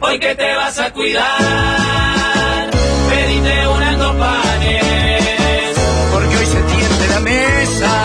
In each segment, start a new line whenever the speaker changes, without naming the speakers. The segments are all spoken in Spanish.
hoy que te vas a cuidar, pedite unas dos panes,
porque hoy se tiende la mesa.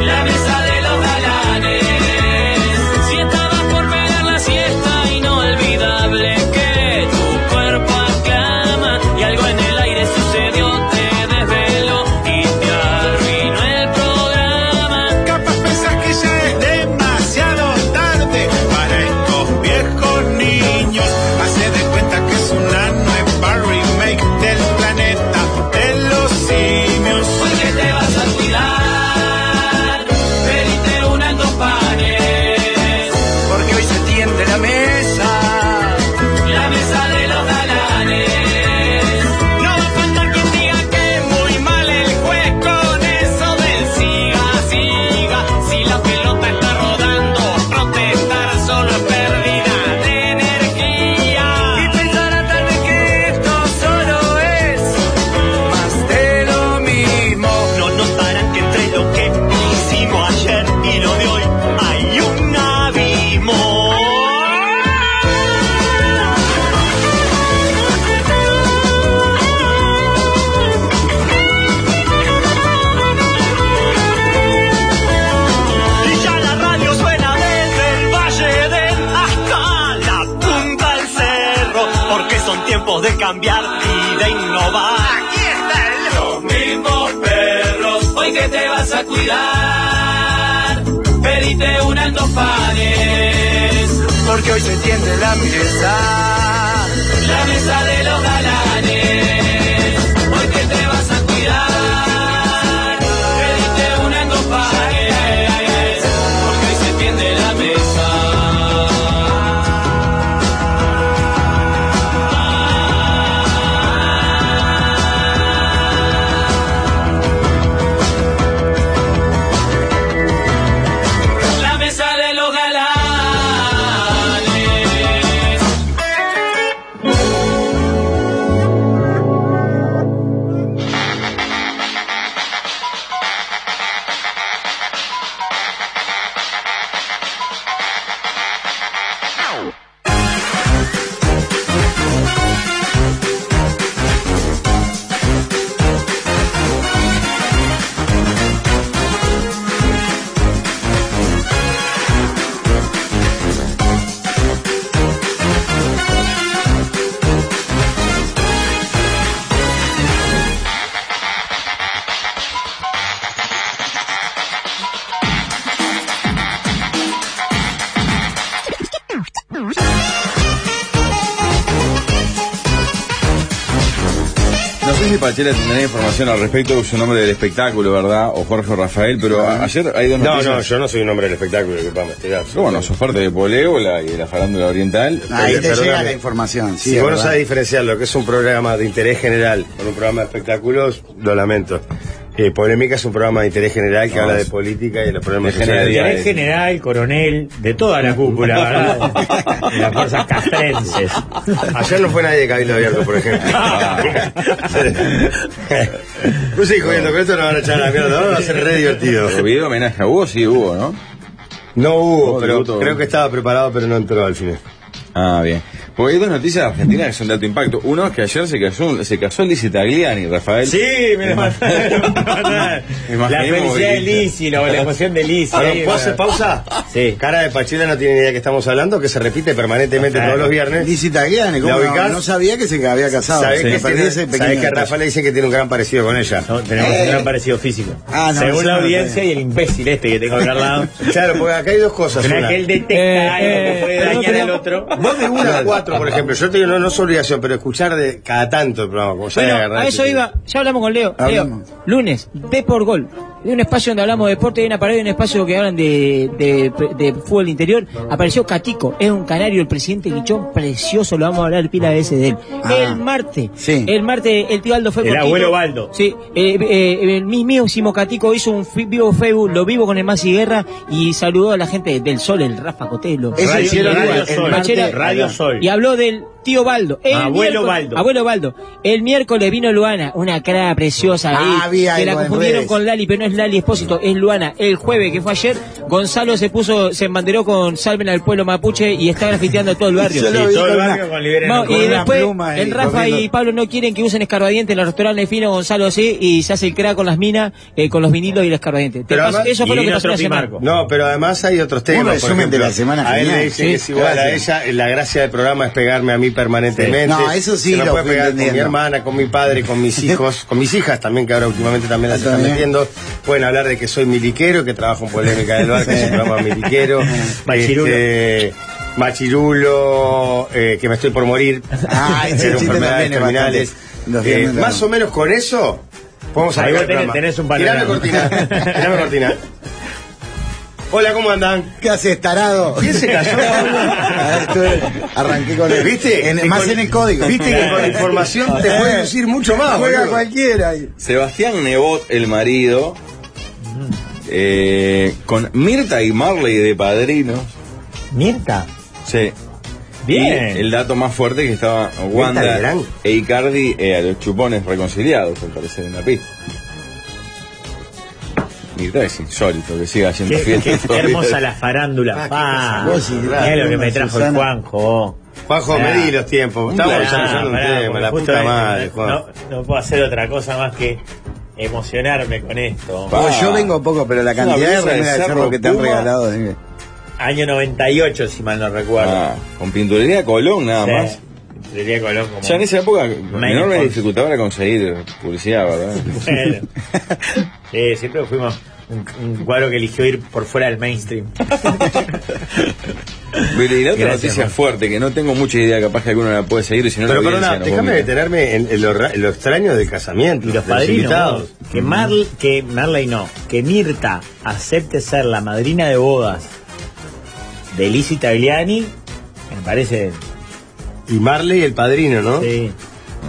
la mesa de los galanes. Si estabas por pegar la siesta inolvidable que tu cuerpo aclama y algo en el aire sucedió, te desveló y te arruinó el programa.
Capaz pensás que ya es demasiado tarde para estos viejos niños. Hace de cuenta que es una nueva remake del planeta de los simios.
Hoy Pues que te vas a cuidar, pedite unas dos panes.
Porque hoy se tiende la mesa.
La mesa de los galanes. No va a faltar quien diga que muy mal el juez con eso del siga, siga. Si la pelota está rodando, protestar solo es pérdida de
Y
energía.
pensará tal vez que esto solo es más de lo mismo.
No notarán que entre lo que hicimos ayer y lo de hoy hay un abismo. Y ya la radio suena desde el Valle del hasta la punta del cerro, porque son tiempos de cambiar y de innovar.
Aquí está el
Los mismos perros, hoy que te vas a cuidar, pedite unas dos panes.
Porque hoy se tiende la mesa.
La mesa de los galanes, hoy que te vas a cuidar, pediste una en dos pares, porque hoy se tiende la mesa. La mesa de los galanes.
No sé si Pachela tendrá información al respecto de su nombre del espectáculo, ¿verdad? O Jorge o Rafael, pero a- ayer hay dos
No,
noticias.
no, yo no soy un hombre del espectáculo, disculpame, estoy
Pero bueno, sos parte de Poléola y de la farándula oriental.
Ahí
Ahí
te
te
Perdóname.
llega la información. Sí,
si
es
vos no
verdad.
sabés diferenciar lo que es un programa de interés general con un programa de espectáculos, lo lamento. Eh, Polémica es un programa de interés general que
No,
habla de
es-
política y de los problemas
de generalidades.
sociales.
General general, coronel, de toda la cúpula, ¿verdad? De las fuerzas castrenses.
Ayer no fue nadie de Cabildo Abierto, por ejemplo. no sé, jodiendo, con esto no van a echar a la mierda, ahora va a ser re divertido.
Pero video homenaje a vos, sí hubo, ¿no?
No hubo,
No,
pero
tributo.
creo que estaba preparado, pero no entró al final.
Ah, bien. Porque hay dos noticias argentinas que son de alto impacto. Uno es que ayer se casó, se casó Lizzie Tagliani, Rafael.
Sí, me lo mataron. me lo mataron.
Imaginemos
La felicidad de
Boquita.
Lizzy, la, la emoción de eh, Lizzy.
Ahora,
ahí,
¿Puedo hacer
bueno.
pausa?
Sí.
Cara de Pachela no tiene ni idea que estamos hablando, que se repite permanentemente
Claro.
todos los viernes.
Lizzie Tagliani, ¿cómo
¿La
no?
ubicás?
no sabía que se había casado.
Sabés
Me
que,
perdí
tiene-
ese
sabés
pequeño
que
detalle.
Rafa le dice que tiene un gran parecido con ella. Eh,
No, tenemos un gran parecido físico.
Ah, no,
Según
eso
la
no lo
audiencia y
tenía.
el imbécil este que tengo acá al lado.
Claro, porque acá hay dos cosas.
Será
una.
que él detecta algo que puede dañar al otro.
Vos de una a cuatro, por ejemplo. Yo te digo, no, no es obligación, pero escuchar de cada tanto el programa. como ya
Bueno,
agarrás
a eso
ese-
iba, ya hablamos con Leo. Leo,
Hablamos.
lunes, Deport Gol. De un espacio donde hablamos de deporte, hay una pared, hay un espacio que hablan de, de- de fútbol interior. Apareció Catico, es un canario, el presidente Guichón, precioso, lo vamos a hablar pila de veces de él.
Ah,
el martes,
sí.
el martes, el tío Aldo fue
El
con Tito.
abuelo Baldo.
Sí, eh, eh, el mismísimo Catico hizo un fi- vivo Facebook, lo vivo con el Masi Guerra y saludó a la gente del Sol, el Rafa Cotelo.
Eso
Radio-
hicieron
Radio
el- el
Sol.
martes-
Radio Sol.
Y habló del Tío Baldo. El
Abuelo
miércoles-
Baldo.
Abuelo Baldo. El miércoles vino Luana, una cara preciosa ahí.
Ah, vi
que
algo
la
en
confundieron
redes.
con Lali, pero no es Lali Espósito, es Luana. El jueves, que fue ayer, Gonzalo se puso, se embanderó con Salven al pueblo mapuche y está grafiteando todo el barrio.
Yo lo
Sí,
vi
todo el
con
barrio
una-
con Liberen
Vamos,
el
con
y
una
después,
pluma ahí,
el Rafa
corriendo.
y Pablo no quieren que usen escarbadiente en los restaurantes finos, Gonzalo sí, y se hace el crack con las minas, eh, con los vinilos y el escarbadiente. Te
Pero
pasó-
además-
eso fue
y
lo que
vino
pasó la
otro
semana.
Pimarco.
No, pero además hay otros temas.
Un
por
resumen
ejemplo.
de la semana
A él
genial.
le dicen
Sí,
que es igual a
gracias.
ella. La gracia del programa es pegarme a mí permanentemente.
Sí. No, eso sí
Se la
lo
puede
fui
pegar con mi
entendiendo.
hermana, con mi padre, con mis hijos, con mis hijas también, que ahora últimamente también las están
También.
metiendo. Pueden hablar de que soy miliquero, que trabajo en Polémica del Bar, que es un programa miliquero.
Machirulo.
Este, Machirulo, eh, que me estoy por morir.
Ah, ese
Pero
chiste
enfermedades
también es
terminales.
bastante- nos
Eh,
vienen,
más
¿no?
o menos con eso, podemos
Ahí
arreglar
vos tenés-
el programa.
tenés un
Tirame
panorama.
cortina. Tirame cortina. Hola, ¿cómo andan?
¿Qué haces, tarado?
¿Quién se cayó?
Ah, estuve- Arranqué con el.
¿Viste?
En-
Que
más
con-
en el código. Eh,
Viste que con la información te puede lucir mucho
"Ah,
más.
Juega
boludo.
cualquiera ahí.
Sebastián Nebot, el marido, eh, con Mirta y Marley de padrinos.
Mierda.
Sí.
Bien.
Y el dato más fuerte que estaba
Mirta
Wanda
Legrand.
e Icardi eh, a los chupones reconciliados, al parecer, en la pista. Mirta es insólito que siga haciendo
Qué, qué-
fiestas.
qué hermosa la farándula. Pa.
cosa, sí,
Mirá
claro.
lo que me
Una
trajo el
Susana.
Juanjo.
Juanjo,
Pará.
medí los tiempos. Estamos
Pará,
usando un
pará,
tema,
porque
la
justo
puta
es-
madre, Juan.
no, no puedo hacer otra cosa más que emocionarme con esto.
Pa.
Pues yo vengo poco, pero la
Es una
cantidad de
blusa de
remeras de
Cerro
cerro que te han
Puma.
regalado. eh.
Año 98, si mal no
Ah,
recuerdo.
con pinturería Colón nada
Sí.
más.
Sería Colón como-
Ya en esa época, menor la
Force.
dificultad era conseguir publicidad, ¿verdad?
Bueno. Sí, siempre fuimos un, un cuadro que eligió ir por fuera del mainstream.
Pero y la otra
Gracias,
noticia
Juan.
fuerte, que no tengo mucha idea, capaz que alguno la puede seguir y si no
Pero
la
perdona,
audiencia nos
déjame
vomita.
detenerme en, en lo, ra- en lo extraño del casamiento.
Y
de
los padrinos.
invitados.
¿no? Que, Marl- que Marley no, que Mirta acepte ser la madrina de bodas de Lizzie Tagliani, me parece.
Y Marley el padrino, ¿no? Ah.
Sí.
Igual-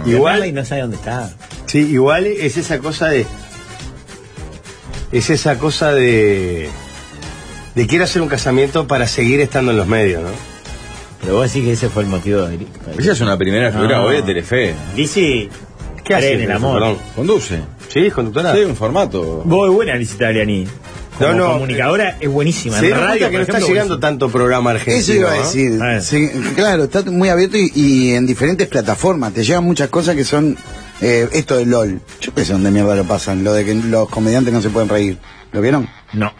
Igual. Marley no sabe dónde está.
Sí, igual es esa cosa de. Es esa cosa de. De quiero hacer un casamiento para seguir estando en los medios, ¿no?
Pero vos decís que ese fue el motivo de.
Ella es una primera
Ah.
figura
No.
hoy de Telefe.
Lizzie.
¿Qué hace?
cree en el amor.
Perdón.
Conduce.
Sí, conductora.
Sí, un formato.
Vos es buena, Lizzie Tagliani. Como
No, no,
comunicadora es buenísima.
Se
en
da
radio,
cuenta que
por
no está
ejemplo,
llegando tanto programa argentino.
Eso iba a
¿no?
decir.
Ah.
Sí, claro, está muy abierto y, y en diferentes plataformas. Te llegan muchas cosas que son. eh, esto de LOL. Yo qué sé dónde mierda lo pasan. Lo de que los comediantes no se pueden reír. ¿Lo vieron?
No.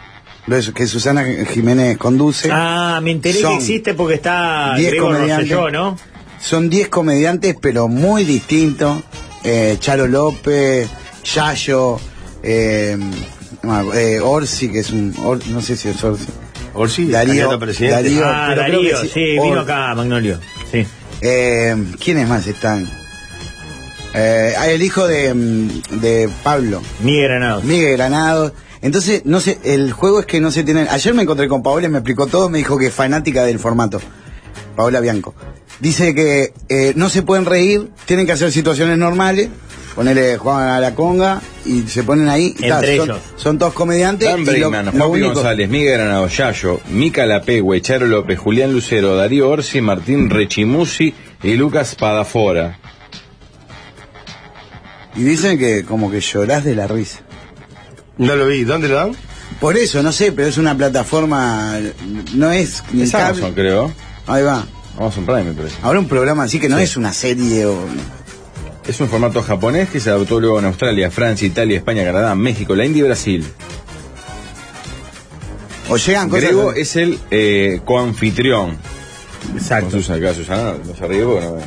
Lo de que Susana Jiménez conduce.
Ah, me enteré
Son
que existe porque está
diez
Gregor
comediantes.
Rosselló, ¿no?
Son 10 comediantes, pero muy distintos. Eh, Charo López, Yayo, eh, no me acuerdo, eh, Orsi, que es un. Or- no sé si es Orsi.
Orsi,
Darío,
candidato a presidente.
Darío,
ah,
pero creo que
Darío, sí,
sí.
vino
Or-
acá Magnolio. Sí.
Eh, ¿Quiénes más están? Eh, ah, el hijo de, mm, de Pablo,
Miguel Granados.
Miguel Granados. Entonces, no sé, el juego es que no se tienen. Ayer me encontré con Paola y me explicó todo, me dijo que es fanática del formato. Paola Bianco. Dice que eh, no se pueden reír, tienen que hacer situaciones normales. Ponele, juegan a la conga y se ponen ahí. y
Entre
ta, son,
ellos.
son todos comediantes.
Dan
y lo-
Bregman,
lo
Juanpi
único-
González, Miguel Granado, Yayo, Mica Lapegüe, Charo López, Julián Lucero, Darío Orsi, Martín Rechimusi y Lucas Padafora.
Y dicen que como que llorás de la risa.
No lo vi. ¿Dónde lo dan?
Por eso, no sé, pero es una plataforma. No es. ni
Es
cable.
Amazon, creo.
Ahí va.
Amazon Prime, me parece.
Ahora un programa así que no es una serie o.
Es un formato japonés que se adoptó luego en Australia, Francia, Italia, España, Canadá, México, la India y Brasil.
O llegan cosas.
Grego es el eh, coanfitrión. Con
Exacto.
Susana, acá Susana no se ríe porque no me-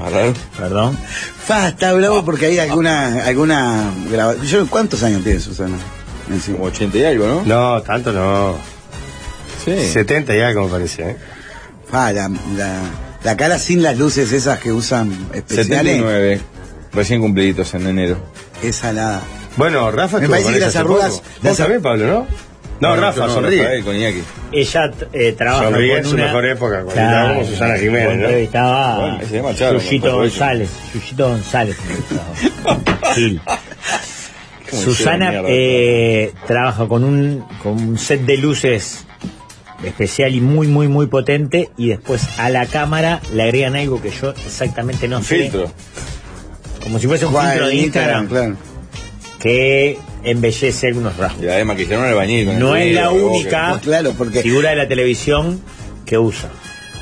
Agarrar.
Perdón.
Fa, está
Ah.
bravo porque hay alguna. alguna graba- Yo, ¿Cuántos años tiene Susana? Encima.
Como 80 y algo, ¿no?
No, tanto no.
Sí.
70 ya, como parecía. ¿eh?
Fa, Ah, la, la, la cara sin las luces esas que usan especiales
79. Recién cumpliditos en enero.
es salada.
Bueno, Rafa
Me
estuvo
parece
con
que
eso
las
hace
arrugas-
poco.
las-
Vos también, Pablo, ¿no? No, Rafa,
yo
sonríe.
Rafael con Iñaki.
Ella eh, trabaja
Sonríe
con
en su
una-
mejor época, cuando estaba como Susana Jiménez,
cuando
¿no?
Bueno,
Estaba
ese llama Charo,
Yuyito
mejor dicho.
González. Yuyito González. Gil.
Qué
Susana
mierda.
eh, trabaja con un, con un set de luces especial y muy, muy, muy potente. Y después a la cámara le agregan algo que yo exactamente no
Un
sé.
filtro.
Como si fuese un
Juan,
filtro de
en
Instagram,
claro.
que embellece algunos rasgos.
Y además que hicieron el bañil. con el
No es
ruido,
la
que vos
única
Pues claro, porque-
figura de la televisión que usa.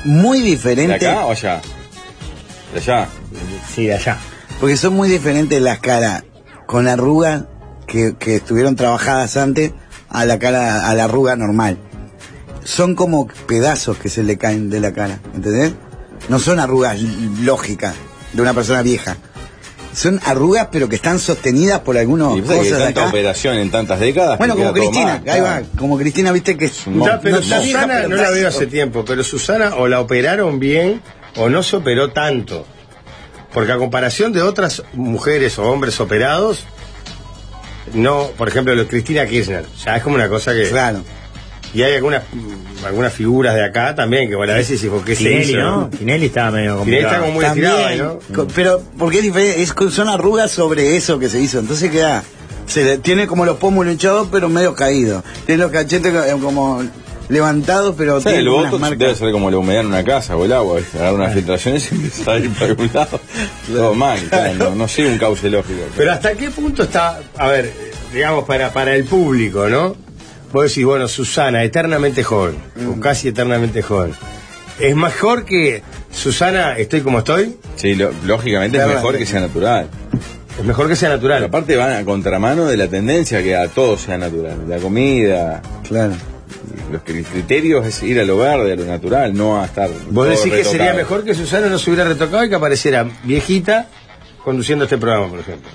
Muy
que- ¿De
diferente.
acá o allá? De allá.
Sí, de allá.
Porque son muy diferentes las caras con arrugas que, que estuvieron trabajadas antes a la cara, a la arruga normal. Son como pedazos que se le caen de la cara, ¿entendés? No son arrugas l- lógicas de una persona vieja. Son arrugas pero que están sostenidas por algunos
y pues, que
cosas de
tanta
acá.
operación en tantas décadas. que
Bueno, como
queda todo
Cristina,
mal,
ahí va,
claro.
como Cristina, viste que
No,
Ya, pero
no está vieja,
Susana,
pero
no
está-
la veo hace tiempo, pero Susana o la operaron bien o no se operó tanto. Porque a comparación de otras mujeres o hombres operados, no, por ejemplo, lo de Cristina Kirchner, ya es como una cosa que...
Claro.
Y hay algunas mm, algunas figuras de acá también que bueno, a veces dijo que se
Tinelli,
hizo.
¿no? Tinelli estaba medio
Tinelli está
complicado.
como muy
También,
estirada, ¿no?
Mm.
co- Pero porque es diferente, es con- son arrugas sobre eso que se hizo, entonces queda, se le- tiene como los pómulos hinchados pero medio caídos, tiene los cachetes co- eh, como levantados pero
O sea,
tiene
el
como
voto
unas
debe
marcas. Ah.
ser como la humedad en una casa o el agua, ¿viste? agarrar unas filtraciones y empezar a ir para algún lado. Todo mal, claro, no, no sigue un cauce lógico.
Pero hasta qué punto está, a ver, digamos, para, para el público, ¿no? Vos decís, bueno, Susana, eternamente joven, o casi eternamente joven. ¿Es mejor que Susana, estoy como estoy?
Sí, lo- lógicamente es
Claro,
mejor que sea natural.
Es mejor que sea
Pero
natural.
aparte van a contramano de la tendencia que a todo sea natural. La comida,
Claro.
los cri- criterios es ir a lo verde, a lo natural, no a estar. todo
Vos decís que
retocado.
sería mejor que Susana no se hubiera retocado y que apareciera viejita conduciendo este programa, por ejemplo.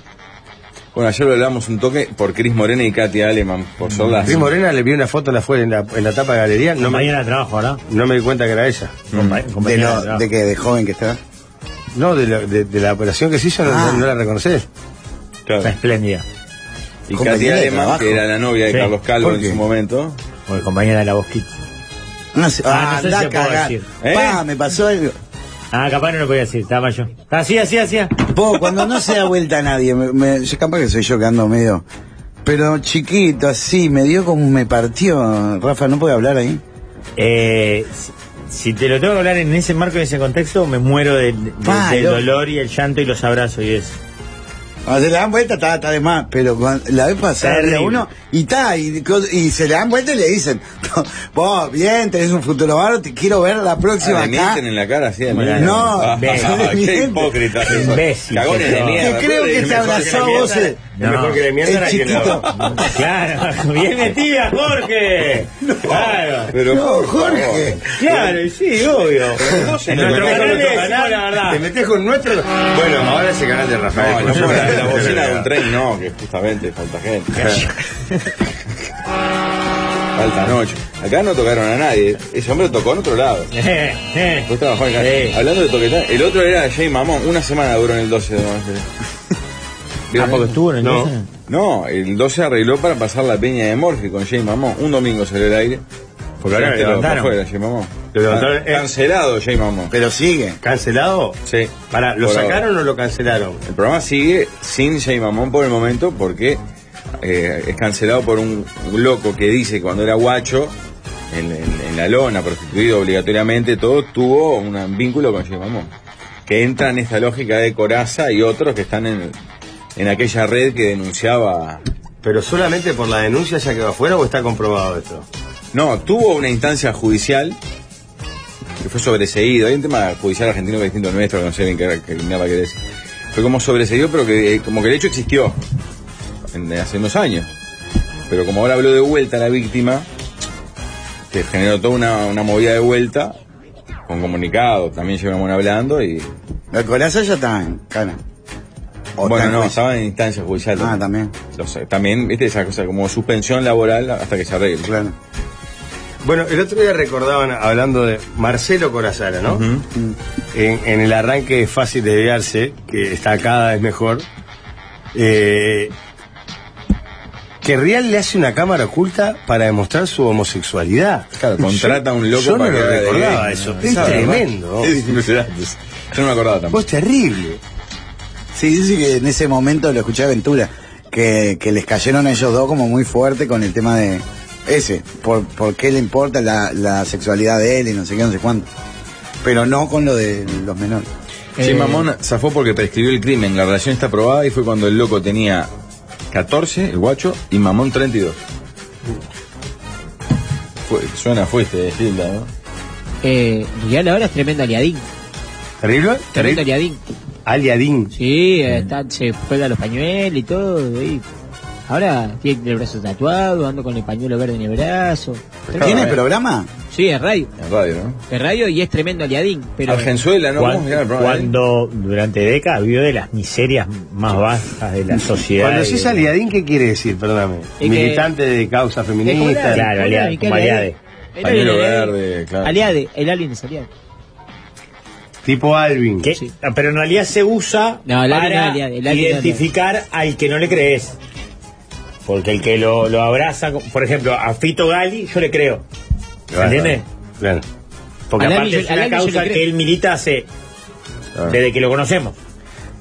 Bueno, ayer lo hablamos un toque por Cris Morena y Katia Aleman, por ser
Ah,
las.
Cris Morena le vi una foto la fue en la, en la tapa de galería, no me,
Compañera de trabajo, ¿verdad?
no me di cuenta que era ella.
Compa-
De,
compañera
lo-
trabajo.
de que de joven que está.
No, de la, de- de la operación que se hizo no,
Ah.
no- no la reconocés.
Está
Claro.
espléndida.
Y
Compañera
Katia
de
Aleman,
trabajo.
que era la novia de
Sí.
Carlos Calvo
¿Por
en
qué?
su momento.
O el compañero de la Bosquita.
No sé,
Ah,
ah,
no sé
andá
si
a
puedo
cagar.
decir.
¿Eh?
Pa, me pasó algo.
Ah, capaz no lo podía decir, estaba yo. Estaba así, así, así.
Vos, cuando no se da vuelta a nadie, me, me- yo capaz que soy yo que ando medio. Pero chiquito, así, me dio como me partió. Rafa, ¿no puede hablar ahí?
Eh, si, si te lo tengo que hablar en ese marco, en ese contexto, me muero del, del-
Pa,
del
lo-
dolor y el llanto y los abrazos y eso.
Cuando Ah, se le dan vuelta, está, está de más. Pero cuando- la vez pasada
Terrible.
había uno y está, y, co- y se le dan vuelta y le dicen, vos, bien, tenés un futuro barro, te quiero ver la próxima
Ah, le
acá.
mienten en la cara así. a mí.
No,
Ah,
ve,
ah,
le
qué
mienten.
hipócrita. eso.
Imbécil,
Cagones de
señor.
mierda.
Te creo que
Es
te
mejor que
abrazó
la
vos,
mierda.
eh.
Es mejor que le mientan
el
a quien le
chiquito.
Claro, bien metida, Jorge. Claro.
Pero,
No,
por favor.
Jorge.
Claro, sí, obvio.
En
En nuestro
Te metés con
canal le
nuestro
decimos la
canal, Te
verdad.
metes con nuestro. Bueno, ahora ese canal de
No,
Rafael.
no, por la, la
Pero-
bocina de un tren no, que justamente falta gente. falta noche. Acá no tocaron a nadie. Ese hombre tocó en otro lado.
Eh, eh.
Vos trabajás acá.
Sí.
Hablando de toquetar, el otro era Jay Mamón. Una semana duró en el 12 de noviembre.
Ah, porque estuvo en el
No.
12.
No, el 12 arregló para pasar la peña de Morphy con Jay Mamón. Un domingo salió el aire. Porque ahora
Sí,
este
lo
lo para
levantaron.
afuera, Jay Mamón.
Lo levantaron,
Ah,
eh.
Cancelado Jay Mamón.
Pero sigue.
¿Cancelado?
Sí.
Para, ¿Lo
Por ahora.
sacaron o lo cancelaron?
El programa sigue sin Jay Mamón por el momento porque eh, es cancelado por un loco que dice que cuando era guacho, en, en- en la lona, prostituido obligatoriamente, todo tuvo un vínculo con Jay Mamón. Que entra en esta lógica de Coraza y otros que están en, en aquella red que denunciaba.
¿Pero solamente por la denuncia ya quedó afuera o está comprobado esto?
No, tuvo una instancia judicial que fue sobreseído. Hay un tema judicial argentino que es distinto al nuestro, que no sé bien qué, qué mierda que es. Fue como sobreseído, pero que eh, como que el hecho existió en- hace unos años. Pero como ahora habló de vuelta a la víctima, que generó toda una, una movida de vuelta, con comunicado, también llevamos hablando y...
La coraza ya está en cara. O está
bueno,
en
no,
juicio.
estaban en instancia judicial.
Ah, también.
Los- también, viste, esa cosa como suspensión laboral hasta que se arregle.
Claro.
Bueno, el otro día recordaban, hablando de Marcelo Corazara, ¿no?
Ujú.
en, en el arranque es fácil desviarse, que está cada vez mejor. eh, que Real le hace una cámara oculta para demostrar su homosexualidad.
Claro, contrata a un loco
yo no
para
lo
que haga de
recordaba
gay.
eso.
Ah,
Es
¿sabes?
tremendo.
Es impresionante. Yo no me acordaba tampoco.
Vos terrible.
Sí, dice que en ese momento lo escuché a Ventura, que, que les cayeron a ellos dos como muy fuerte con el tema de, ese, por, por qué le importa la, la sexualidad de él y no sé qué, no sé cuánto. Pero no con lo de los menores.
Che,
Eh,
Mamón zafó porque prescribió el crimen. La relación está probada y fue cuando el loco tenía 14, el guacho, y Mamón 32. Fue- suena fuiste, Gilda, ¿no?
Eh, Rial ahora es tremendo aliadín.
¿Terrible?
Tremendo aliadín.
Aliadín.
Sí, eh, está- se cuelga los pañuelos y todo. y Ahora tiene el brazo tatuado, ando con el pañuelo verde en el brazo.
¿Tiene programa?
Sí, es radio.
En radio, ¿no?
Es radio y es tremendo aliadín. Pero
Argenzuela, ¿no? ¿Cómo se llama el
Cuando,
programa? ¿eh?
cuando durante décadas vivió de las miserias más bajas de la sociedad.
Cuando decís
Y-
aliadín, ¿qué quiere decir? Perdóname.
que-
Militante de causa feminista.
Claro, aliado, como aliade.
Era
Pañuelo
el aliade.
verde, claro.
Aliade, el alien es aliado.
Tipo Alvin.
Que-
Sí.
ah, Pero en realidad se usa
No, el alien
para
es aliado, el alien es
identificar al que no le crees. Porque el que lo, lo abraza, co- por ejemplo, a Fito Gali, yo le creo.
Claro.
¿Entiendes?
Claro.
Porque
Al
aparte
Gali yo-
es
al
una
Gali yo
causa
le creo.
que él milita hace
Ah.
Claro.
desde que lo conocemos.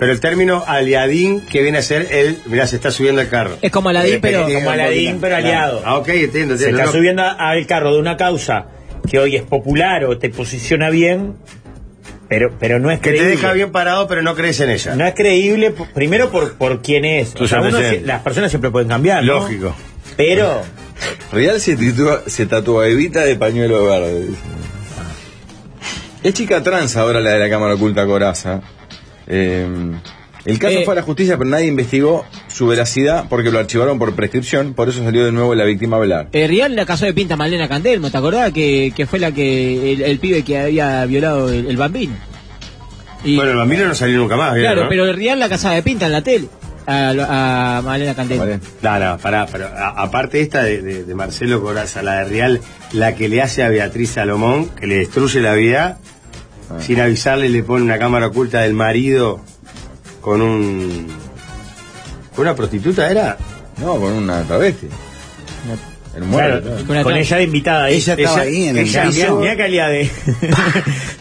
Pero el término aliadín que viene a ser el. Mirá, se está subiendo el carro.
Es como Aladín, pero.
como Aladín, pero aliado.
Ah, ok, entiendo.
Se
entiendo
está
No,
subiendo a- al carro de una causa que hoy es popular o te posiciona bien, pero, pero no es
Que te
creíble.
deja bien parado, pero no crees en ella.
No es creíble, p- primero por, por quién es.
Tus
O sea, uno
antecedentes.
sie- las personas siempre pueden cambiar.
eh?
¿no?
Lógico.
Pero
Real se tatúa, se tatúa Evita de pañuelo verde. dice. Es chica trans ahora la de la cámara oculta Coraza. Eh, el caso
Eh.
fue a la justicia, pero nadie investigó su veracidad porque lo archivaron por prescripción, por eso salió de nuevo la víctima a velar.
Eh, Rial la casó de pinta Malena Candelmo, ¿te acordás? Que, que fue la que. El, el pibe que había violado el, el bambino. Y-
Bueno, el bambino no salió nunca más,
Claro,
¿no?
pero Rial la casaba de pinta en la tele. A, a Malena Candelmo.
Vale.
No, no, pará, pero a- aparte esta de, de- de Marcelo Coraza, la de Real, la que le hace a Beatriz Salomón, que le destruye la vida,
Ah.
sin avisarle le pone una cámara oculta del marido con un... ¿Con una prostituta era?
No, con una travesti. El
claro,
muerto. claro.
Con la
con
trans.
ella de invitada.
Ella estaba
ella-
ahí en el
ella-
video.
Mira calidad de.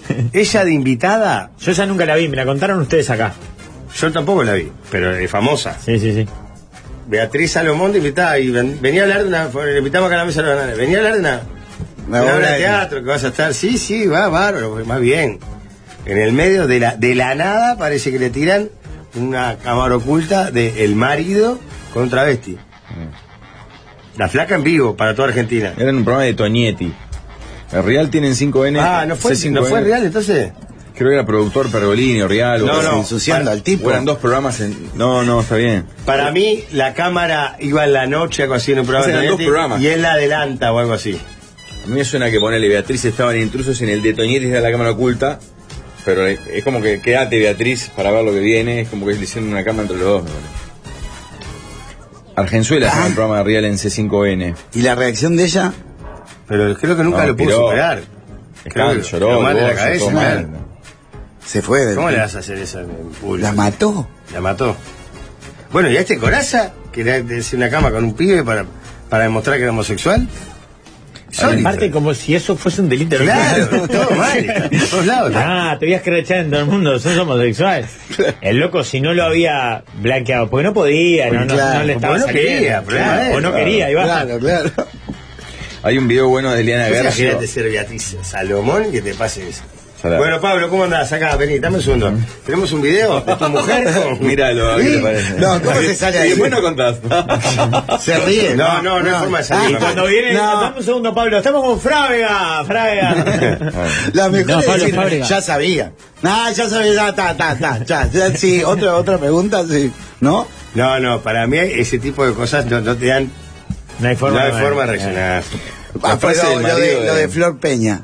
Eh.
Ella de invitada,
Yo esa nunca la vi, me la contaron ustedes acá.
yo tampoco la vi, pero es famosa.
Sí, sí, sí.
Beatriz Salomón de invitada, y ven- venía a hablar de una... Le invitamos acá a la mesa de la banana, venía a hablar de una...
Una
Una obra
obra
de
de-
teatro que vas a estar. Sí, sí, va, bárbaro, pues, más bien. En el medio de la, de la nada parece que le tiran una cámara oculta de el marido con travesti. La flaca en vivo para toda Argentina.
Era en un programa de Toñetti. El Real tienen 5N.
Ah, ¿no fue,
C5N.
¿no fue real entonces?
Creo que era productor Pergolini o Real. o
No, Ah.
algo
no.
así.
Ensuciando
para-
al tipo.
Eran dos programas en... No, no, está bien.
Para mí, la cámara iba en la noche, algo así, en un programa.
Eran
de
dos
Travesti,
programas.
Y él la adelanta o algo así.
A mí me suena que ponele Beatriz estaban intrusos en el de Toñetti de la cámara oculta, pero es como que quédate Beatriz para ver lo que viene, es como que le hicieron una cama entre los dos. me parece. Argenzuela es
Ah.
un programa de Real en C5N.
Y la reacción de ella,
Pero creo que nunca
No,
lo pudo
piró.
superar.
Escándalo,
que
lloró,
lo mal de la
divorcio,
cabeza,
todo mal.
mal.
se fue. del-
¿Cómo le vas a hacer eso en público?
La mató.
La mató. Bueno, y a este Coraza, que era de hacer una cama con un pibe para, para demostrar que era homosexual. Sólido.
Aparte, como si eso fuese un delito. ¿no?
Claro, todo mal. en todos lados.
Ah, te voy a escrachar en todo el mundo, sos homosexual. El loco, si no lo había blanqueado, porque no podía, no, no,
Claro,
no le estaba
porque no
saliendo.
quería, problema
Claro,
de él,
o no
claro.
quería, y va.
Claro, claro.
Hay un video bueno de Eliana
Pues
García.
Imagínate ser Beatriz Salomón que te pase eso.
Salado.
Bueno, Pablo, ¿cómo andás? Acá, vení, dame un segundo. Tenemos un video de tu mujer con...
Míralo, a ver qué te parece.
No, ¿cómo se sale
Y
ahí?
después no contás.
Se ríe. Ah,
No, no, no hay forma de salir.
Y cuando viene,
No.
dame un segundo, Pablo, estamos con Frávega, Frávega.
La mejor
No,
es
Pablo
decir,
Fábrega.
ya sabía. No, ya sabía, ya, ta, ta, ta, ya, ya, sí, otra, otra pregunta, sí, ¿no?
No, no, para mí ese tipo de cosas no, no te dan...
No hay
No
forma,
hay forma de reaccionar.
La
Ah, pero
frase del
lo,
marido
de, lo
de-
de Flor Peña.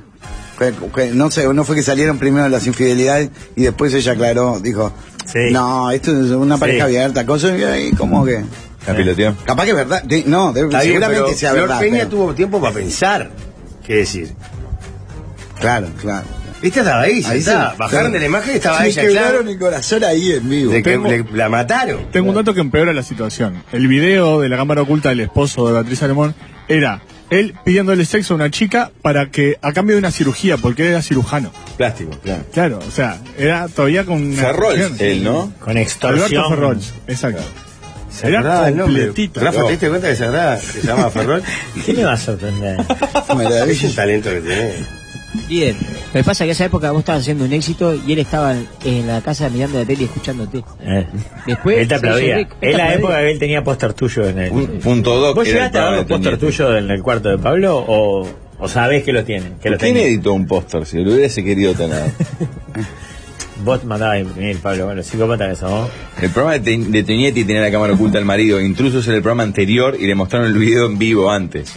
Que- que no sé, no fue que salieron primero las infidelidades y después ella aclaró, dijo,
Sí.
no, esto es una pareja
Sí.
abierta, cosa y ahí como que...
La piloteó.
Capaz que es verdad, de- no, de-
Está bien,
seguramente
pero
sea
Flor
verdad.
Peña
pero-
tuvo tiempo para pensar. ¿Qué decir?
Claro, claro.
Viste, estaba ahí,
Ahí
sentada.
sí.
Bajaron de la imagen y estaba
Me
ella,
quebraron
claro.
el corazón ahí en vivo.
De que
Tengo-
le- la mataron.
Tengo un dato que empeora la situación. El video de la cámara oculta del esposo de Beatriz Alemón era él pidiéndole sexo a una chica para que, a cambio de una cirugía, porque él era cirujano.
Plástico, claro.
Claro, o sea, era todavía con. una
Ferrol,
cirugía.
él, ¿no?
eh, Con
Alberto
extorsión.
Ferrol, exacto.
Se acordaba el nombre.
completito.
Rafa,
No.
¿te diste cuenta que se acordaba? Se llama Ferrol.
¿Qué le va a sorprender?
es el talento que tiene.
Bien. Lo que pasa es que esa época vos estabas haciendo un éxito y él estaba en, en la casa mirando la tele y escuchándote.
Eh.
Después,
él te
se hizo
aplaudía.
rico.
Es la
Aplaudía.
época que él tenía póster tuyo en el.
Un punto doc.
¿Vos
era el
llegaste a ver los
programa
póster
que tenía.
tuyos en el cuarto de Pablo o, o sabés que lo tienen? Que lo
¿Quién
tenían?
editó un póster? Si lo hubiese querido tener.
Vos mandabas a imprimir, Pablo, bueno, psicópata que sos vos.
El programa de, Te- de Toñetti tenía la cámara oculta al marido. Intrusos en el programa anterior y le mostraron el video en vivo antes.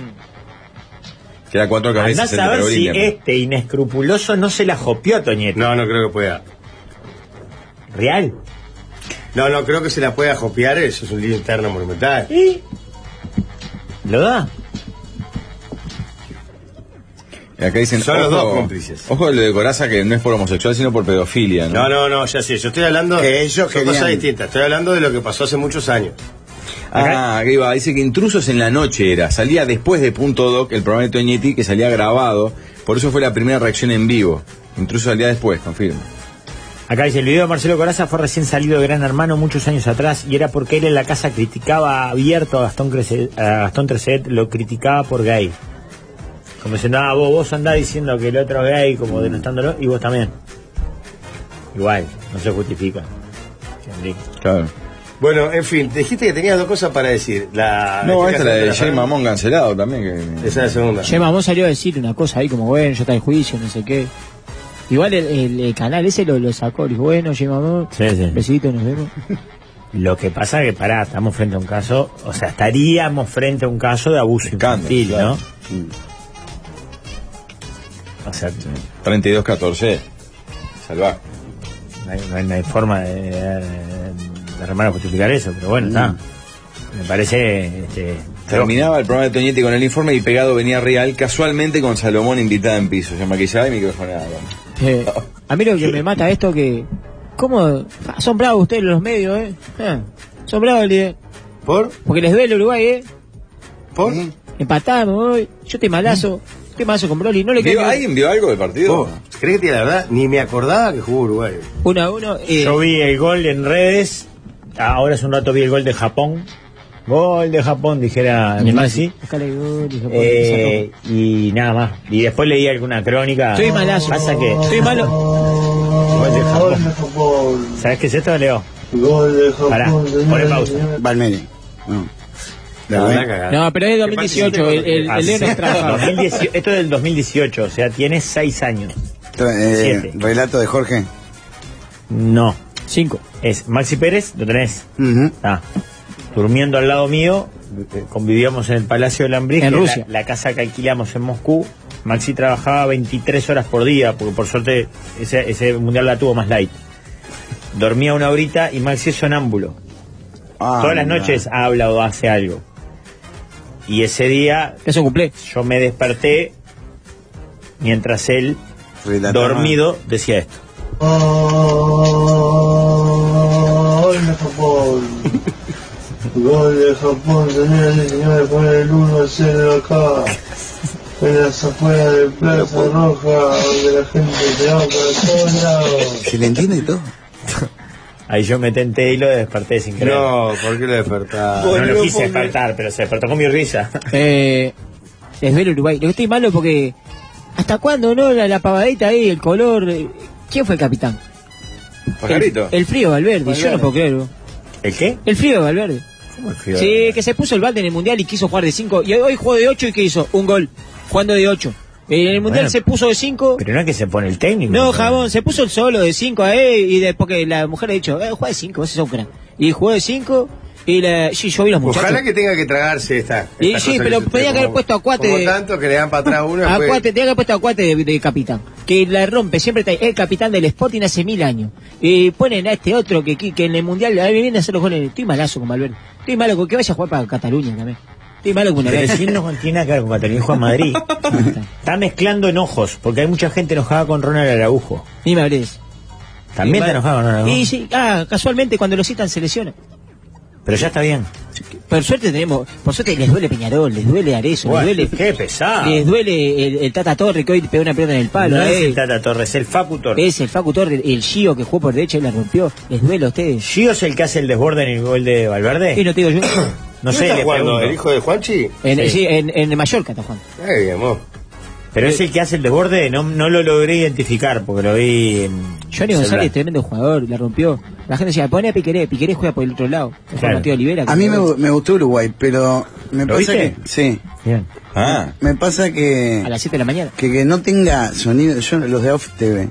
Que era cuatro cabezas
Andás
en
a
el
ver si
Carolina.
este inescrupuloso no se la jopió a Toñetti.
No, no creo que pueda.
¿Real?
No, no creo que se la pueda copiar. Eso es un lío interno monumental.
¿Y? ¿Lo da?
Y Acá dicen,
Son los
ojo-
dos cómplices.
Ojo de lo de Coraza que no es por homosexual, sino por pedofilia. ¿no?
No, no, no, ya sé. Yo estoy hablando
Que ellos
son
querían-
cosas distintas. Estoy hablando de lo que pasó hace muchos años.
Ah, acá iba. Dice que Intrusos en la noche era. Salía después de Punto Doc, el programa de Toñetti, que salía grabado. Por eso fue la primera reacción en vivo. Intrusos salía después, confirmo.
Acá dice, el video de Marcelo Coraza fue recién salido de Gran Hermano muchos años atrás y era porque él en la casa criticaba abierto a Gastón, Crece- a Gastón Treset, lo criticaba por gay. Como diciendo, ah, vos, vos andás diciendo que el otro es gay, como denostándolo, y vos también. Igual, no se justifica. Enrique.
Claro.
Bueno, en fin, dijiste que tenías dos cosas para decir. La,
No,
¿qué casa
esta es la de
la
Jay
Fran?
Mamón cancelado también.
Esa
que-
es la segunda.
Che, mamón salió a decir una cosa ahí como, bueno, ya está el juicio, no sé qué. Igual el, el- el canal ese lo, lo sacó, dijo, bueno, che, mamón,
Sí, sí.
besito, nos vemos.
Lo que pasa que, pará, estamos frente a un caso, o sea, estaríamos frente a un caso de abuso
Escándalo,
infantil,
claro.
¿no? O sea,
32-14. Salvaje.
no hay, no hay- no hay forma de, de, de hermano justificar eso, pero bueno,
Mm.
está. Me parece... Este,
Terminaba el programa de Toñetti con el informe y pegado venía Real, casualmente con Salomón invitada en piso. Se maquillaba y microfonada.
Eh, a mí lo que me mata esto que... ¿Cómo? Ah, Son bravos ustedes los medios, ¿eh? Ah, son bravos, líder.
¿Por?
Porque les duele Uruguay, ¿eh?
¿Por?
Empatamos, voy. Yo te malazo. Te malazo con Broly. No le
¿Vio-
caigo.
¿Alguien vio algo del partido?
¿Vos? ¿Crees que tiene la verdad? Ni me acordaba que jugó Uruguay.
Uno a uno. eh,
Yo vi el gol en redes, ahora hace un rato vi el gol de Japón. Gol de Japón, dijera mi Messi.
Buscale el gol, hijo,
Eh, y nada más. Y después leí alguna crónica.
Estoy malazo.
Pasa que.
Estoy malo.
Gol de Japón. ¿Sabes qué es esto, Leo? Pará, pone pausa.
Valmeri. No. La
La
verdad
cagada.
No, pero es
¿Qué pasa si
2018.
te-
El, el,
Hace-
el Leo no trabaja.
2018 esto es del 2018, o sea, tiene 6 años.
Tra- eh,
Siete.
relato de Jorge.
No.
Cinco.
Es Maxi Pérez, lo tenés.
Ujú.
Está durmiendo al lado mío. eh, Convivíamos en el Palacio de
En
Lambris, que es la-
Rusia.
La, casa que alquilamos en Moscú. Maxi trabajaba 23 horas por día, porque por suerte ese, ese mundial la tuvo más light. Dormía una horita y Maxi es sonámbulo.
Ah,
Todas las
mira.
noches habla o hace algo. Y ese día
Que eso cumple.
yo me desperté mientras él,
Relataba.
dormido, decía esto.
Gol de Japón. Gol de Japón, señoras y señores, por el 1 0 acá. En las afueras de Plaza Roja, donde la gente se va para todos lados.
Se le entiende y todo.
Ahí yo me tenté y lo desperté sin querer. No,
No, ¿por qué lo despertás?
lo quise despertar, pero se despertó con mi risa.
Eh, les duele Uruguay. Lo que estoy malo porque. ¿Hasta cuándo, no? La, la pavadita ahí, el color. eh, ¿Quién fue el capitán?
Pajarito.
El, el frío de Valverde. Yo no puedo creerlo.
¿El qué?
El frío de Valverde.
¿Cómo el frío?
Sí, que se puso el balde en el mundial y quiso jugar de 5. Y hoy- hoy jugó de 8 y ¿qué hizo? Un gol. Jugando de 8. En el mundial
Bueno.
se puso de 5.
Pero no es que se pone el técnico.
No, jabón, se puso el solo de 5 ahí. Y después que la mujer ha dicho, eh, juega de 5, ese es un crack. Y jugó de 5. Y la, sí, yo vi los muchachos.
Ojalá que tenga que tragarse esta.
Y
esta
sí,
cosa
pero
se-
podía
como-
que haber puesto a Cuate
Como
de-
tanto que le dan para atrás uno.
A
después-
Ah, Cuate, tenía que haber puesto a Cuate de, de capitán. Que la rompe, siempre está ahí. El capitán del Sporting hace mil años. Y ponen a este otro que, que en el mundial ahí viene a hacer los goles. Estoy malazo con Valverde. Estoy malo con que vaya a jugar para Cataluña también. Estoy malo con una
Pero
vez.
si él no tiene nada que ver con Cataluña, juega en Madrid. Está mezclando enojos, porque hay mucha gente enojada con Ronald Araujo.
Ni me hables.
También está enojado con Ronald Araujo.
Y sí, ah, casualmente cuando lo citan se lesiona.
Pero Pero ya está bien.
Por suerte tenemos, por suerte les duele Peñarol, les duele Arezo,
Buah,
les duele,
qué pesado.
les duele el, el Tata Torre que hoy pegó una pelota en el palo.
Ah. no es
eh.
el Tata Torres, el Facu Torres.
Es el Facu Torre, el Gio que jugó por derecha y la rompió. Les duele a ustedes.
¿Gio es el que hace el desborde en el gol de Valverde?
Y no te digo yo.
No
¿Quién
sé,
está
le
jugando? eh,
pregunto.
¿El hijo de Juanchi?
En,
Sí.
sí, en, en Mallorca está jugando.
Eh, bien, vos.
Pero es el que hace el desborde, no, no lo logré identificar porque lo vi en.
Johnny
el
González,
celular.
tremendo jugador, la rompió. La gente decía, pone a Piqueré, Piqueré juega por el otro lado. Es
Claro.
Mateo Olivera. que
A mí me,
juega-
gu- me gustó Uruguay, pero me
¿Lo
pasa
viste?
que. Sí.
Bien.
Ah,
Me pasa que.
A las 7 de la mañana.
que, que no tenga sonido. Yo, los de Off TV,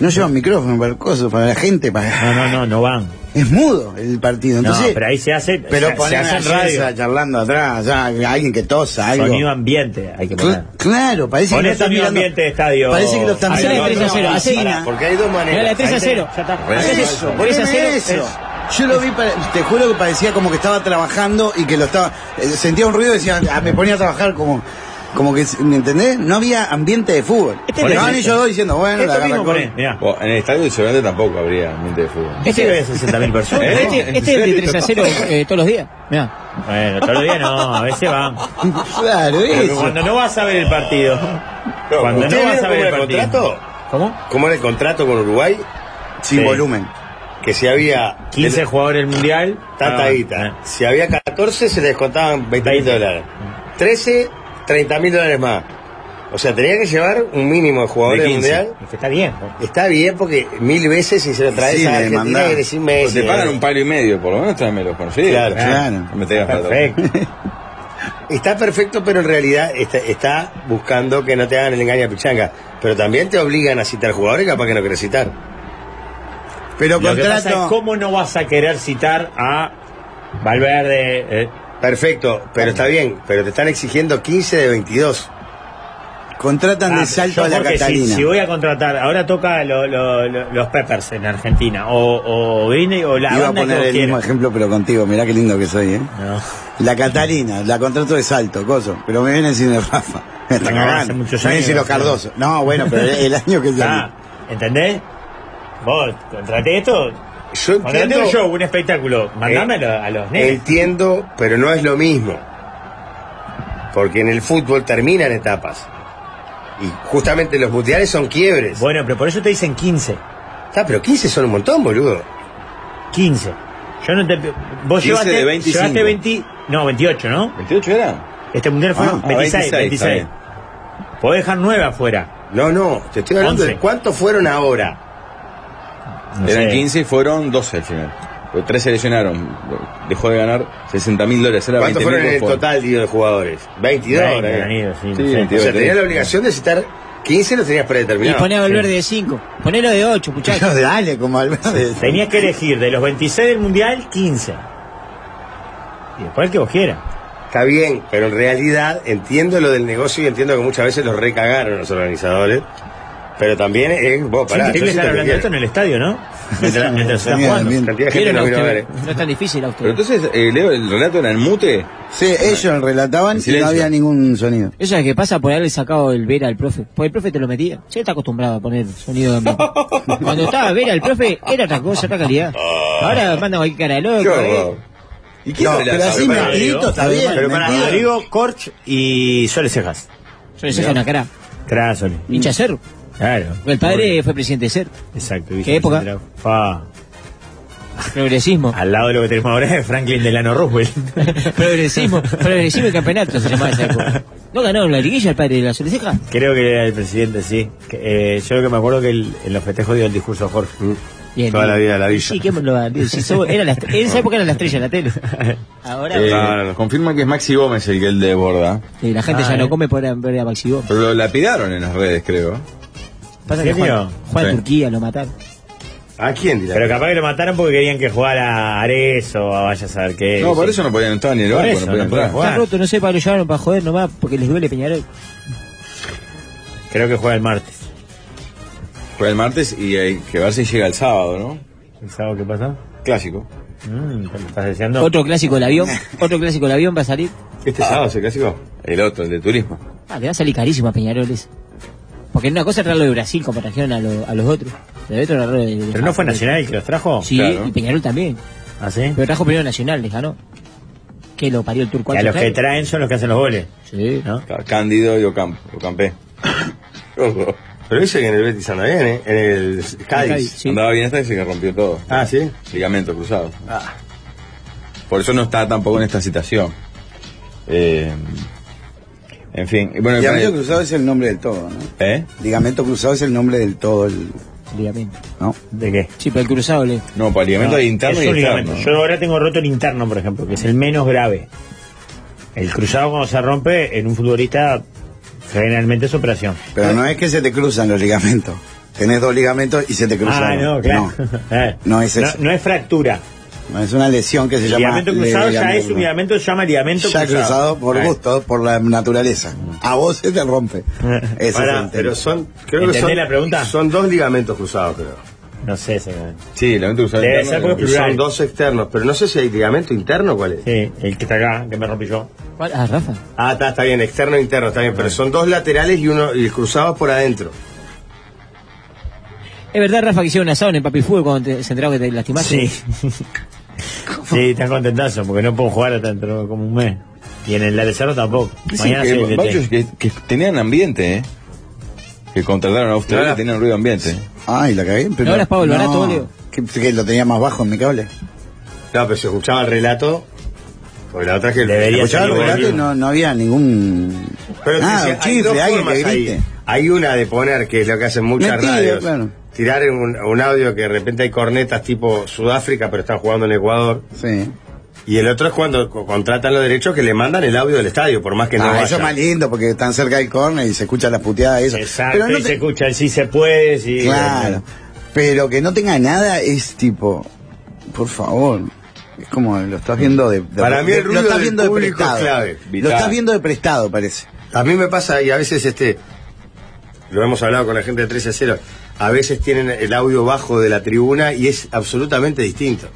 no llevan micrófono para el coso, para la gente. Para...
No, no, no, no van.
Es mudo el partido. Entonces,
no, pero ahí se hace.
pero
se- se,
poner
hace
una
en radio.
yesa charlando atrás, ya, alguien que tosa, algo.
Sonido ambiente, hay que poner.
Cl- claro, parece
Poné
que lo están
sonido
mirando-
ambiente de estadio.
Parece que lo están
Ahí
Hacele
mirando
va,
en
3 a 0,
una
hacele-
oficina.
Porque hay dos
Mirá la
maneras.
3 a 0.
Eso, poneme eso. Yo lo vi, pare- te juro que parecía como que estaba trabajando y que lo estaba. eh, Sentía un ruido y decía, ah, me ponía a trabajar como. Como que, ¿me entendés? No había ambiente de fútbol.
Este
Pero
es
van
el-
ellos dos diciendo, bueno, la
Esto mismo
agarra
poné,
con-
mirá.
bueno, en el estadio seguramente tampoco habría ambiente de fútbol.
Este que ve 60.000 personas.
¿Eh?
¿no?
Este, este es el de 3 a 0 eh, todos los días. Mirá.
Bueno, todos los días no, a veces van.
Claro,
Porque
eso.
cuando no vas a ver el partido. Cuando no
¿Ustedes
vas a
vieron
ver el
cómo era el
partido.
contrato?
¿Cómo?
¿Cómo era el contrato con Uruguay?
Sin
Sí.
volumen.
Que si había
15 jugadores del mundial.
tanta
ah,
guita,
eh.
si había 14 se les descontaban 20 mil
Veinte.
dólares. 13, 30 mil dólares más. O sea, tenía que llevar un mínimo de jugadores
De 15.
mundial.
Es que Este está bien. ¿no?
Está bien porque mil veces si se lo traes
Sí,
a
le
Argentina
mandás.
que decís
Pero
Messi.
Pues
eh.
te pagan un palo y medio, por lo menos tráemelos conocidos.
Claro,
claro.
No me tengas plata.
Perfecto.
Está perfecto, pero en realidad está, está buscando que no te hagan el engaño a pichanga. Pero también te obligan a citar jugadores que capaz que no querés citar.
Pero
Lo que pasa es
contrato.
cómo no vas a querer citar a Valverde. eh,
Perfecto, pero está bien, pero te están exigiendo 15 de 22.
Contratan
Ah,
de salto
yo
a la
porque si-
Catalina.
Si, voy a contratar, ahora toca lo- lo- lo- los Peppers en Argentina, o, o Green o la
Iba a
banda
poner
que
el
vos
mismo
quieras.
ejemplo, pero contigo. Mirá qué lindo que soy, ¿eh?
No,
La Catalina, la contrato de salto, coso. Pero me viene diciendo Rafa. Me está
No,
cagando.
hace muchos
Me
años Ah.
dicen los
que no.
Cardoso. No, bueno, pero el- el año que
está,
ya.
¿entendés? Vos contraté esto,
Yo
contraté
entiendo-
un show, un espectáculo,
Eh,
mandámelo a los nenes.
Entiendo, pero no es lo mismo. Porque en el fútbol terminan etapas. Y justamente los mundiales son quiebres.
Bueno, pero por eso te dicen 15.
Está, pero 15 son un montón, boludo.
15. Yo no te. Vos
15
llevaste,
de 25.
llevaste 20. No, 28, ¿no?
¿28 era?
Este mundial fueron
Ah,
26,
26, está
26. Podés dejar 9 afuera.
No, no, te estoy hablando
Once.
de cuántos fueron ahora.
No
Eran
sé.
15 y fueron 12 al final. Los tres se lesionaron. Dejó de ganar 60 mil dólares. Era
¿Cuántos
20.000
fueron en el
por jugador.
total, digo, de jugadores? 22.
20
ahora, eh.
habrán ido, sí, no
Sí,
sé.
22.
O sea,
Digo,
tenías
te-
la obligación de citar 15, los tenías
Y
predeterminados.
poné a Valverde de 5. Ponelo de 8, muchachos.
Pero dale, como al
Tenías que elegir de los 26 del mundial, 15. Y después el que vos quieras.
Está bien, pero en realidad entiendo lo del negocio y entiendo que muchas veces los recagaron los organizadores. Pero también es, vos, pará,
Siempre
yo
están
cito lo
hablando
que
de esto en el estadio, ¿no? Mientras, mientras están
Mira,
jugando.
mira.
Cantidad de gente
Vieron a
no vino a ver.
ustedes. No es tan difícil a
Pero
ustedes.
entonces, eh, Leo, el relato era en mute.
Sí, ellos relataban
En
y no
silencio.
había ningún sonido.
Eso es lo que pasa por haberle sacado el Vera al profe. Porque el profe te lo metía. Ya está acostumbrado a poner sonido de ambiente. Cuando estaba Vera el profe, era otra cosa, otra calidad. Ahora manda cualquier cara de
Qué
loco.
horror.
eh.
¿Y quién
No,
relata?
pero así
Pará,
mentirito está bien.
Pero pará,
mentido.
Rodrigo, Corch y Sole Cejas.
Yo le saco una cara.
Claro, Sole.
Hincha Cerro.
Claro.
El padre fue presidente de Cerro.
Exacto.
¿Qué época?
Fa.
Progresismo.
al lado de lo que tenemos ahora es Franklin Delano Roosevelt.
progresismo. Progresismo y campeonato se llamaba esa época. ¿No ganó la liguilla el padre de la Ceja?
Creo que era el presidente, sí. Que, eh, yo lo que me acuerdo que el- en los festejos dio el discurso a Jorge.
Bien.
Toda la vida de la villa.
Sí, ¿qué lo va a decir? Si somos- era la est- en esa época era la estrella en la tele. Ahora
Eh,
No, no, no.
Confirma que es Maxi Gómez el que el de borda.
eh, la gente
ah,
ya
eh.
no come por ver a Maxi Gómez.
Pero lo lapidaron en las redes, creo.
Pasa
¿En
que
serio?
Juan, Juan
Sí.
Turquía lo mataron.
¿A quién dirá?
Pero capaz que lo mataron porque querían que jugara Arezo o vaya a saber qué.
No, por eso no podían entrar ni en el
Eh, Por
banco,
eso,
no podían
no podían
entrar.
Juan.
Está roto, no sé, para lo llevaron para joder nomás porque les duele Peñarol.
Creo que juega el martes.
Juega el martes y hay que ver si llega el sábado, ¿no?
¿El sábado qué pasa?
Clásico.
Mm, ¿te lo estás deseando?
Otro clásico del avión. Otro clásico del avión va a salir.
¿Este
Ah.
sábado es el clásico? El otro, el de turismo.
Ah, le va a salir carísimo a Peñarol ese. Porque en una cosa traerlo de Brasil comparación a, lo- a los otros. Pero,
¿Pero no fue Nacional el que los trajo?
Sí,
Claro.
y Peñarol también.
¿Ah, sí?
Pero trajo primero Nacional, les ganó. Que lo parió el turco
Que a
antes,
los que
claro.
traen son los que hacen los goles.
Sí.
¿no?
Cándido y Ocampo, Ocampé. Ojo.
Pero dice que en el Betis anda bien, ¿eh? En el
Cádiz,
Cádiz.
sí.
Andaba bien esta y se que rompió todo.
Ah, ¿sí?
Ligamento cruzado. Por eso no está tampoco en esta citación. Eh, en fin. Y bueno,
Ligamento
para-
cruzado es el nombre del todo, ¿no?
¿Eh?
Ligamento cruzado es el nombre del todo, el-
Ligamento.
¿no?
¿De qué?
Sí, pero el cruzado le.
No, para ligamento
No,
hay interno
es
y
un
externo.
ligamento. Yo ahora tengo roto el interno, por ejemplo, que es el menos grave. El cruzado cuando se rompe en un futbolista generalmente es operación.
Pero no es que se te cruzan los ligamentos. Tenés dos ligamentos y se te cruzan.
Ah, no, claro. Eh,
No es eso.
No, no es fractura.
No, es una lesión que se
El
llama.
ligamento cruzado ya
ligamento
es un ligamento, se llama ligamento
Ya
cruzado.
cruzado por
Ah,
gusto, por la naturaleza. A vos se te rompe. Ese es
Pará,
el tema.
pero son, creo que
¿Entendés
son,
la pregunta?
son dos ligamentos cruzados, creo.
No sé exactamente.
Sí, ligamento cruzado.
Debe
interno
ser
y
porque-
Y
Plural.
son dos externos, pero no sé si hay ligamento interno, ¿cuál es?
Sí, el que está acá, que me rompí yo.
¿Cuál? Ah, Rafa.
Ah, está, está bien, externo e interno, está bien, pero son dos laterales y uno y cruzados por adentro.
Es verdad, Rafa, que hicieron un asado en el papi fútbol cuando te, se enteraron que te
Ah,
lastimaste.
Sí. sí, están contentazo porque no puedo jugar hasta dentro de como un mes. Y en el de Cerro tampoco.
Dicen
Mañana se
que, Bauchos que, que tenían ambiente, ¿eh? Que contrataron a ustedes
Claro.
que tenían ruido ambiente.
Ay, la cagué. Pero
No hablas, Pablo,
no.
barato, boludo.
Que, que lo tenía más bajo en mi cable.
No, pero se escuchaba el relato, porque la otra es que
Debería
escuchaba
ser
el
igual.
relato
Antes no, no había ningún.
Pero
nada,
dice,
Ah, un
hay dos
chifle, alguien
formas
que
ahí.
grite.
Hay una de poner, que es lo que hacen muchas
Metido,
radios.
claro.
Tirar un, un audio que de repente hay cornetas tipo Sudáfrica, pero están jugando en Ecuador.
Sí.
Y el otro es cuando co- contratan los derechos que le mandan el audio del estadio, por más que no
ah,
vaya.
eso es más lindo porque están cerca del corner y se escuchan las puteadas y eso.
Exacto,
Pero no
y
te-
se escucha el sí se puede, sí.
Claro. Pero que no tenga nada es tipo, por favor. Es como lo estás viendo de, de-
Para mí el
de-
ruido
lo estás
del
viendo de
público es
prestado.
clave,
lo
vital.
estás viendo de prestado, parece.
A mí me pasa, y a veces este, lo hemos hablado con la gente de 13 a 0, a veces tienen el audio bajo de la tribuna y es absolutamente distinto.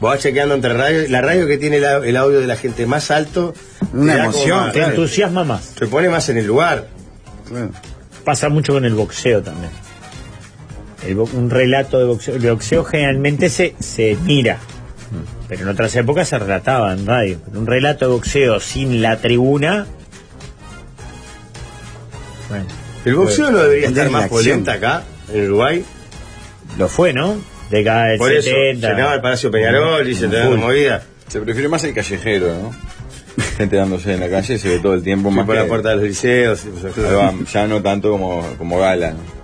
Vos vas chequeando entre radios, la radio que tiene la- el audio de la gente más alto,
Una
te da como
emoción,
más-
Te entusiasma más.
te pone más en el lugar.
Claro.
Pasa mucho con el boxeo también. El bo- un relato de boxeo. El boxeo generalmente se, se mira. Pero en otras épocas se relataba en radio. Pero un relato de boxeo sin la tribuna. Bueno,
El boxeo no debería estar
Entendés la
más
acción.
polenta acá, en Uruguay.
lo fue, ¿no? Década del
Por eso,
70.
llenaba el Palacio Peñarol y se te da
Full.
una movida.
Se prefiere más el callejero, ¿no? Gente dándose en la calle, se ve todo el tiempo
Fui
más
por
que-
la puerta de los liceos. y- pues,
Ahí va, ya no tanto como, como gala. ¿no?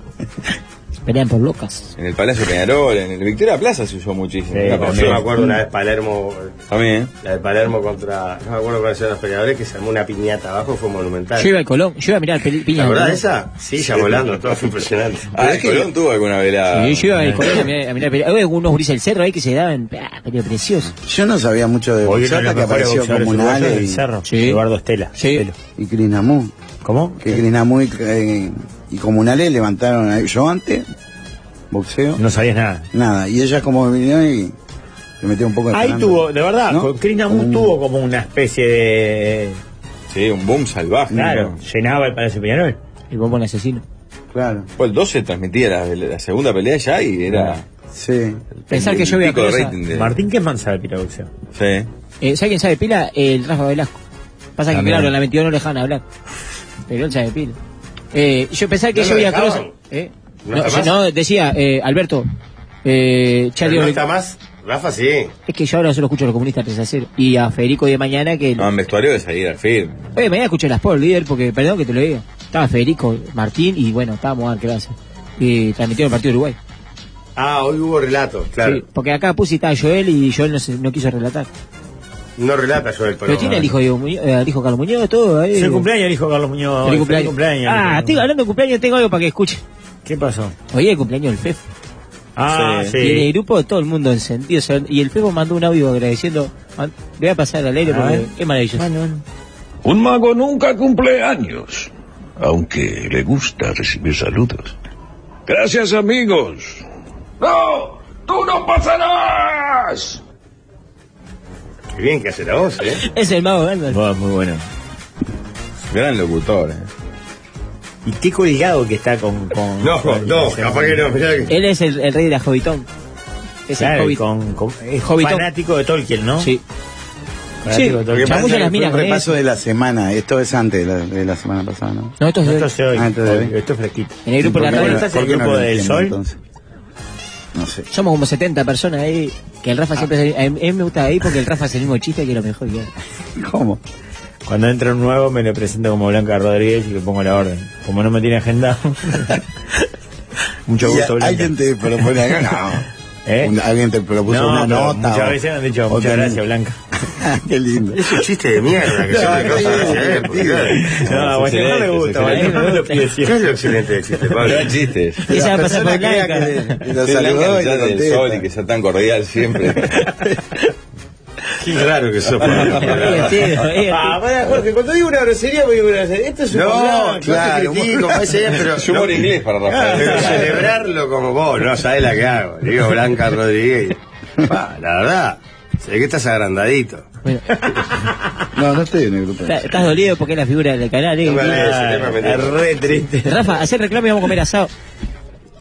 Pelean por locas.
En el Palacio Peñarol, en el Victoria Plaza se usó muchísimo.
Sí,
Una
también.
Yo
pasión.
me acuerdo una vez Palermo,
También. ¿eh?
la de Palermo contra, no me acuerdo cuáles eran los peleadores, que se armó una piñata abajo, fue monumental.
Yo iba al Colón, yo iba a mirar peli-
¿Te
piña.
acordás
del
de esa? Sí, ya volando, todo fue impresionante.
Ah, el Colón tuvo alguna velada.
Colón. Sí, yo iba al Colón a mirar, a mirar peli- Había unos gurises del cerro ahí que se daban. ah, Pero precioso.
Yo no sabía mucho de
Hoy uno
boxeo
de los
hasta que
mejores
apareció
boxeadores uruguayos del
Comunales
Cerro,
Sí.
Eduardo Estela.
Sí.
Estelo.
y, y Crinamú.
¿Cómo?
Que Crinamú y, eh, y Comunales levantaron a yo antes, boxeo,
No sabías nada.
nada. Y ellas como vinieron y se metió un poco de
Ahí
fernando.
tuvo, de verdad,
¿No?
con Krinamu
Un-
tuvo como una especie de.
Sí, un boom salvaje.
Claro,
¿no?
llenaba el Palacio Peñarol.
El bombón asesino.
Claro,
Pues el 12 transmitía la, la segunda pelea ya y era.
sí.
Pensar
el-
que yo
el
voy a
pico de
Colosa.
rating de-
Martín Kesman sabe pirar boxeo.
Sí.
Eh, ¿Sabe quién sabe pila? El Rafa Velasco. Pasa que,
También.
claro, en la 22 no le dejaban hablar. Pero él sabe pila. Eh, yo pensaba que
¿No
yo
lo
iba a
dejaban?
Colosa. ¿Eh?
¿No
No,
está más?
no, decía, eh, Alberto. Eh,
Pero
Charlie
no
Oli-
está más? Rafa sí.
Es que yo ahora solo escucho a los comunistas 3 a 0. Y a Federico de mañana que.
Ah.
No, en vestuario de salir al firme.
Oye, mañana escuché las por líder, porque perdón que te lo diga. Estaba Federico, Martín y bueno, estábamos a ver qué va a hacer. Y transmitieron el partido de Uruguay.
Ah, hoy hubo relato, claro.
Sí, porque acá Pussy estaba Joel y Joel no, se- no quiso relatar.
No relata yo el
Pero, tiene el hijo, de Muñoz- eh, el hijo Carlos Muñoz, todo. ahí.
Es el cumpleaños, dijo Carlos Muñoz.
El
hoy, fue
cumpleaños.
el cumpleaños.
Ah,
dijo.
estoy hablando de cumpleaños, tengo algo para que escuche.
¿Qué pasó?
Oye, el cumpleaños del FEF.
Ah, sí.
Y en el grupo todo el mundo encendido. o sea, y el FEF mandó un audio agradeciendo. Man- Voy a pasar al aire
A
porque
ver.
es maravilloso.
Un mago nunca cumple años, aunque le gusta recibir saludos. Gracias amigos. No, tú no pasarás.
Qué bien que hace la voz, ¿eh?
Es el mago Gandalf.
Bueno, muy bueno.
Gran locutor, ¿eh?
Y qué colgado que está con. con
No,
con-
no,
con-
capaz que no. mirá que-
Él es el, el rey de la Jovitón. Es
Claro,
el
y
hobbit.
con- con- es
Hobbitón.
fanático de Tolkien, ¿no?
Sí.
Fanático de
Lo que
Tolkien.
pasa es
Chamuyo
que
las
fue
minas
un
con
repaso de la semana. Esto es antes de la, de la semana pasada, ¿no?
No, esto es de
Esto
hoy.
es hoy,
Ah, esto es de
hoy,
hoy.
esto es fresquito.
En el grupo de la
¿Por qué
radio.
no-
¿Estás en el
por qué no
grupo
lo
del
entiendo,
Sol?
entonces? No sé.
Somos como 70 personas ahí. Que el
Ah.
Rafa siempre. es el- A mí a mí me gusta ahí porque el Rafa es el mismo chiste que lo mejor que hay.
¿Cómo?
Cuando entra un nuevo me lo presento como Blanca Rodríguez y le pongo la orden. Como no me tiene agenda. Mucho
Y
gusto, Blanca.
¿Alguien te propone acá? No.
¿Eh?
Un- ¿Alguien te propuso
No,
una
pero
nota?
Muchas
o-
veces me han dicho,
o
muchas
te-
gracias, Blanca.
Qué lindo.
Es un chiste de mierda que siempre
No,
causa
no,
gracia a él, porque, claro.
No, a Guayán no le gusta, Guayán no me lo pide
¿Qué
siempre.
es lo excelente de chiste, Pablo?
Gran chistes.
Esa va a
La
pasar por
persona crea
blanca.
que le- lo
Sí, la
saludó y
enganchada
le
del
contesta.
sol y que sea tan cordial siempre.
Qué raro que sos.
Es
Pablo.
divertido, es
Ah,
divertido.
bueno, Jorge, cuando digo una grosería, voy a una grosería. Esto es
No, claro,
te critico,
humor- pero,
Es humor inglés para
pero
Rafael.
celebrarlo como vos, no sabés la que hago. Le digo Blanca Rodríguez. Pa, la verdad, sé que estás agrandadito.
Bueno,
No, no estoy en el grupo.
está- estás dolido porque es la figura del canal, eh.
No me hables de ese tema,
Ah, Es
pendejo.
re triste.
Rafa, hacer reclamo y vamos a comer asado.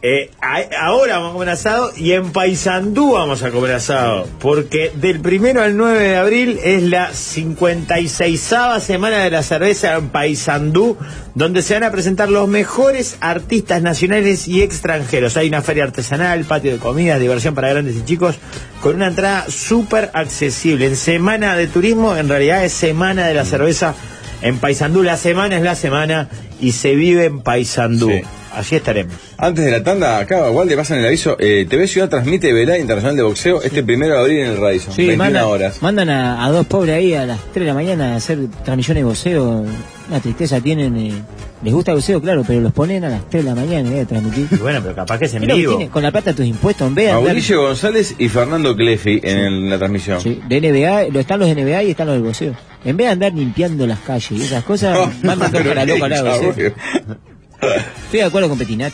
Eh, a- ahora vamos a comer asado y en Paysandú vamos a comer asado. Porque del primero al 9 de abril es la 56 semana de la cerveza en Paysandú, donde se van a presentar los mejores artistas nacionales y extranjeros. Hay una feria artesanal, patio de comidas, diversión para grandes y chicos, con una entrada súper accesible. En semana de turismo, en realidad es semana de la cerveza en Paysandú. La semana es la semana y se vive en Paysandú.
Sí.
Allí estaremos.
Antes de la tanda, acá, Walde, pasan el aviso. Eh, TV Ciudad transmite velada internacional de boxeo este primero de abril en el Radisson.
Sí,
21
mandan,
horas.
mandan a, a dos pobres ahí a las 3 de la mañana a hacer transmisiones de voceo. Una tristeza tienen. eh. Les gusta el voceo, claro, pero los ponen a las 3 de la mañana eh, a transmitir.
Y bueno, pero capaz que es en
Es lo que
vivo.
tiene, con la plata de tus impuestos, en vez de andar-
Mauricio González y Fernando Clefi en, el- la transmisión.
Sí, de NBA, lo están los de NBA y están los del voceo. En vez de andar limpiando las calles y esas cosas,
No,
van a
pero
para
qué
loco al lado.
hincha,
voceo.
boludo.
Estoy de acuerdo con Petinat.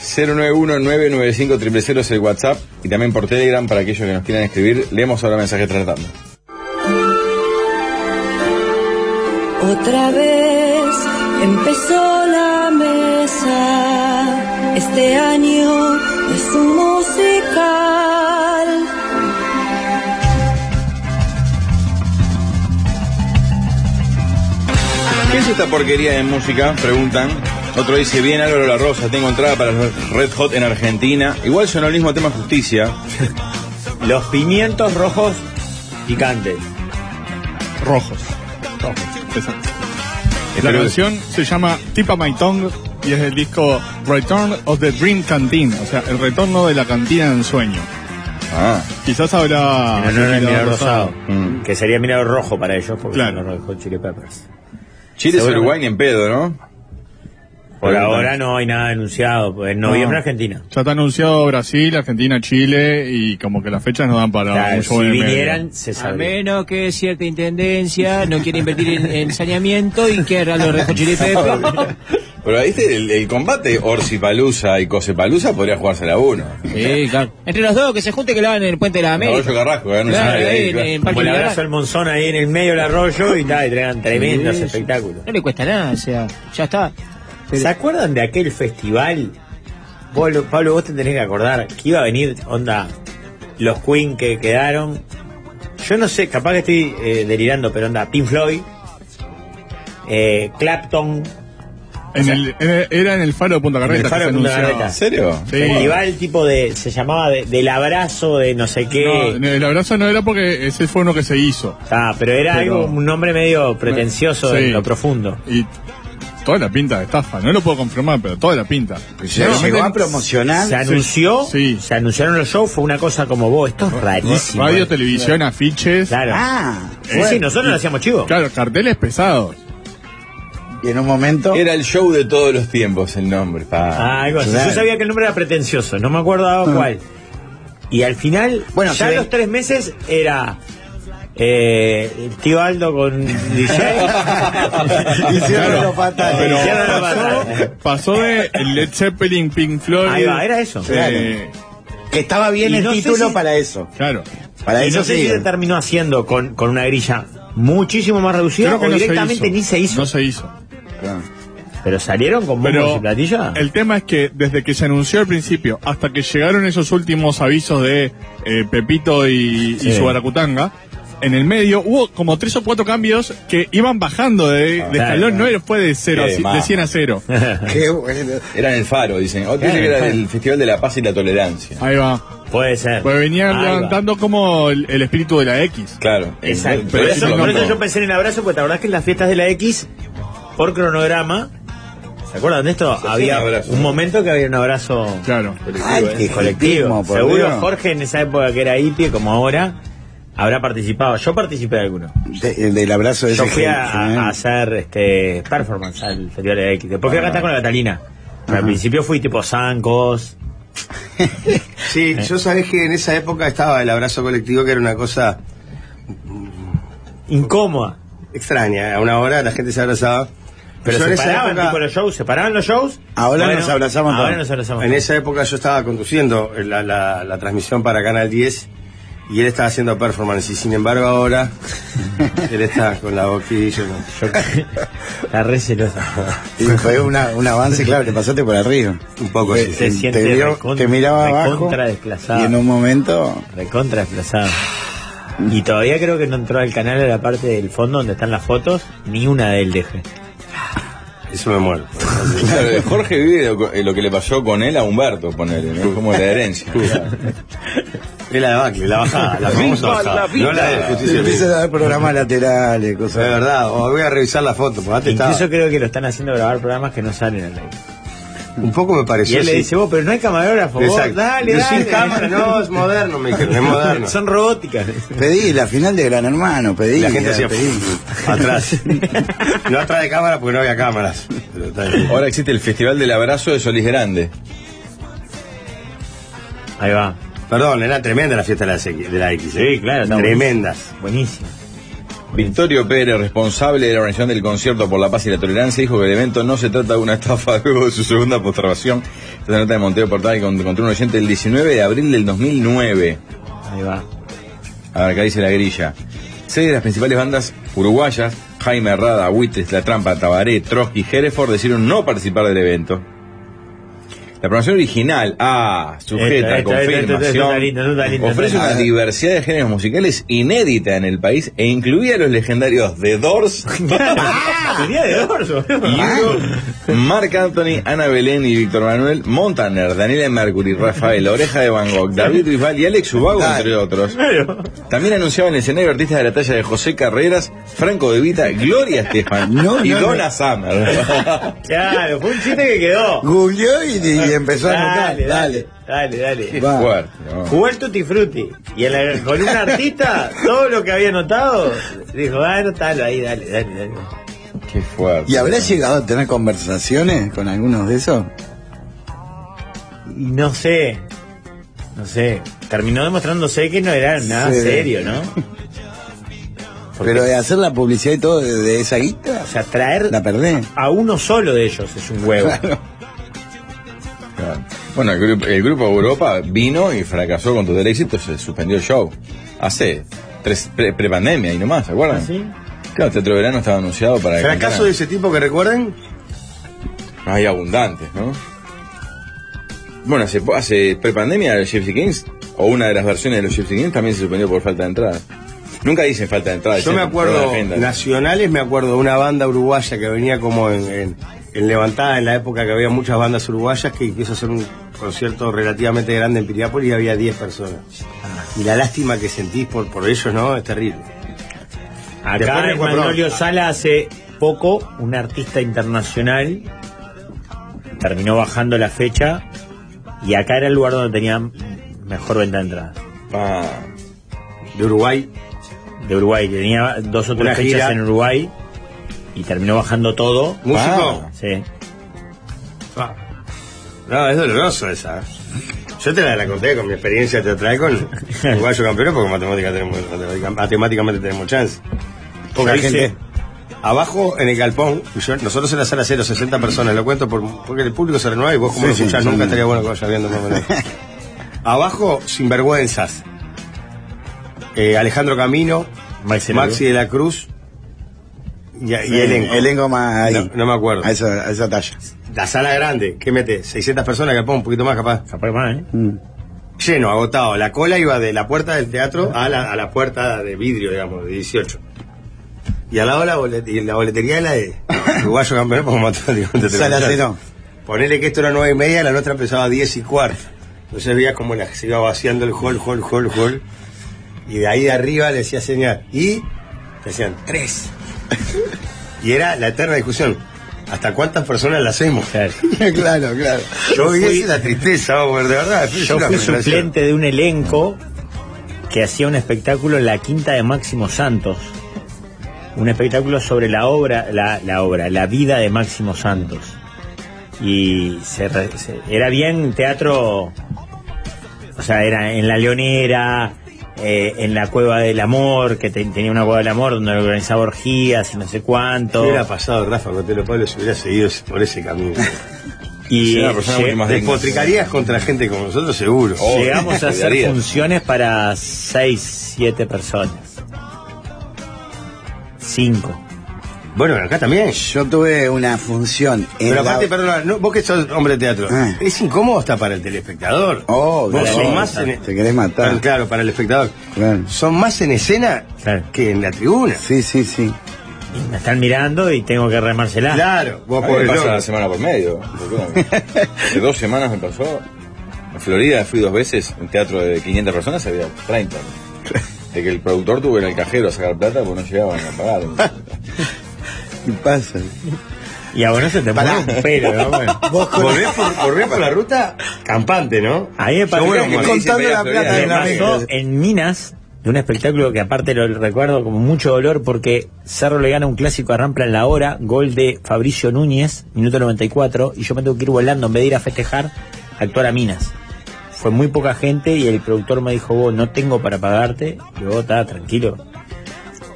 091-995-000 es el WhatsApp y también por Telegram para aquellos que nos quieran escribir. Leemos ahora mensajes tratando.
Otra vez empezó la mesa, este año es un musical.
¿Qué es esta porquería de música? Preguntan. Otro dice, bien Álvaro La Rosa, tengo entrada para los Red Hot en Argentina. Igual sonó el mismo tema justicia.
Los pimientos rojos picantes.
Rojos. Rojos, exacto. La
Espero-
canción se llama Tipa My Tongue y es del disco Return of the Dream Canteen, o sea, el retorno de la cantina en sueño.
Ah,
Quizás habrá...
Ah,
En honor al Mirador Rosado.
Mm.
Que sería Mirador Rojo para ellos, porque
Claro.
son los Red Hot Chili Peppers.
Chile es
Seguramente.
Uruguay ni en pedo, ¿no?
Por
Preguntan.
ahora no hay nada denunciado. pues, En noviembre Argentina.
Ya está anunciado Brasil, Argentina, Chile y como que las fechas nos dan para
Claro,
un show
si
en medio.
vinieran, se
A
sabría.
menos que cierta intendencia no quiera invertir en, en saneamiento y que hagan los rejochilipepe.
Pero viste, el, el combate Orsipalusa y Cosepalusa podría jugarse la uno.
Sí, claro. Entre los dos, que se junten que lo hagan en el Puente de la América.
Arroyo Carrasco, ¿eh? ganó un
Claro,
escenario
ahí
ahí,
en-
claro.
en
Como
Parque
el
Liberal.
abrazo del monzón ahí en el medio del arroyo y tal, y traían tremendos
Sí, sí.
espectáculos.
No le cuesta nada, o sea, ya está. Pero-
¿Se acuerdan de aquel festival? Vos, lo- Pablo, vos te tenés que acordar que iba a venir, onda, los Queen que quedaron. Yo no sé, capaz que estoy eh, delirando, pero onda, Pink Floyd, eh, Clapton,
En el- en el- era en el Faro de Punta
el
Carreta.
Faro
que se
de Punta
anunciaba.
¿En serio?
Sí.
festival tipo de, se llamaba de- del abrazo de no sé qué.
No, el abrazo no era porque ese fue uno que se hizo.
Ah, pero era
Pero-
algo, un nombre medio pretencioso
Sí.
en lo profundo.
Y toda la pinta de estafa, no lo puedo confirmar, pero toda la pinta.
Se
No,
llegó a
meten-
promocionar.
Se anunció,
Ah, Sí.
se anunciaron los shows, fue una cosa como vos, esto es rarísimo.
Radio,
eh.
televisión, afiches. Claro,
Claro.
Ah,
sí, sí, nosotros lo hacíamos chivo.
carteles pesados.
y en un momento.
Era el show de todos los tiempos el nombre. pa.
Ah, algo así.
Claro. Ah.
Yo sabía que el nombre era pretencioso, no me acordaba cuál. Y al final,
Bueno,
ya a
se-
los tres meses era eh, el tío Aldo con DJ.
Hicieron lo fatal.
Pero
Hicieron lo
pasó,
fatal.
pasó de Led Zeppelin, Pink Floyd.
Ahí va, era eso.
eh,
Que estaba bien
Y
el
no sé
título
si-
para eso.
claro.
Para
y
eso
no sé
sí.
si se terminó haciendo con, con una grilla muchísimo más reducida
Creo
o
que no se
directamente
hizo.
ni se hizo.
No se hizo.
Claro.
Pero salieron con bombos y
Pero
platillas.
el tema es que desde que se anunció al principio hasta que llegaron esos últimos avisos de eh, Pepito y, y
Sí.
su Baracutanga, en el medio hubo como tres o cuatro cambios que iban bajando de, de
claro,
escalón,
claro.
no fue de, cero, a
Qué
ci- de
mal.
100 a 0.
Qué bueno.
Era en el faro, dicen. O dice
Claro,
que era
claro.
el Festival de la Paz y la Tolerancia.
Ahí va.
Puede ser.
Pues venían
Ahí va.
levantando como el, el espíritu de la X.
Claro.
Exacto.
Pero
Por
sí
eso,
lo
por
contó.
eso yo pensé en el abrazo, porque la verdad es que en las fiestas de la X, por cronograma, ¿se acuerdan de esto?
hacía
había
un
un,
abrazo.
momento que había un abrazo
Claro.
Ay, qué
colectivo.
colectivo, por
Seguro
Dios.
Jorge en esa época que era hippie, como ahora, habrá participado. Yo participé de alguno.
De- el del abrazo de
Yo
ese
fui a,
gen- eh.
a hacer este performance al Festival de la X. Después fui a cantar con la Catalina. Pero al principio fui tipo zancos.
Sí, yo sabés que en esa época estaba el abrazo colectivo, que era una cosa
Incómoda.
extraña. ¿eh? A una hora la gente se abrazaba.
Pero
yo en
se
esa
paraban
época-
tipo los shows, se paraban los shows.
Ahora nos abrazamos
Ahora
todos.
nos abrazamos.
En
todos.
esa época yo estaba conduciendo la, la- la transmisión para Canal 10 y él estaba haciendo performance y sin embargo ahora él está con la boquilla. ¿no?
Está re celosa.
Y fue una- un avance, claro, te pasaste por arriba.
Un poco
Te-
sí.
Se siente
te, vio-
recon-
te miraba abajo
recontra desplazado.
y en un momento
Recontra desplazado. Y todavía creo que no entró al canal a la parte del fondo donde están las fotos, ni una de él deje.
Eso me muero.
Claro, Jorge vive lo, eh, lo que le pasó con él a Humberto, ponele, ¿no? como la herencia.
Es la debacle, la bajada, la famosa
Viva
bajada.
la vida.
No la de
se
justicia.
empiezan a dar programas laterales,
Es
cosas.
verdad, o voy a revisar la foto, porque antes
Incluso
estaba-
creo que lo están haciendo grabar programas que no salen al aire.
un poco me
Y
pareció.
él le
sí.
dice, vos, pero no hay camarógrafo, vos,
Exacto.
dale,
Yo
dale.
sin cámara, no, es moderno, me dijeron, es moderno.
Son robóticas.
Pedí la final de Gran Hermano, pedí.
La gente hacía
pedí.
atrás. No atrás de cámara porque no había cámaras. Pero está bien.
Ahora existe el Festival del Abrazo de Solís Grande.
Ahí va.
Perdón, era tremenda la fiesta de la, X, de la X. ¿eh?
Sí, claro, está
Tremendas.
Buenísimo.
Victorio Pérez, responsable de la organización del concierto por la paz y la tolerancia, dijo que el evento no se trata de una estafa luego de su segunda postración. Esta nota de Monteo Portal que encontró un oyente el 19 de abril del 2009.
Ahí va.
A ver, acá dice la grilla. Seis de las principales bandas uruguayas, Jaime Herrada, Huitres, La Trampa, Tabaré, Trotsky, Hereford, decidieron no participar del evento. La programación original, ah,
Esta,
sujeta, a
esta, esta, esta, esta está linda, esta está
confirmación,
linda,
ofrece
esta
una diversidad de géneros musicales inédita en el país e incluía los legendarios The Doors,
Sería de dorso.
Hugo, Marc Anthony, Ana Belén y Víctor Manuel, Montaner, Daniela Mercury, Rafael, Oreja de Van Gogh, David Bisbal y Alex Ubago, entre otros. También anunciaban el escenario artistas de la talla de José Carreras, Franco De Vita, Gloria Estefan
No,
y
no,
Donna Summer.
Claro, fue un chiste que quedó.
Googleó y, y empezó a anotar.
Dale, dale.
Dale.
Dale, dale.
Va.
Fuerte, ¿no?
Jugó el Tutti Frutti. Y en la columna artista, todo lo que había notado, dijo, ah, anotalo ahí, dale, dale, dale.
Qué fuerte.
¿Y habrá llegado a tener conversaciones con algunos de esos?
Y no sé, no sé. Terminó demostrándose que no era nada
Sí.
serio, ¿no? Porque,
Pero de hacer la publicidad y todo de, de esa guita,
o sea, traer
la perdés.
a uno solo de ellos es un huevo.
Claro. Bueno, el grupo, el grupo Europa vino y fracasó con todo el éxito, se suspendió el show. Hace tres, pre- prepandemia y nomás, ¿se acuerdan?
¿Ah, sí?
Claro, Teatro Verano estaba anunciado para... que
¿Fracaso de
cantaran.
ese tipo que recuerden?
hay abundantes, ¿no? Bueno, hace, hace prepandemia los Gypsy Kings, o una de las versiones de los Gypsy Kings también se suspendió por falta de entrada. Nunca dicen falta de entrada.
Yo
dicen,
me
no
acuerdo,
defiendan.
nacionales, me acuerdo de una banda uruguaya que venía como en, en- en levantada en la época que había muchas bandas uruguayas que quiso hacer un concierto relativamente grande en Piriápolis y había 10 personas. Y la lástima que sentís por, por ellos, ¿no? Es terrible.
Acá
Después
en
encontró-
Manolio Sala hace poco, un artista internacional terminó bajando la fecha y acá era el lugar donde tenían mejor venta de entradas.
Ah,
De Uruguay,
De Uruguay, que tenía dos o tres
Una
fechas
gira.
en Uruguay y terminó bajando todo.
músico.
Sí.
Ah. No, es doloroso esa. ¿eh? Yo te la, la conté con mi experiencia teatral con Uruguayo Campeón porque matemática tenemos, matemática- matemáticamente tenemos chance. Poca
Yo hice-
gente. Abajo en el galpón, y yo- nosotros en la sala 0, 60 personas, lo cuento por- porque el público se renueva y vos como
Sí,
lo escuchás
sí,
nunca
sí.
estaría bueno que vaya viendo más o menos. Abajo, sinvergüenzas. Eh, Alejandro Camino,
Maxi
Maxi de la Cruz y, y elenco.
Elenco más ahí.
No, no me acuerdo.
A esa, a esa talla.
La sala grande, ¿qué mete? 600 personas, capaz, un poquito más, capaz.
Capaz que más, ¿eh?
Mm.
Lleno, agotado. La cola iba de la puerta del teatro a la, a la puerta de vidrio, digamos, de 18. Y al lado la, bolet- y la boletería de la de Uruguayo Campeón, porque mató, digo, te- te-
Sala cero.
Ponele que esto era nueve y media, la nuestra empezaba a 10 y cuarto. Entonces veía como la, se iba vaciando el hall, hall, hall, hall. Y de ahí de arriba le decía señal. Y te decían, tres. Y era la eterna discusión. ¿Hasta cuántas personas la hacemos?
Claro.
claro, claro.
Yo vi esa es la tristeza, vamos, de verdad. es
Yo
una
fui
frustración.
suplente de un elenco que hacía un espectáculo en la quinta de Máximo Santos. Un espectáculo sobre la obra, la, la obra, la vida de Máximo Santos. Y se re- se- era bien teatro, o sea, era en La Leonera, eh, en la Cueva del Amor, que te- tenía una Cueva del Amor donde organizaba orgías y no sé
¿Qué
cuánto.
hubiera pasado, Rafa, con Telo Pablo si hubiera seguido por ese camino?
Y
Era una persona
lle-
mucho más digna.
Despotricarías contra gente como nosotros, seguro.
Oh,
Llegamos a hacer
cuidaría.
funciones para 6, 7 personas. 5.
Bueno, acá también.
Yo tuve una función en
Pero
la-
aparte, perdona, no, vos que sos hombre de teatro,
Ah.
es incómodo hasta para el telespectador.
Oh,
Vos
claro.
son más en-
Te querés
Claro,
matar.
claro, para el espectador.
Claro.
Son más en escena
Claro.
que en la tribuna.
Sí, sí, sí.
Me están mirando y tengo que
Ah.
remársela.
Claro, vos
A mí me
podés
pasa
no.
una semana por medio. De dos semanas me pasó. En Florida fui dos veces, un teatro de 500 personas había 30. De que el productor tuvo en el cajero a sacar plata porque no llegaban a pagar.
¿Qué pasa?
Y a vos no se te pone un pelo, ¿no? Bueno.
Volvés por, volvés por la ruta campante, ¿no?
A mí me pasó,
Yo, bueno,
me
como le dicen,
contando
Pereira,
la
Florida,
plata de la
es
pasó
más
amiga.
en Minas, de un espectáculo que aparte lo recuerdo con mucho dolor porque Cerro le gana un clásico a Rampla en la hora, gol de Fabricio Núñez, minuto 94, y yo me tengo que ir volando en vez de ir a festejar, a actuar a Minas. Fue muy poca gente y el productor me dijo, vos no tengo para pagarte, y vos está tranquilo,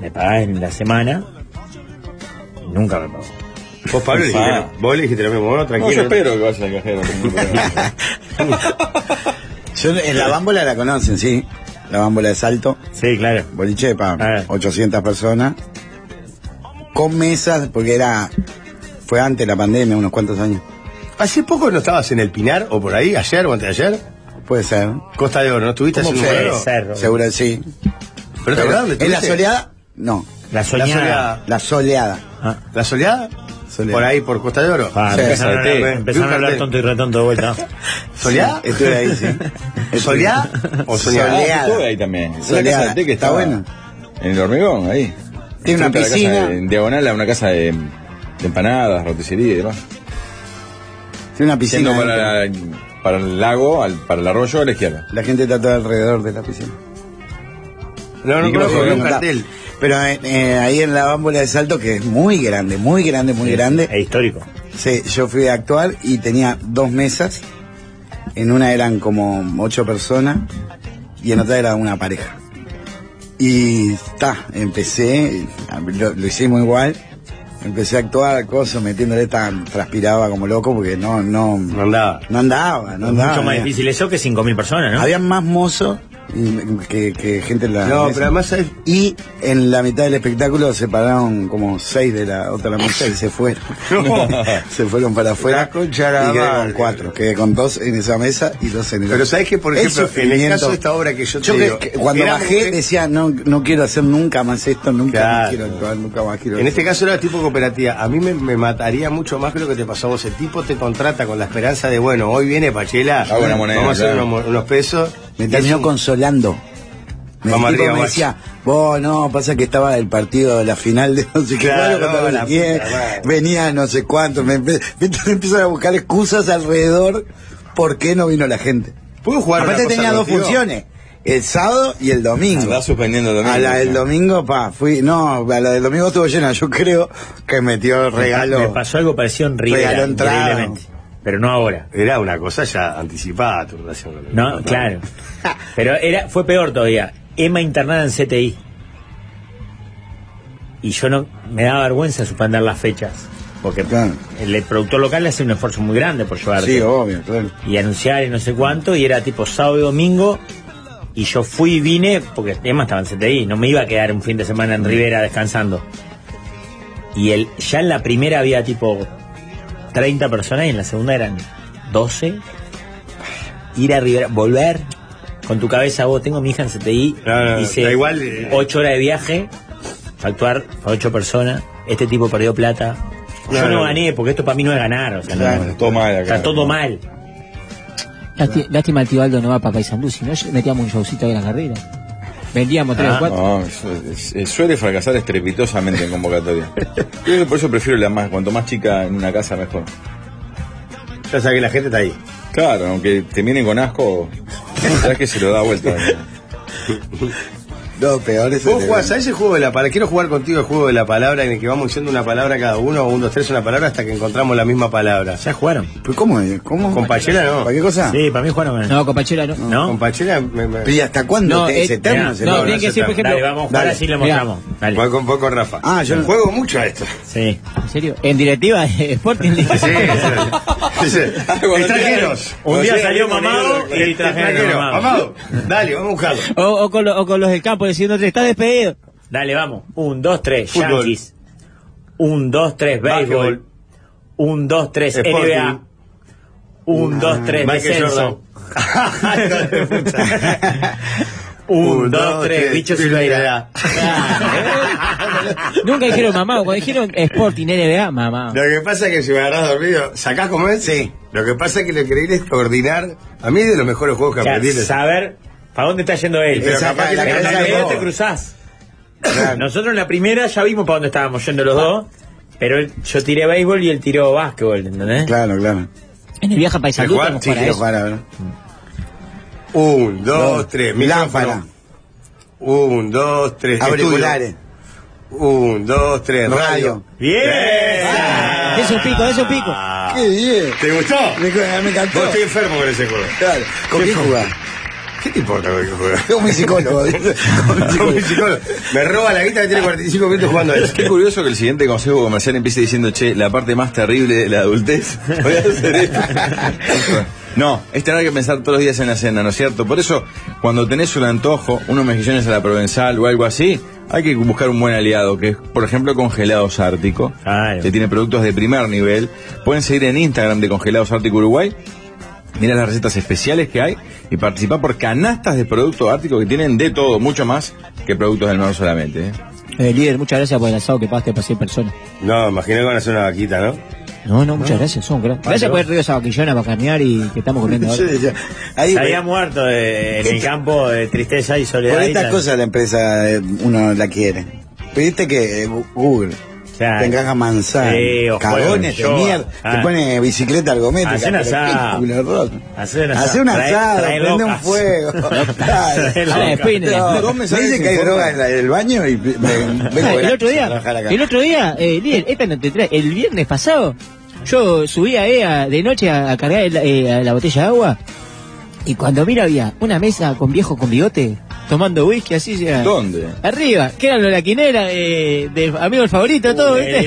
me pagás en la semana, y nunca me pagó.
Vos, Pablo, le dijiste,
Ah.
vos le dijiste lo mismo, bueno,
No,
tranquilo.
yo espero que vaya al cajero.
Yo, en la bámbola la conocen, sí. La bámbola de salto.
Sí, claro.
Boliche para
Ah.
800 personas. Con mesas, porque era. Fue antes de la pandemia, unos cuantos años.
Hace poco no estabas en el Pinar o por ahí, ayer o antes de ayer.
Puede ser.
Costa de Oro, ¿no estuviste
¿Cómo
hace un
fue
momento?
ese? Cerro.
Seguro, sí.
¿Pero te acordás dónde
¿En la
estuviste?
soleada? No.
La
La
soñada.
soleada.
La soleada.
Ah.
¿La soleada?
Soleada.
Por ahí, por Costa de Oro.
Pa,
Sí,
empezaron,
salté.
a, empezaron a hablar
Fíjate.
tonto y retonto de vuelta.
¿Soleada?
Sí, estuve ahí, sí. Estuve-
¿Soleada o soñada?
Soleada.
Estuve ahí también. Es la
Soleada.
casa de que
Está
estaba
bueno.
En el hormigón, ahí.
Tiene una
Frente a la casa
piscina.
de- en diagonal a una casa de, de empanadas, roticería y demás.
Tiene una piscina.
Piscina
adentro.
para, para el lago, al- para el arroyo a la izquierda.
La gente está toda alrededor de la piscina.
No, no
Y creo
conozco,
que
vi un
no.
cartel.
Pero eh, eh, ahí en la bámbola de salto, que es muy grande, muy grande, muy grande.
Es histórico.
Sí, yo fui a actuar y tenía dos mesas. En una eran como ocho personas y en otra era una pareja. Y ta, empecé, lo, lo hicimos igual. Empecé a actuar, cosas, metiéndole tan transpiraba como loco porque no, no,
No andaba.
no andaba, no andaba.
Mucho más
Ah, mira.
difícil eso que 5.000 personas,
¿Eh?
¿no?
Había más mozos y- que, que gente en la
No,
mesa.
pero además ¿sabes?
Y en la mitad del espectáculo se pararon como seis de la otra mesa y se fueron. se fueron para afuera.
La concha de la
y quedé con
madre.
cuatro. Quedé con dos en esa mesa y dos en el
Pero
otro.
sabes que, por
El
ejemplo, en el
sufrimiento-
caso de esta obra que yo te
Yo que-
digo,
que cuando
éramos-
bajé decía, no, no quiero hacer nunca más esto, nunca
Claro.
más quiero actuar, nunca más quiero
En
hacer.
este caso era tipo cooperativa. A mí me, me mataría mucho más que lo que te pasó a vos. El tipo te contrata con la esperanza de, bueno, hoy viene Pachela,
Hago una moneda,
vamos a hacer
claro.
unos, unos pesos.
Me
Es
terminó
un-
consolando. Me,
Vamos
tipo
arriba,
me
guacho.
decía, vos no, pasa que estaba el partido de la final de no sé qué,
Claro,
cuadro contra
la
no sé quién,
puta madre.
venía no sé cuánto, me, empe- me empiezan a buscar excusas alrededor por qué no vino la gente.
¿Puedo jugar una
Aparte
cosa
tenía dos
contigo?
funciones, el sábado y el domingo.
Andaba suspendiendo el domingo.
A la del domingo, pa, fui, no, a la del domingo estuvo llena, yo creo que
Me
metió regalo.
pasó algo parecido en Rivera,
Regaló entrada.
increíblemente. Pero no ahora.
Era una cosa ya anticipada tu relación con el
No, claro. Pero era, fue peor todavía. Emma internada en CTI. Y yo no, me daba vergüenza suspender las fechas. Porque
Claro.
el, el productor local hace un esfuerzo muy grande por llevarte.
Sí, obvio, claro.
y anunciar y no sé cuánto, y era tipo sábado y domingo, y yo fui y vine, porque además estaba en CTI, no me iba a quedar un fin de semana en Rivera descansando. Y el, ya en la primera había tipo 30 personas y en la segunda eran 12. Ir a Rivera, volver con tu cabeza vos. Tengo mi hija en CTI.
no,
hice
da igual, eh.
8 horas de viaje para actuar para 8 personas. Este tipo perdió plata. Yo
Claro.
no gané porque esto para mí no es ganar. O sea, no,
Claro, todo mal acá.
está todo mal.
Lásti- Lástima el tío Aldo no va para Paisandú, si no metíamos un showcito de la carrera. Vendíamos tres o cuatro.
No, su- es- es- suele fracasar estrepitosamente en convocatoria. Creo que por eso prefiero la más, cuanto más chica en una casa mejor.
Ya sabes que la gente está ahí.
Claro, aunque te miren con asco, sabes que se lo da vuelta.
No, peor es
Vos
el-
jugás a ese juego de la palabra. Quiero jugar contigo el juego de la palabra en el que vamos diciendo una palabra cada uno, o un, dos, tres, una palabra hasta que encontramos la misma palabra.
Ya jugaron.
¿Pero ¿Cómo? es? ¿Cómo?
Con Pachela no.
¿Para qué cosa?
Sí, para mí jugaron. con él.
No, compañera, no.
¿No?
Ah. Con Pachela me, me-
Pero ¿Y hasta cuándo
No,
te- es
eh,
eterno?
mirá,
no,
ese programa?
tiene que ser, por ejemplo.
Dale, vamos a jugar
Dale.
así lo
Mirá.
mostramos. Dale.
Voy con, voy con Rafa.
Ah, yo no-
juego mucho a esto.
Sí.
¿En serio? ¿En directiva de Sporting?
Sí, sí, sí. Extranjeros.
Un día salió mamado
mamado
y el
Extranjero.
trajero mamado.
Mamado. Dale, vamos a buscarlo.
O, o con, lo- o con los del campo diciendo, te estás despedido.
Dale, vamos. Un, dos, tres,
Fútbol.
Yankees. Un, dos, tres, béisbol.
Básquetbol.
Un, dos, tres,
Sporting. Ah,
NBA. Un, dos, tres,
Michael Jordan.
descenso. Ah, Un, dos, tres, bichos y beira.
Nunca dijeron mamá, cuando dijeron Sporting NBA, mamá.
Lo que pasa es que si me agarrás dormido, ¿sacás como es? Sí. Lo que pasa es que lo increíble es coordinar. A mí es de los mejores juegos que
O sea,
aprendí.
saber para dónde está yendo él.
Pero
Pero
capaz que
la
la
en la
cabeza de
cabeza
primera
vos.
te
de
cruzás. Nosotros en la primera ya vimos para dónde estábamos yendo los dos. Pero él- yo tiré béisbol y él tiró básquetbol, ¿entendés?
Claro, claro.
En el viaje a Paisandú
Juan,
estamos
sí,
para
Quiero
eso.
jugar ahora.
Un, dos, tres. Micrófono.
Lámpara.
Un, dos, tres.
Auriculares.
Estudio. Un, dos, tres. Radio.
Radio.
¡Bien!
Ah, Es un pico, es un pico.
¡Qué bien!
¿Te gustó?
Me, me encantó.
Ah. Vos estoy enfermo con ese juego.
Claro. ¿Con quién jugás?
¿Qué te importa con qué juego?
Con mi psicólogo. dice. Con mi
Soy
psicólogo.
un psicólogo. Me roba la guita que tiene 45 minutos jugando a eso.
Qué curioso que el siguiente consejo comercial empiece diciendo, che, la parte más terrible de la adultez. Voy a hacer esto. No, es tener que pensar todos los días en la cena, ¿no es cierto? Por eso, cuando tenés un antojo, unos mejillones a la provenzal o algo así, hay que buscar un buen aliado, que es, por ejemplo, Congelados Ártico,
Claro.
que tiene productos de primer nivel. Pueden seguir en Instagram de Congelados Ártico Uruguay Mira las recetas especiales que hay y participa por canastas de productos árticos que tienen de todo, mucho más que productos del mar solamente. ¿eh?
Eh, líder, muchas gracias por el asado que pagaste para 100 personas.
No, imaginé que van a hacer una vaquita, ¿no?
No, no, muchas gracias, son gra- Gracias por el río Sabaquillona para carnear y que estamos comiendo
Yo
ahora.
decía, ahí,
Se había muerto de- en el campo de tristeza y soledad.
por
y
estas
tal.
cosas la empresa eh, uno la quiere. Pediste que eh, Gu- Google
O sea,
te encaja manzana,
Sí, o
cagones de
juegan,
mierda,
yo- ah.
te pone bicicleta ergométrica.
Hace un
pero
asado.
qué culo roto.
Hace un asado.
Hace un
Trae-
asado,
trae
prende un
locas.
fuego. Claro.
Trae
Ah,
locas.
después-
No,
Vos
me
me sabés
dicen que hay
informa.
droga en la- en el baño y me- me-
Ah,
vengo
el otro
a
día,
trabajar acá.
el otro día, eh, líder, esta no te trae, el viernes pasado, yo subí a EA de noche a, a cargar el- eh, a la botella de agua y cuando mira había una mesa con viejos con bigote tomando whisky así. ya.
¿Dónde?
Arriba, que eran los la quinera eh, de amigo el favorito, todo, ¿viste?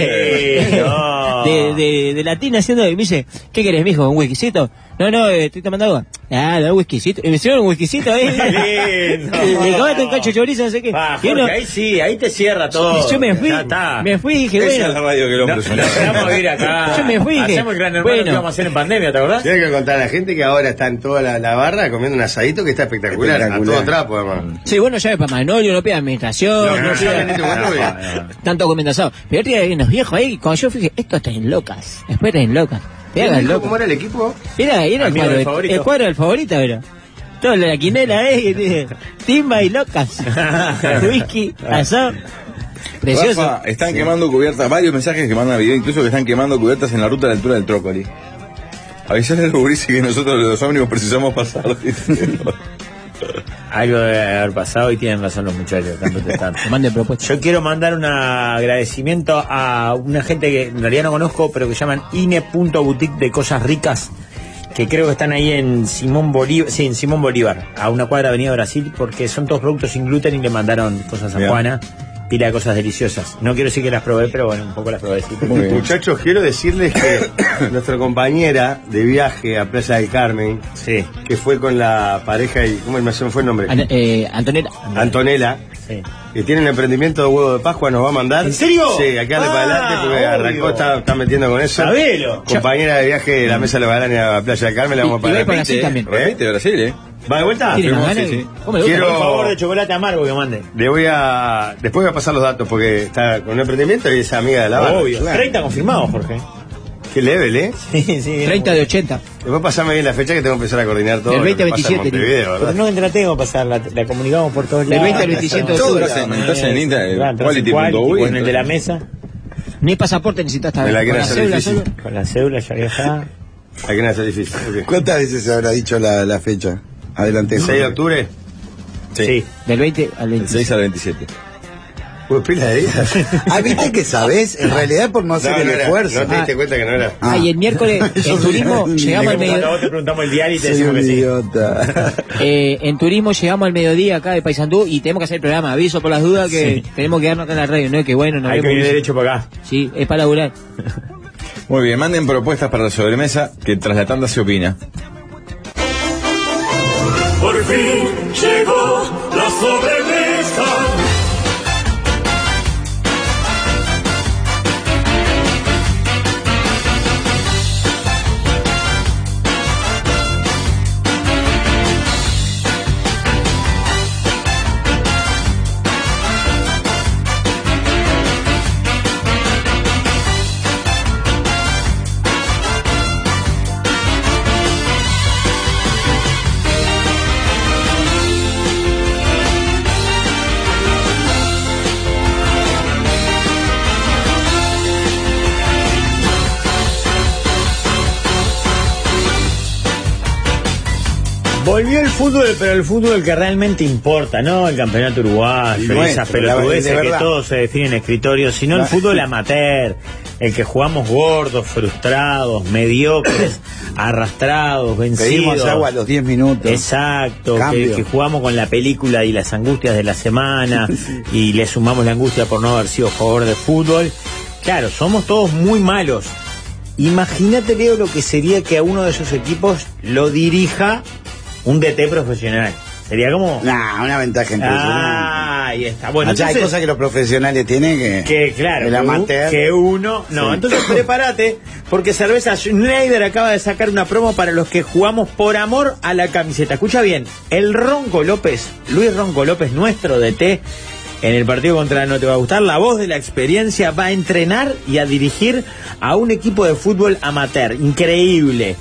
eh, no.
De, de, de latina haciendo, y me dice, ¿qué querés, mijo? ¿Un whiskycito? No, no, eh, estoy tomando agua. Ah, no, un whiskycito. Y me hicieron un whiskycito ahí.
Qué lindo.
Le tomaste un cacho de chorizo, no sé qué.
Pa,
Y
Jorge,
uno-
ahí sí, ahí te cierra todo.
y yo me fui,
Ya está.
me fui y dije,
Esa es la
bueno,
radio que el hombre
No,
suena.
vamos a ir acá.
Yo me fui y dije,
Hacemos el gran hermano
bueno.
que íbamos a hacer en pandemia, ¿te acordás?
Tiene que contar a la gente que ahora está en toda la, la barra comiendo un asadito que está espectacular,
Espectacular.
a todo trapo, hermano.
sí, bueno, llave para Manolio, no pida administración, no, pida tanto comiendo asado. Pero otro día había unos viejos ahí, y cuando yo fui, dije, esto está en locas, después está en locas. Te hagan loco.
¿Cómo era el equipo?
Era, era el
Amigo
cuadro,
del
del-
favorito.
el cuadro del favorito, era. Todo lo de la quinela, eh, y dice, timba y locas. Whisky, asado. Precioso.
Rafa, están quemando cubiertas, varios mensajes que mandan a video, incluso que están quemando cubiertas en la ruta a la altura del Trócoli. Avisale al Rubris que nosotros los ómnibus precisamos pasar.
Algo de haber pasado y tienen razón los muchachos. están protestando.
Que mande propuestas.
Yo quiero mandar un agradecimiento a una gente que en realidad no conozco, pero que llaman ine.boutique de cosas ricas, que creo que están ahí en Simón Bolívar, sí, en Simón Bolívar, a una cuadra de Avenida Brasil, porque son todos productos sin gluten y le mandaron cosas a
Bien.
Juana, pila de cosas deliciosas. No quiero decir que las probé, pero bueno, un poco las probé. sí.
Muy bien.
Muchachos, quiero decirles que nuestra compañera de viaje a Plaza del Carmen,
Sí.
que fue con la pareja y. ¿Cómo me se me fue el nombre?
An- eh, Antonella.
Antonella, que tiene un emprendimiento de huevo de Pascua, nos va a mandar.
¿En serio?
Sí, acá de
Ah,
para adelante, porque
obvio.
arrancó, está, está metiendo con eso.
Sabelo.
Compañera de viaje de la mesa de los Galanes a Playa del Carmen, la vamos a parar.
Repite, repite, Brasil, ¿eh?
¿Va de vuelta?
Tiene unas ganas de- ¿Cómo le gusta?
Quiero-
Por favor de chocolate amargo que mande.
Le voy a. Después voy a pasar los datos porque está con un emprendimiento y es amiga de la barra.
Obvio. 30 confirmados, Jorge.
Qué level, ¿eh?
Sí, sí.
30 de 80.
Después pasame bien la fecha que tengo que empezar a coordinar todo.
Del
lo que pasa en
20-27,
Montevideo,
Pero
¿verdad?
no te la tengo que pasar, la, la comunicamos por todos
Del
lados.
20 al 27 de
Todo
octubre.
está-
Estás en Instagram,
Claro, entras en
quality punto
Quality,
uy,
con el de la mesa,
Ni pasaporte necesitas
Me
también.
la quieren
Con la
hacer
cédula
difícil.
solo.
con la cédula ya viajada.
La quieren hacer difícil. ok.
¿Cuántas veces se habrá dicho la, la fecha? Adelante.
6
Jorge.
de octubre.
Sí.
Sí.
Del 20 al
Del 6 al 27.
Uy, pila de días.
Ah, viste que sabés, en realidad por no hacer el
era,
esfuerzo.
no te diste cuenta que no era.
Ah, y el miércoles, en turismo, llegamos al
Como cuando a
medio...
vos te preguntamos el diario y te
Soy
decimos
un
que sí.
idiota.
eh, en turismo llegamos al mediodía acá de Paysandú y tenemos que hacer el programa. Aviso por las dudas que tenemos que quedarnos acá en la radio. No es que bueno, no
Hay que venir
vemos.
derecho para acá.
Sí, es para laburar.
Muy bien, manden propuestas para la sobremesa que tras la tanda se opina.
Por fin llegó la sobremesa.
Volvió el fútbol, pero el fútbol que realmente importa, no el campeonato uruguayo,
Bueno,
esas
pero la- de
pelotudeces que
verdad.
todo se define en escritorio, sino el
La-
fútbol amateur, el que jugamos gordos, frustrados, mediocres, arrastrados,
Pedimos
vencidos.
agua a los 10 minutos.
Exacto, que,
Cambio.
que jugamos con la película y las angustias de la semana y le sumamos la angustia por no haber sido jugador de fútbol. Claro, somos todos muy malos. Imagínate, Leo, lo que sería que a uno de esos equipos lo dirija un DT profesional. Sería como...
Nah, una ventaja impresionante.
Ah, ahí está. Bueno,
Allá hay
entonces-
cosas que los profesionales tienen que.
que claro,
El
que un-
amateur.
que uno. No,
Sí.
entonces prepárate, porque Cerveza Schneider acaba de sacar una promo para los que jugamos por amor a la camiseta. Escucha bien, el Ronco López, Luis Ronco López, nuestro DT, en el partido contra No Te Va a Gustar, la voz de la experiencia va a entrenar y a dirigir a un equipo de fútbol amateur. Increíble.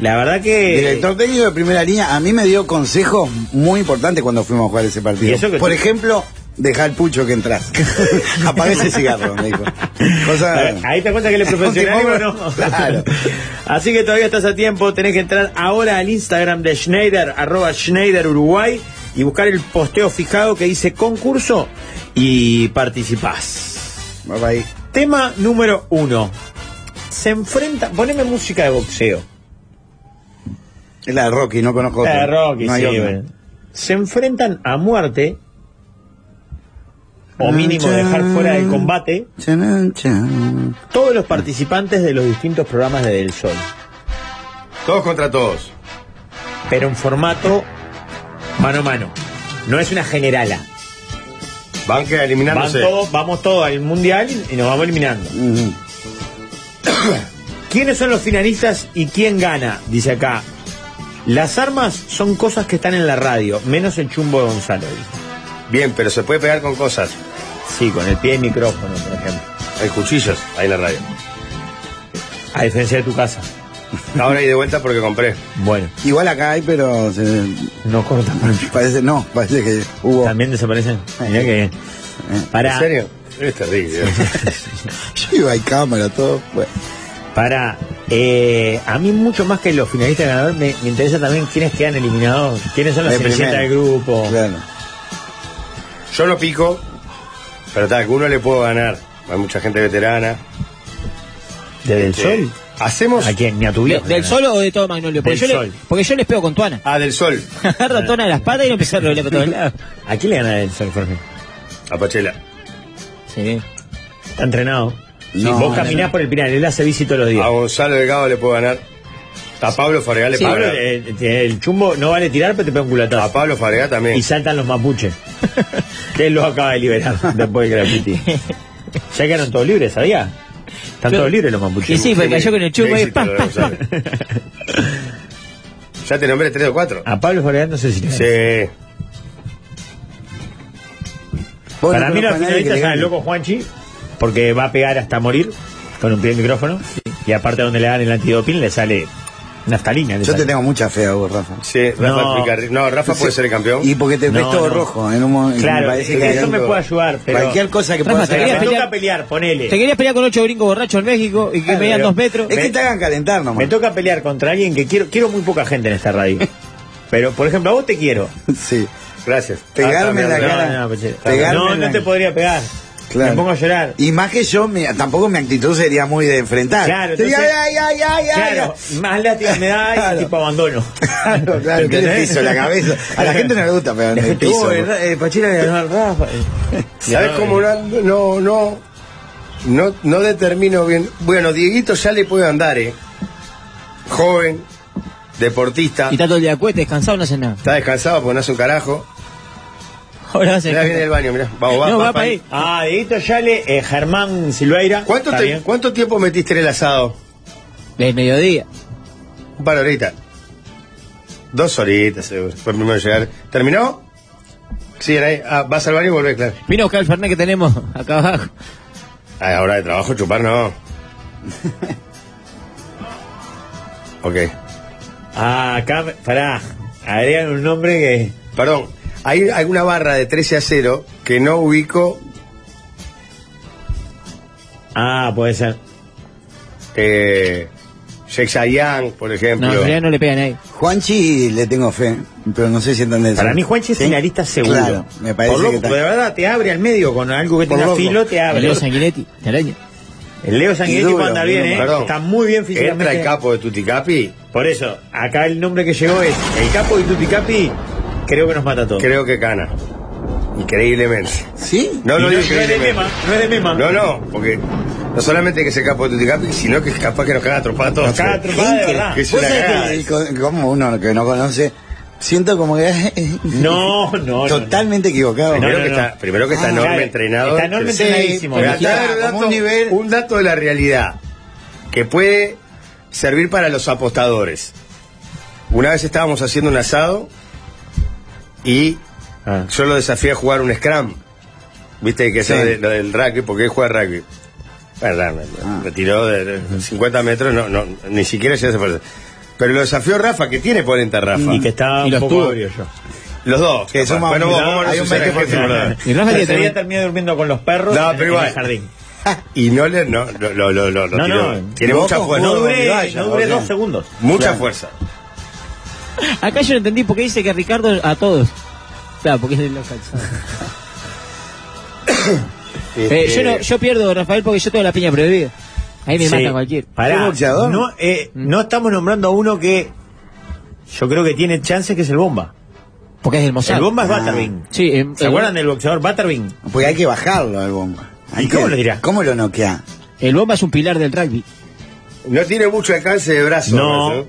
La verdad que.
Director técnico de primera línea, a mí me dio consejos muy importantes cuando fuimos a jugar ese partido.
Y eso que
Por
tú-
ejemplo, deja el pucho que entras. Apaga ese cigarro, me dijo. Cosa-
Ahí te das cuenta que él es profesional
Último,
y no.
Claro.
Así que todavía estás a tiempo, tenés que entrar ahora al Instagram de Schneider, arroba Schneider Uruguay, y buscar el posteo fijado que dice concurso y participás.
Bye, bye.
Tema número uno. Se enfrenta. Poneme música de boxeo.
Es la de Rocky, no conozco otra.
La de Eh, Rocky,
No hay
sí,
otra.
bueno. Se enfrentan a muerte. O mínimo dejar fuera del combate.
Chanan, chan.
Todos los participantes de los distintos programas de Del Sol.
Todos contra todos.
pero en formato mano a mano. No es una generala.
Van que
Van
eliminándose.
todos- vamos todos al mundial y nos vamos eliminando.
Ujú.
¿Quiénes son los finalistas y quién gana? Dice acá. Las armas son cosas que están en la radio, menos el chumbo de Gonzalo. dice.
Bien, pero se puede pegar con cosas.
Sí, con el pie de micrófono, por ejemplo.
Hay cuchillos ahí en la radio.
A diferencia de tu casa.
Ahora hay de vuelta porque compré.
Bueno,
Igual acá hay, pero se-
no cortan.
parece, no, parece que hubo.
También desaparecen. Mirá que bien. Para,
¿En serio?
Ah.
Es terrible.
Yo iba, hay cámara, todo. Bueno.
Para, eh, a mí mucho más que los finalistas ganadores me, me interesa también quiénes quedan eliminados, quiénes son las
De
cenicientas del
primero.
grupo.
Claro.
Yo no pico, pero tal, que uno le puedo ganar. Hay mucha gente veterana.
¿De
Este,
Del
Eh,
Sol?
Hacemos.
¿A quién? ¿Ni a tu
¿De-
viejo?
¿Del sol o de todo Magnolio? Porque, yo
Del
le,
Sol.
porque yo les pego con Tuana.
Ah, del sol.
Agarro a Tuana de las patas y lo empecé a rodear por todos lados.
¿A quién le gana Del Sol, Jorge?
A Pachela.
Sí.
Está entrenado.
No,
Vos
no, Ah,
caminás por el Pinar, él hace bici todos los días.
A Gonzalo Delgado le puedo ganar. A Pablo Fabregat le
Sí.
puedo
Pablo,
ganar.
eh, eh, el chumbo no vale tirar, pero te pega un
A
culatazo.
Pablo Fabregat también.
Y saltan los mapuches. que lo acaba de liberar después del graffiti. Ya quedaron todos libres, ¿sabía? Están
Yo-
todos libres los mapuches.
Y sí, porque cayó con el chupo
Qué
y
éxito,
pa, pa,
Gonzalo.
pa.
Ya te nombré tres o cuatro.
A Pablo Fabregat no sé si lo
Sí.
Vos
Para
no
mí los
conozco a
finalistas
nadie que le
son el
gane.
loco Juanchi, porque va a pegar hasta morir con un pie de micrófono. Y aparte donde le dan el antidoping le sale naftalina. le
Yo te
sale.
tengo mucha fe a vos, Rafa.
Sí, Rafa
No.
Picarri- No, Rafa puede ser el campeón.
Y porque te ves
No,
todo
no.
rojo. En un mo- y
Claro,
parece
es que eso me
algo-
puede ayudar, pero-
Cualquier cosa que
Rafa,
puedas
te
Ahora,
quería
agarrar.
me
pelear-
toca pelear, ponele.
Te querías pelear con ocho gringos borrachos en México y que
Claro,
medían
pero-
dos metros.
Es que te hagan calentar nomás.
Me toca pelear contra alguien que quiero, quiero muy poca gente en esta radio. Pero, por ejemplo, a vos te quiero. Ah,
Sí.
Gracias.
Pegarme en la
No,
cara.
no, pues, sí.
Pegarme
no,
en
no
la-
te podría pegar.
Claro.
Me pongo a llorar.
Y más que yo, mi- tampoco mi actitud sería muy de enfrentar.
Claro,
Sería,
entonces-
ay, ay, ay, ay,
Claro, más lástima me da y
Claro.
tipo abandono.
ay. Claro, claro, que en el
¿Entendés?
piso, la cabeza. A la gente no le gusta pegar en el piso.
Oh, ¿verdad? Eh, Pachira le ganó al Rafa.
¿Sabes cómo no, no, no, no, no determino bien? Bueno, Dieguito ya le puede andar, ¿eh? Joven, deportista,
Y está todo el día de cuete, descansado, no hace nada.
está descansado porque no hace un carajo.
Ahora va a ser-
Mirá, viene del baño, mirá. Vamos, va,
No,
va,
va
pa'
para ahí.
Ah, Dieguito Yale, eh, Germán Silveira.
¿Cuánto,
¿Está
te-
bien?
cuánto tiempo metiste en el asado?
Del mediodía.
Un par de horitas. Dos horitas, seguro. Fue el primero en llegar. ¿Terminó? Siguen ahí. Ah, vas al baño y volvés, claro.
Vino a buscar el Fernet que tenemos acá abajo.
A la hora de trabajo, chupar no. ok.
Ah, acá, pará. Agregan un nombre que.
Perdón, hay alguna barra de 13 a 0 que no ubico.
Ah, puede ser.
Eh, Sexayán, por ejemplo.
No, en realidad no le pegan ahí.
Juanchi le tengo fe, pero no sé si entendés.
Para mí, Juanchi es
¿Sí?
finalista seguro.
Claro, me parece
Por loco,
que tal.
de verdad te abre al medio con algo que
Por
tenga
loco.
filo, te
El
abre.
Leo Sanguinetti, te araña.
El Leo Sanguinetti va
Y duro,
a andar bien,
y
¿eh?
duro.
Perdón.
Está muy bien físicamente.
Entra el capo de Tuticapi,
Por eso, acá el nombre que llegó es el capo de Tuticapi. Creo que nos mata a todos.
creo que gana. Increíblemente.
¿Sí?
No
Y no,
lo
no
digo
es de
increíblemente.
Mema, no es de Mema.
No, no, porque no solamente que es el capo de Tuticapi, sino que es capaz que nos caga a trompadas a todos.
Nos caga a trompadas de verdad.
Que es
Vos
una
sabés
cagada.
que el co- como uno que no conoce, siento como que es
No, no, no.
totalmente equivocado.
No,
Primero
no,
que,
no.
Está, primero que está
Ah,
enorme
claro.
entrenado.
Está enorme
Sí,
entrenadísimo.
pero
Pero
acá
está
un,
como
dato,
un nivel-
un dato de la realidad que puede servir para los apostadores. Una vez estábamos haciendo un asado y
Ah.
yo lo desafié a jugar un scrum. Viste que es
Sí.
lo, de- lo del rugby, porque él juega rugby. Verdad, me,
Ah.
me tiró de de 50 metros, no, no, ni siquiera se hace falta. Pero lo desafió Rafa, que tiene ponente Rafa.
Y que estaba
Y
un
los
poco
tuvo.
agrio yo.
Los dos.
Que
capaz.
suma
Bueno,
un-
vos, vamos a
hay un
usar el
20%.
ejemplo, la verdad.
Y Rafa
que
que
también-
había terminado durmiendo con los perros
No,
en-
pero
en
igual.
el jardín.
Y no le no, lo, lo, lo, lo- lo
No,
tiró.
no.
Tiene
Vos
mucha
con
fuerza.
No
Bueno,
duré,
vaya,
no duré
vaya.
dos segundos.
Mucha
Claro.
fuerza.
Acá yo no entendí por qué dice que Ricardo a todos. Claro, porque es el local. ¿sabes? Eh,
Este,
yo, no, yo pierdo, Rafael, porque yo tengo la piña prohibida. Ahí me
Sí.
mata cualquier.
Pará,
¿Es boxeador?
No, eh, no estamos nombrando a uno que yo creo que tiene chances que es el Bomba.
Porque es del Mozart.
El Bomba es Butterbean.
Sí, em-
¿Se
el-
acuerdan del boxeador Butterbean?
Porque hay que bajarlo al bomba. Hay
¿Y cómo
que-
lo dirá?
¿Cómo lo noquea?
El Bomba es un pilar del rugby.
no tiene mucho alcance de brazo.
No.
parece,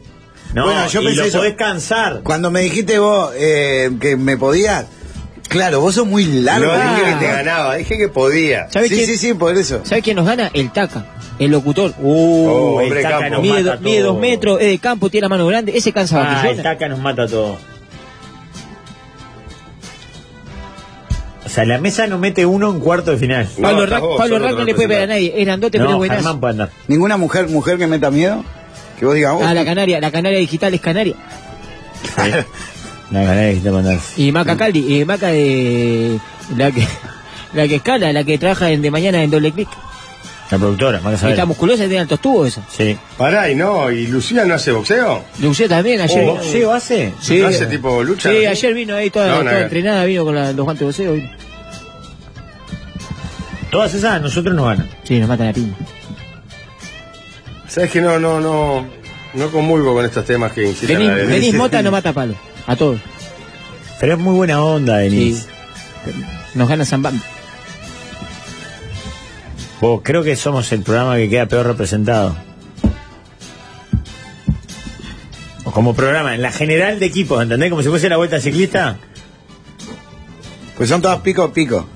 No,
Bueno, yo
y
pensé
lo
eso.
podés cansar.
Cuando me dijiste vos eh, que me podías, claro, vos sos muy
¿no?
largo.
No
Ah.
dije que te ganaba, dije que podía.
¿Sabes
sí,
quién,
sí, sí, por eso.
¿sabe quién nos gana? El Taca, el locutor.
Uh,
Oh, hombre
el Taca
campo.
nos
mide,
mata
do- mide
todo.
dos metros, es de campo, tiene la mano grande. Ese cansa
Ah, el
batillona.
Taca nos mata todo. O sea, la mesa no mete uno en cuarto de final.
No,
Pablo
estás
Rack
vos,
Pablo
solo
Rack
te
no le puede
representás.
pegar a nadie. Es grandote, Ah, pero es
No,
buenazo.
Germán puede andar.
Ninguna mujer, mujer que meta miedo, que vos digas, oh,
Ah, la canaria, la canaria digital es canaria.
No, gané, dijiste mandar.
Y
Mm.
Maca Caldi, eh, Maca de. La que, la que escala, la que trabaja en, de mañana en doble clic.
La productora, más que saber.
Está musculosa y tiene altos tubos esa.
Sí.
Pará, y no, y Lucía no hace boxeo.
Lucía también, ayer.
¿O Oh, boxeo hace?
Sí,
¿No hace tipo lucha?
Sí, ayer vino ahí toda,
No,
toda
nada.
entrenada, vino con la- los guantes de boxeo. vino.
Todas esas a nosotros nos ganan.
Sí, nos mata la piña.
Sabes que no, no, no. No convulgo con estos temas que incitan a
Denis,
la violencia.
Denis Mota nos mata a palo. A todos.
Pero es muy buena onda, Denis.
Sí. Nos gana San Bambi.
Vos, creo que somos el programa que queda peor representado. O Como programa, en la general de equipos, ¿entendés? Como si fuese la vuelta ciclista.
Pues son todas pico pico.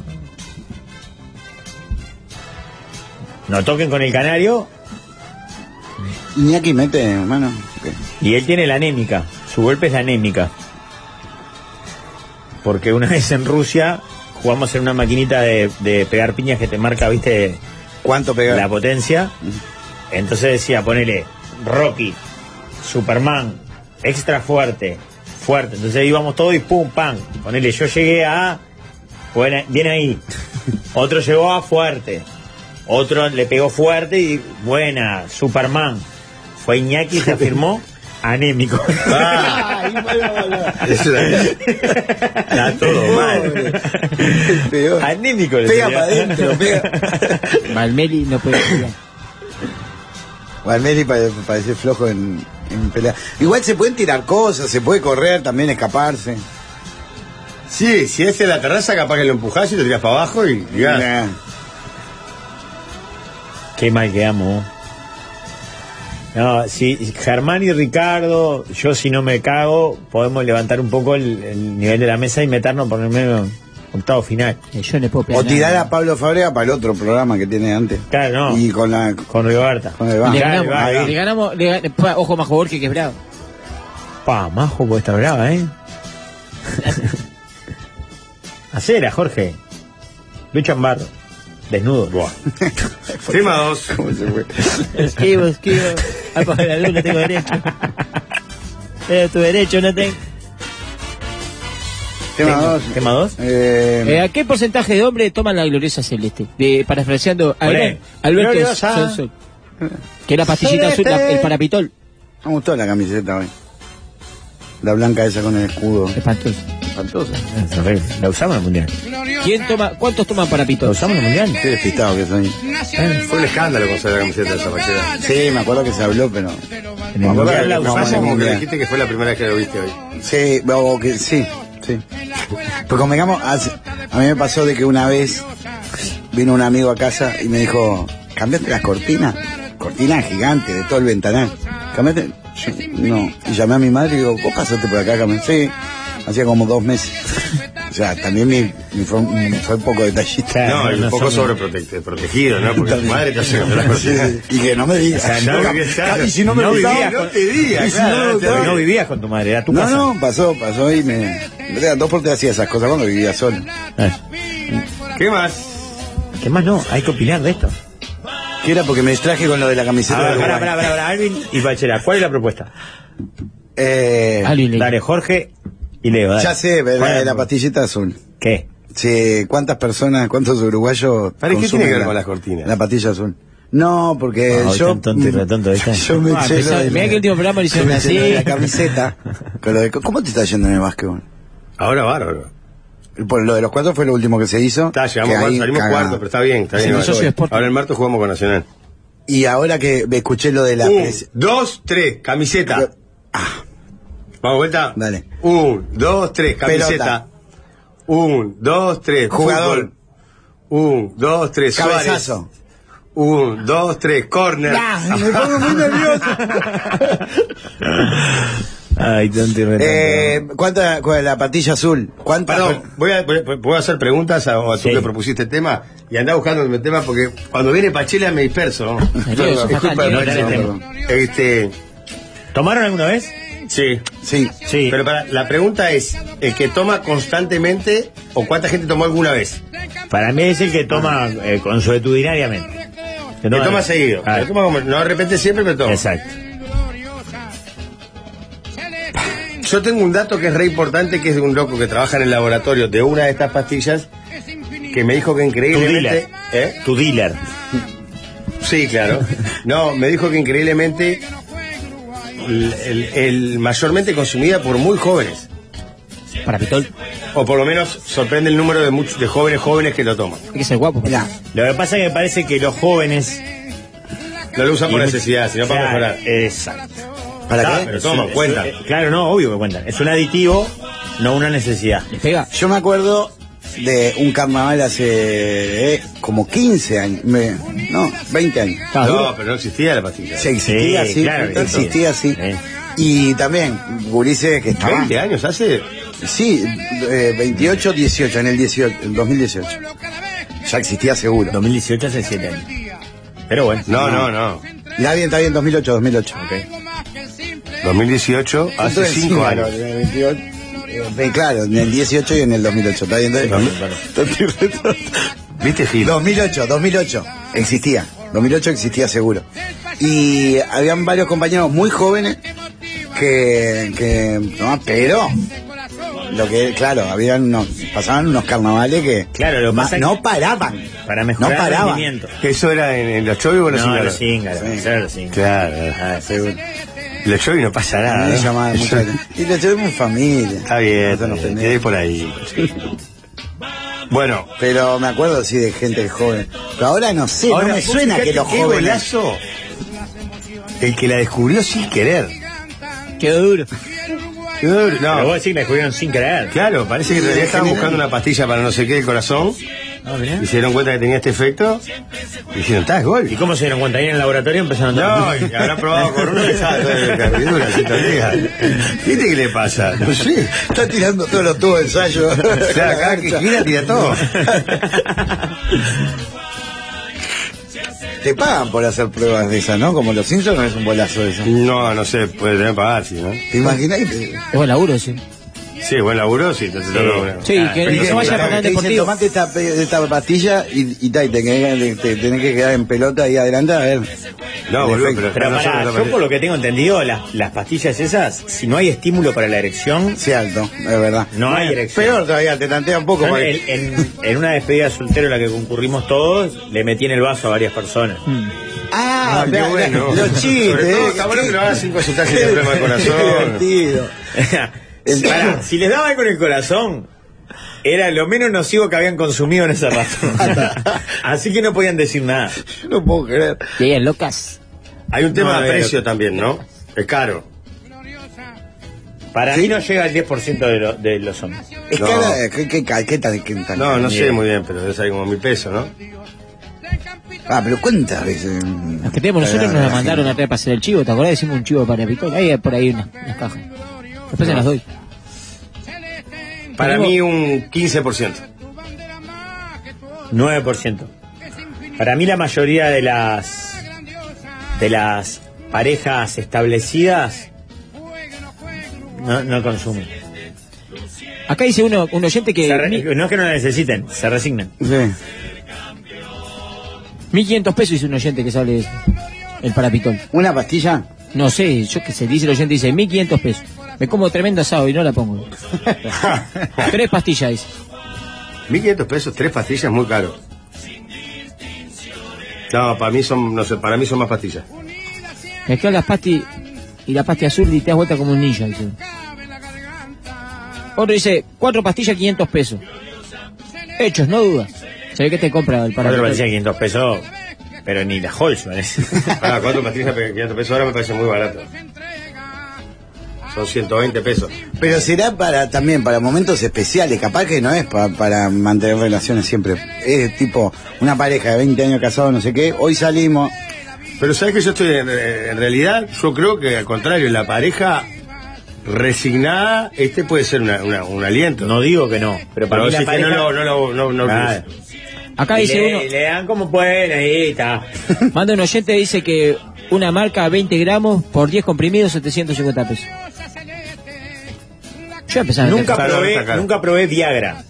No toquen con el canario
Iñaki mete, hermano.
y él tiene la anémica. Su golpe es la anémica. Porque una vez en Rusia jugamos en una maquinita de, de pegar piñas que te marca, viste,
¿Cuánto pega?
la potencia. Entonces decía, ponele Rocky, Superman, extra fuerte, fuerte. Entonces íbamos todos y pum, pam. Ponele, yo llegué a. Buena, bien ahí. Otro llegó a fuerte. Otro le pegó fuerte y buena, Superman. Fue Iñaki y se afirmó anémico.
Ah, Es la- Está todo mal.
Peor.
anémico le
Pega
decía.
para adentro, pega.
Valmeli no puede jugar.
Valmeri pa- parece flojo en, en pelea. Igual se pueden tirar cosas, se puede correr, también escaparse.
Sí, si es en la terraza, capaz que lo empujás y lo tirás para abajo y ya.
Nah.
Qué mal que amo. No, si Germán y Ricardo, yo si no me cago, podemos levantar un poco el, el nivel de la mesa y meternos por lo menos octavo final.
Eh, Yo no puedo
O
planear.
tirar a Pablo Fabrega para el otro programa que tiene antes.
Claro, no.
Y con la.
Con Rigoberta.
Con el banco.
Le
Claro,
ganamos,
ahí va.
le ganamos, le gan- pa, ojo más Jorge que es bravo.
Pa, majo, pues está brava, ¿eh? Acera, Jorge. Luchan barro. Desnudo.
Tema 2.
¿Cómo se fue?
Esquivo, esquivo. Apago la luz, no tengo derecho. Pero tu derecho no tengo.
Tema 2.
¿Tema 2?
Eh, ¿A qué porcentaje de hombres toman la gloriosa celeste? De, parafraseando a
Olé.
Gran- Alberto
Gloriosa.
Sansón. Que la pastillita azul, la- el parapitol.
Me gustó la camiseta hoy. La blanca esa con el escudo.
Espantoso.
Espantosa.
La usamos en el mundial.
¿Quién toma, ¿Cuántos toman
La
parapitol?
usamos en el mundial.
Qué despistado que soy.
Eh, Fue un escándalo con la camiseta de esa maquera.
Sí, me acuerdo que se habló, pero.
En
Me
el
acuerdo
mundial
que
la
lo
usamos
pasa
en el
como que
mundial.
dijiste que fue la primera vez que lo viste hoy.
Sí, o que, sí, sí. Pues como digamos, hace- a mí me pasó de que una vez vino un amigo a casa y me dijo, ¿cambiaste las cortinas? Cortinas gigantes de todo el ventanal. ¿Cambiaste? Yo, no. Y llamé a mi madre y digo, ¿vos pasaste por acá, Carmen? Sí. Hacía como dos meses. o sea, también mi, mi fue, mi fue un poco detallista.
Claro,
No, y
no
un poco
son-
sobreprotegido, ¿no? Porque tu madre te hace cambiar las
Sí,
cosas.
sí. Y que no me digas.
no,
y si no me
no
gustaba,
vivías con-
no te diga,
Y si
claro,
no,
no te diga.
no vivías con tu madre, era tu
no,
casa.
no, pasó, pasó y me... O sea, dos por te hacía esas cosas cuando vivía solo.
Eh.
¿Qué más?
¿Qué más no? Hay que opinar de esto.
Que era porque me distraje con lo de la
Ah,
camiseta
Ahora,
de Uruguay.
Ah, pará, pará, pará, pará, Alvin y Bachera, ¿cuál es la propuesta?
Eh,
Alvin Lee.
Dale, Jorge y Leo. dale.
ya sé,
¿Cuál
¿verdad?
es
la pastillita azul.
¿Qué?
Sí, ¿cuántas personas, cuántos uruguayos
Pare, ¿qué tiene
consumen
que ver
la-
con las cortinas?
La pastilla azul. No, porque
Ah, hoy
yo...
tan tonto y retonto, ¿viste?
Yo me
Ah,
eché
empezaba-
lo de
mirá
la-
que el último programa lo hicieron
yo me eché lo de
así.
la camiseta. con lo de- ¿Cómo te está yendo en el básquetbol?
Ahora bárbaro.
Por lo de los cuartos fue lo último que se hizo.
Está, llegamos
que ahí
cuarto, salimos
cagada.
cuarto, pero está bien, está
Sí,
bien.
yo soy
Ahora-
Sporting.
Ahora el martes jugamos con Nacional.
Y ahora que me escuché lo de la...
Un,
pres-
dos, tres, camiseta. Vamos, vuelta.
Dale.
Un, dos, tres, camiseta.
Pelota.
Un, dos, tres,
Jugador.
fútbol. Un, dos, tres, Suárez.
Cabezazo.
Un, dos, tres, corner.
Ah,
me pongo muy nervioso.
Ay, tonto y retonto.
Eh, ¿Cuánta, cuál, la patilla azul? ¿Cuántas?
Ah, Perdón, voy a, voy a- voy a hacer preguntas a, a tú
Sí.
que propusiste el tema y andá buscando el tema porque cuando viene Pachela me disperso.
Nervioso,
Disculpa,
fatal,
no,
nervioso.
no, no, no. Este,
¿Tomaron alguna vez?
sí.
Sí.
Sí.
Pero para, la pregunta es, ¿el que toma constantemente o cuánta gente tomó alguna vez?
Para mí es el que toma eh, consuetudinariamente. Que
Que toma seguido.
Ah,
Que toma como- no de repente siempre, pero toma.
exacto.
Yo tengo un dato que es re importante, que es de un loco que trabaja en el laboratorio de una de estas pastillas, que me dijo que
Tu
increíblemente...
dealer.
¿Eh?
Tu dealer.
Sí, claro. No, me dijo que increíblemente el, el- el mayormente consumida por muy jóvenes.
Parapitol.
O por lo menos sorprende el número de muchos de jóvenes jóvenes que lo toman.
Hay que ser guapo.
Mirá,
Lo que pasa es que me parece que los jóvenes.
No lo usan por
y-
necesidad, sino para
Claro,
mejorar.
Eh,
Exacto.
Ah,
¿para qué?
pero toman, cuentan.
Eh, Claro, no, obvio que cuentan. Es un aditivo, no una necesidad.
Les pega.
Yo me acuerdo de un carnaval hace eh, como 15 años, me- no, 20 años.
Ah, No, pero no existía la pastilla.
Se existía, sí,
claro que
existía, sí. Y también, gurises que estaban...
20 años hace.
Sí, eh, 28, 18, en el 18, en 2018. Ya existía seguro.
2018 hace 7 años. Pero bueno.
No, no, no.
Está bien, está bien, 2008, 2008.
2018 hace
Entonces,
5
sí,
años.
claro, de 28, eh, claro, en el 18 y en el 2008. Está bien, está bien.
¿Viste, Gil?
2008, 2008. Existía. 2008 existía seguro. Y habían varios compañeros muy jóvenes que. que no, pero. Lo que, claro, habían unos, pasaban unos carnavales que.
Claro, lo que
ma-
pasa es que-
no paraban.
Para mejorar
No
el
paraba.
rendimiento.
Eso era en, en los chovis o en los
No,
cíngaros?
los cíngaros,
Sí.
claro, los cíngaros.
Claro.
Ah, seguro.
Los chovis no pasa nada.
Me
¿no?
llamaban mucho. Y lo tenemos familia.
Está bien,
No te
está bien,
ofendés.
te doy por ahí. Bueno,
Pero me acuerdo sí de gente joven. Pero ahora no sé,
ahora
no me
vos
suena
fijate
que los
qué
jóvenes.
golazo, el que la descubrió sin querer.
Quedó duro.
Qué duro,
Pero vos
No,
decís que la descubrieron sin creer.
claro, parece que en realidad estaban buscando una pastilla para no sé qué del corazón. Y se dieron cuenta que tenía este efecto. Y dijeron, estás gol.
¿Y cómo se dieron cuenta? Ahí en el laboratorio empezaron a
No, y habrá probado con uno y sabe, cargadura, si te olvidas. ¿Viste qué le pasa? No sé.
Pues Está tirando todos los tubos de ensayo.
Claro, cada que gira tira todo.
Te pagan por hacer pruebas de esas, ¿no? Como los Simpsons no es un bolazo eso.
No, no sé, puede tener que pagar, sí, ¿no?
¿Te imaginas? que te-
Es buen laburo, sí.
Sí, buen laburo, sí, te te toca una-
Sí, que
y
no se
que-
vaya
claro,
para nada
te dicen,
deportivo.
Tomate esta, pe- esta pastilla y, y ta, y te, que- te- tenés que quedar en pelota ahí adelante a ver.
No, boludo, pero,
Pero
no
pará,
solo
yo
la
por lo que tengo entendido, las, las pastillas esas, si no hay estímulo para la erección,
Sí, alto, es verdad.
no hay erección.
Peor todavía, te tantea un poco.
Yo
para
en,
que-
en- en una despedida soltero en la que concurrimos todos, le metí en el vaso a varias personas.
Ah,
Ah, qué
vea,
bueno.
los chistes.
Sobre todo,
eh,
está bueno
qué-
que lo hagas sin consultar si
qué
tiene problema de corazón.
divertido.
Pará, si les daba con el corazón, era lo menos nocivo que habían consumido en esa rato. Así que no podían decir nada.
Yo no puedo creer.
Y ahí en locas.
Hay un tema
No,
de
no,
precio
no.
también, ¿no? Es caro.
Para mí no llega al 10% de, lo- de los hombres.
Es
No.
que ahora, ¿qué, qué, ca- qué tan, qué tan-
No, no
Ni
sé
idea.
muy bien, pero debe salir como mil pesos, ¿no?
Ah, pero ¿cuántas veces?
Las que tenemos nosotros nos las mandaron a traer para hacer el chivo, ¿te acordás? Decimos un chivo para pistola. Ahí hay por ahí una, unas cajas. Después se las doy.
Para mí un 15%.
9%. Para mí la mayoría de las de las parejas establecidas no, no consumen.
Acá dice uno, un oyente que
Se re- no es que no la necesiten, se resignan.
Sí.
1500 pesos dice un oyente que sale eso, el parapitón.
¿Una pastilla?
No sé, yo qué sé, dice el oyente, dice 1500 pesos. Me como tremendo asado y no la pongo. Tres pastillas, dice.
1.500 pesos, tres pastillas, muy caro. No, para mí son, no sé, para mí son más pastillas.
Mezclás las pastillas y la pastilla azul y te das vuelta como un ninja, dice. Otro dice, cuatro pastillas, 500 pesos. Hechos, no dudas. Se ve que te compra el
Cuatro
parapitón.
pastillas 500 pesos, pero ni la Holzman
Ah, cuatro pastillas, 500 pesos ahora me parece muy barato. Son 120 pesos.
Pero será para también para momentos especiales, capaz que no es pa- para mantener relaciones siempre. Es tipo una pareja de 20 años casados, no sé qué, hoy salimos.
Pero sabes que yo estoy en, en realidad, yo creo que al contrario, la pareja resignada, este puede ser una- una- un aliento.
No digo que no, pero para
Pero
mí
si
la
es que
pareja...
no, Ah, lo- no, lo- no, no,
Claro.
Acá
Y
dice
le,
uno,
le dan como pueden, ahí está.
manda un oyente, dice que una marca 20 gramos por 10 comprimidos, 750 pesos. Yo empezaba a meter-
Nunca
Claro, está
probé,
claro.
nunca probé Viagra.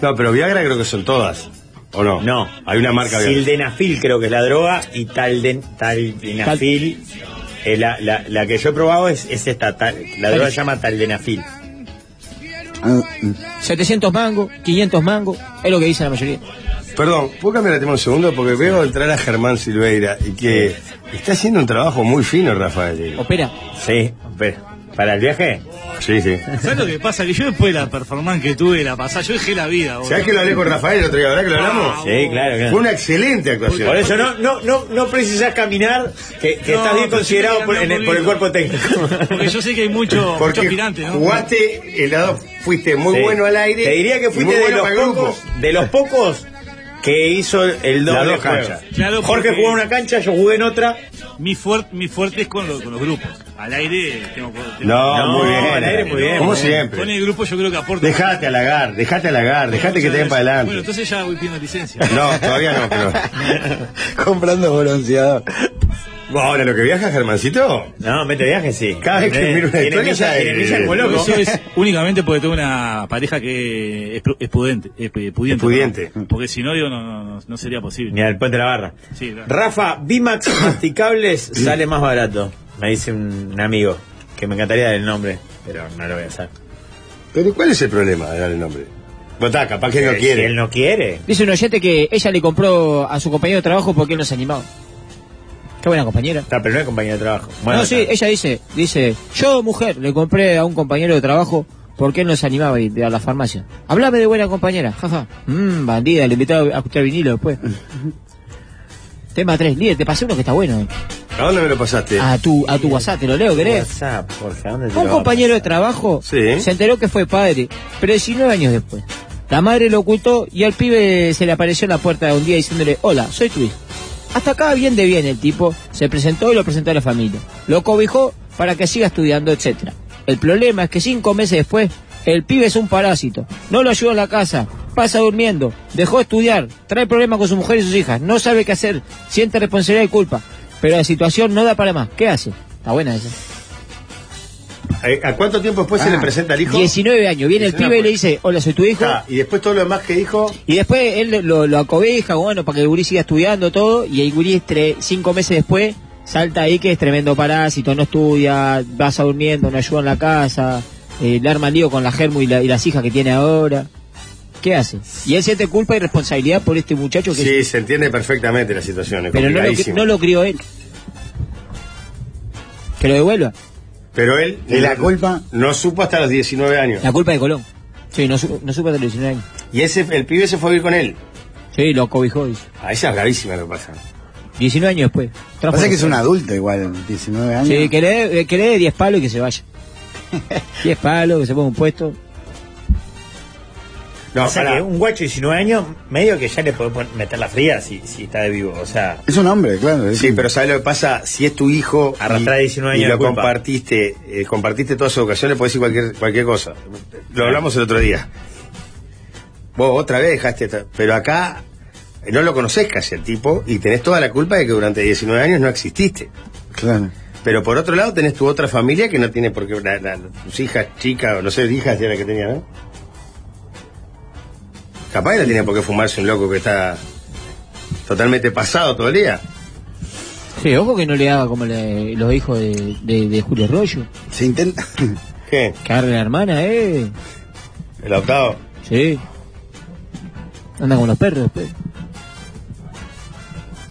No, pero Viagra creo que son todas. ¿O no?
No.
Hay una marca Viagra.
Sildenafil creo que es la droga y talden, taldenafil. eh, la, la- la que yo he probado es, es esta. tal- la droga se llama taldenafil.
Ah, mm.
700 mangos, 500 mangos, es lo que dice la mayoría.
Perdón, ¿puedo cambiar el tema un segundo? Porque veo entrar a Germán Silveira y que está haciendo un trabajo muy fino, Rafael.
Opera.
Sí, espera. ¿Para el viaje?
Sí, sí.
¿Sabes lo que pasa? Que yo después de la performance que tuve, la pasada, yo dejé la vida. boludo.
¿Sabés que lo hablé con Rafael el otro día? ¿Verdad que lo hablamos?
Sí, claro, claro.
Fue una excelente actuación.
Por eso no, no, no, no precisas caminar, que, que
No,
estás bien
pero sí
considerado
que
por, en el, por
caminar
el cuerpo técnico.
Porque yo sé que hay mucho, mucho
Porque
aspirante, ¿no?
jugaste el lado, fuiste muy
Sí.
bueno al aire.
Te diría que
y muy
fuiste de
bueno
los,
para el grupo.
pocos, de los pocos que hizo el
Las
doble
dos
juego.
canchas.
Claro,
Jorge
porque-
jugó en una cancha, yo jugué en otra.
Mi, fuerte mi fuerte es con, lo- con los grupos. Al aire tengo. tengo-
No,
No,
muy bien.
al aire muy bien,
Como
muy bien.
siempre.
Con el grupo yo creo que aporta.
Dejate halagar, dejate halagar, dejate que te den para
Bueno,
adelante.
entonces ya voy pidiendo licencia.
No, todavía no, pero.
Comprando bronceador.
¿Vos ahora lo que viajas, Germancito?
No, mete viaje, sí.
Cada vez que
Eh,
miro una
tiene
historia,
milla-
ya-
tiene milla como
Pero
loco.
Eso es únicamente porque tengo una pareja que es, pru- es prudente, es pu- pudiente.
Pudiente.
¿no? Porque si no, digo, no, no, no- no sería posible.
Mira, el puente de la barra.
Sí, claro.
Rafa, Bimax masticables sale más barato. Me dice un un amigo que me encantaría dar el nombre, pero no lo voy a hacer.
Pero ¿cuál es el problema de dar el nombre? Bueno, está, capaz que él no
Si él
quiere.
no quiere.
Dice un oyente que ella le compró a su compañero de trabajo porque él no se animaba. Qué buena compañera.
Está, pero no es compañero de trabajo. Bueno,
no, sí,
está.
ella dice, dice, yo mujer le compré a un compañero de trabajo porque él no se animaba a ir a la farmacia. Hablame de buena compañera, jaja. Mmm, bandida, le invitaba a escuchar vinilo después. Tema 3, líder, te pasé uno que está bueno. eh.
¿A dónde me lo pasaste?
A tu, a tu WhatsApp, te lo leo, ¿querés?
WhatsApp, Jorge, ¿a dónde te
Un
lo
compañero de trabajo
Sí.
se enteró que fue padre, pero 19 años después. La madre lo ocultó y al pibe se le apareció en la puerta un día diciéndole, hola, soy tu hijo. Hasta acá bien de bien el tipo, se presentó y lo presentó a la familia. Lo cobijó para que siga estudiando, etc. El problema es que cinco meses después, el pibe es un parásito. No lo ayudó en la casa, pasa durmiendo, dejó de estudiar, trae problemas con su mujer y sus hijas, no sabe qué hacer, siente responsabilidad y culpa. Pero la situación no da para más. ¿Qué hace? Está buena esa.
Eh, ¿A cuánto tiempo después se le presenta al hijo?
19 años. Viene el
19
pibe y le
años. Ah.
dice, hola, soy tu hijo.
Está, y después todo lo demás que dijo.
Y después él lo, lo acobija, bueno, para que el gurí siga estudiando todo. Y el gurí, tre- cinco meses después, salta ahí que es tremendo parásito, no estudia, vas a durmiendo, no ayuda en la casa, eh, le arma lío con la germo y, la- y las hijas que tiene ahora. ¿Qué hace? Y él siente culpa y responsabilidad por este muchacho que...
Sí, se entiende perfectamente la situación. Es
pero no lo, cri-
complicadísimo.
no lo crió él. Que lo devuelva.
Pero él.
¿Y la culpa?
No supo hasta los 19 años.
La culpa de Colón. Sí, no, su- no supo hasta los 19 años.
Y ese, el pibe se fue a vivir con él.
Sí, lo acobijó. dice.
A ella es gravísima lo que pasa.
19 años después. Trajo
Pasa que es
los-
un adulto igual, 19 años.
Sí, que le dé- eh, que le dé 10 palos y que se vaya. 10 palos, que se ponga un puesto.
No,
O sea
pará.
que un guacho de 19 años, medio que ya le podés pon- meter la fría si, si está de vivo. O sea,
Es un hombre, claro. es
Sí,
un-
pero ¿sabes lo que pasa? Si es tu hijo
Arrastrá
y-
19
y
años
lo
de culpa.
compartiste, eh, compartiste toda su educación, le podés decir cualquier, cualquier cosa. Lo hablamos el otro día. Vos otra vez dejaste, esta- pero acá eh, no lo conocés casi al tipo y tenés toda la culpa de que durante 19 años no exististe.
Claro.
Pero por otro lado tenés tu otra familia que no tiene por qué, la- la- tus hijas chicas, o no sé, hijas era que tenía, ¿no? Capaz que no tiene por qué fumarse un loco que está totalmente pasado todo el día.
Sí, ojo que no le haga como le- los hijos de, de- de Julio Rollo.
Se intenta.
¿Qué?
Que agarre la hermana, eh.
¿El octavo?
Sí. Anda con los perros después.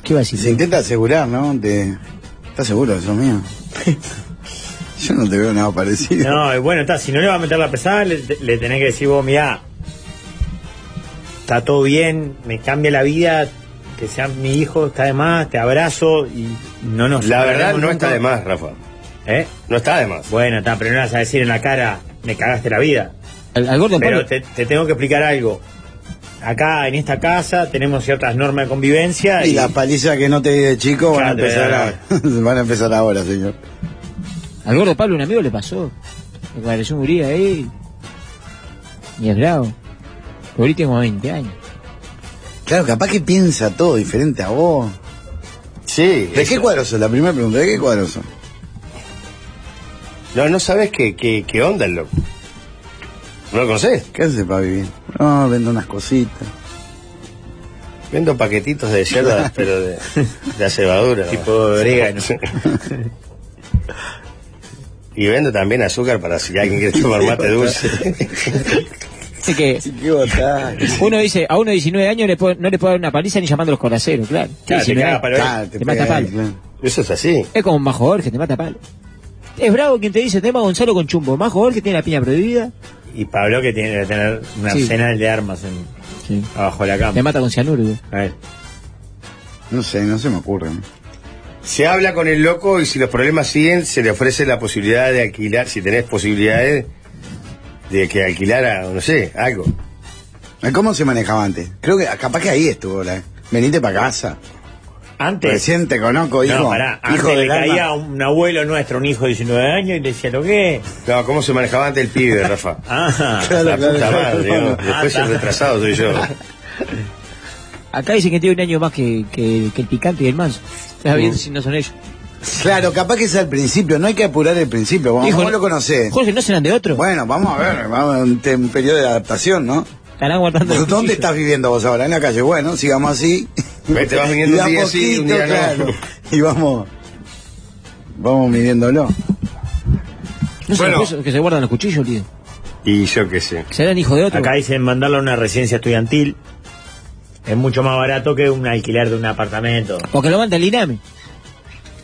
¿Qué va a decir?
Se intenta asegurar, ¿no? De... ¿Estás seguro de eso mío? Yo no te veo nada parecido.
no, y bueno, está, si no le va a meter la pesada, le, le tenés que decir vos, mirá, está todo bien, me cambia la vida, que sea mi hijo, está de más, te abrazo y no nos...
La verdad
separemos
no
nunca.
está de más, Rafa.
¿Eh?
No está de más.
Bueno, está, pero no le vas a decir en la cara, me cagaste la vida.
Al, al gordo
Pero
Pablo.
te, te tengo que explicar algo. Acá, en esta casa, tenemos ciertas normas de convivencia
Y las palizas que no te di de chico van
Claro,
a
te voy
empezar
a
a... van a empezar ahora, señor.
Al gordo Pablo un amigo le pasó. Le pareció un gurí ahí. Y es bravo. El gurí tiene como 20 años.
Claro, capaz que piensa todo diferente a vos.
Sí.
¿De qué cuadro sos? La primera pregunta, ¿de qué cuadro sos?
No, no sabes qué, qué, qué onda el loco. No lo conocés.
¿Qué haces para vivir? No, vendo unas cositas.
Vendo paquetitos de cerdas, pero de, de acebadura. ¿no?
Tipo de orégano.
Y vendo también azúcar para si alguien quiere tomar mate dulce.
Así que
¿Qué botás?
uno dice, a uno de 19 años le puede- no le puede dar una paliza ni llamando a los coraceros, claro.
Claro, te
19
caga
años.
palo.
Claro,
Te mata
pega ahí,
palo.
claro.
Eso es así.
Es como un bajo Jorge, te mata a palo. Es bravo quien te dice, tema Gonzalo con chumbo. Más jugador que tiene la piña prohibida.
Y Pablo que tiene que tener un
Sí.
arsenal de armas en, abajo de la cama.
Me mata con cianuro. digo.
A ver.
No sé, no se me ocurre.
Se habla con el loco y si los problemas siguen, se le ofrece la posibilidad de alquilar, si tenés posibilidades, de que alquilara, no sé, algo.
¿Cómo se manejaba antes? Creo que ah, capaz que ahí estuvo la. Venite para casa.
Antes.
Pues
Recién te conozco, hijo.
no, pará. Antes
hijo
le
del alma.
caía un abuelo nuestro, un hijo de 19 años, y le decía, ¿lo qué?
No, ¿cómo se manejaba antes el pibe, Rafa?
Ah,
la puta madre, digo,
Ah,
después
está.
el retrasado soy yo.
Acá dicen que tiene un año más que, que, que el picante y el manso. Estás viendo si no son ellos.
Claro, capaz que es al principio, no hay que apurar el principio. Vamos,
Hijo,
vos lo conocés.
Jorge, ¿no serán de otro?
Bueno, vamos a ver, vamos a un, te- un periodo de adaptación, ¿no?
Estarán aguantando el
¿Dónde
cuchillo.
estás viviendo vos ahora? En la calle. Bueno, sigamos así.
Te vas
Y
viniendo
de
un
a
día sí, un
poquito,
día no.
claro. Y vamos. Vamos midiéndolo.
¿No son
Bueno.
los presos que se guardan los cuchillos, tío?
Y yo qué sé.
¿Serán hijo de otro?
Acá dicen mandarlo a una residencia estudiantil. Es mucho más barato que un alquiler de un apartamento.
O que lo manda el INAME.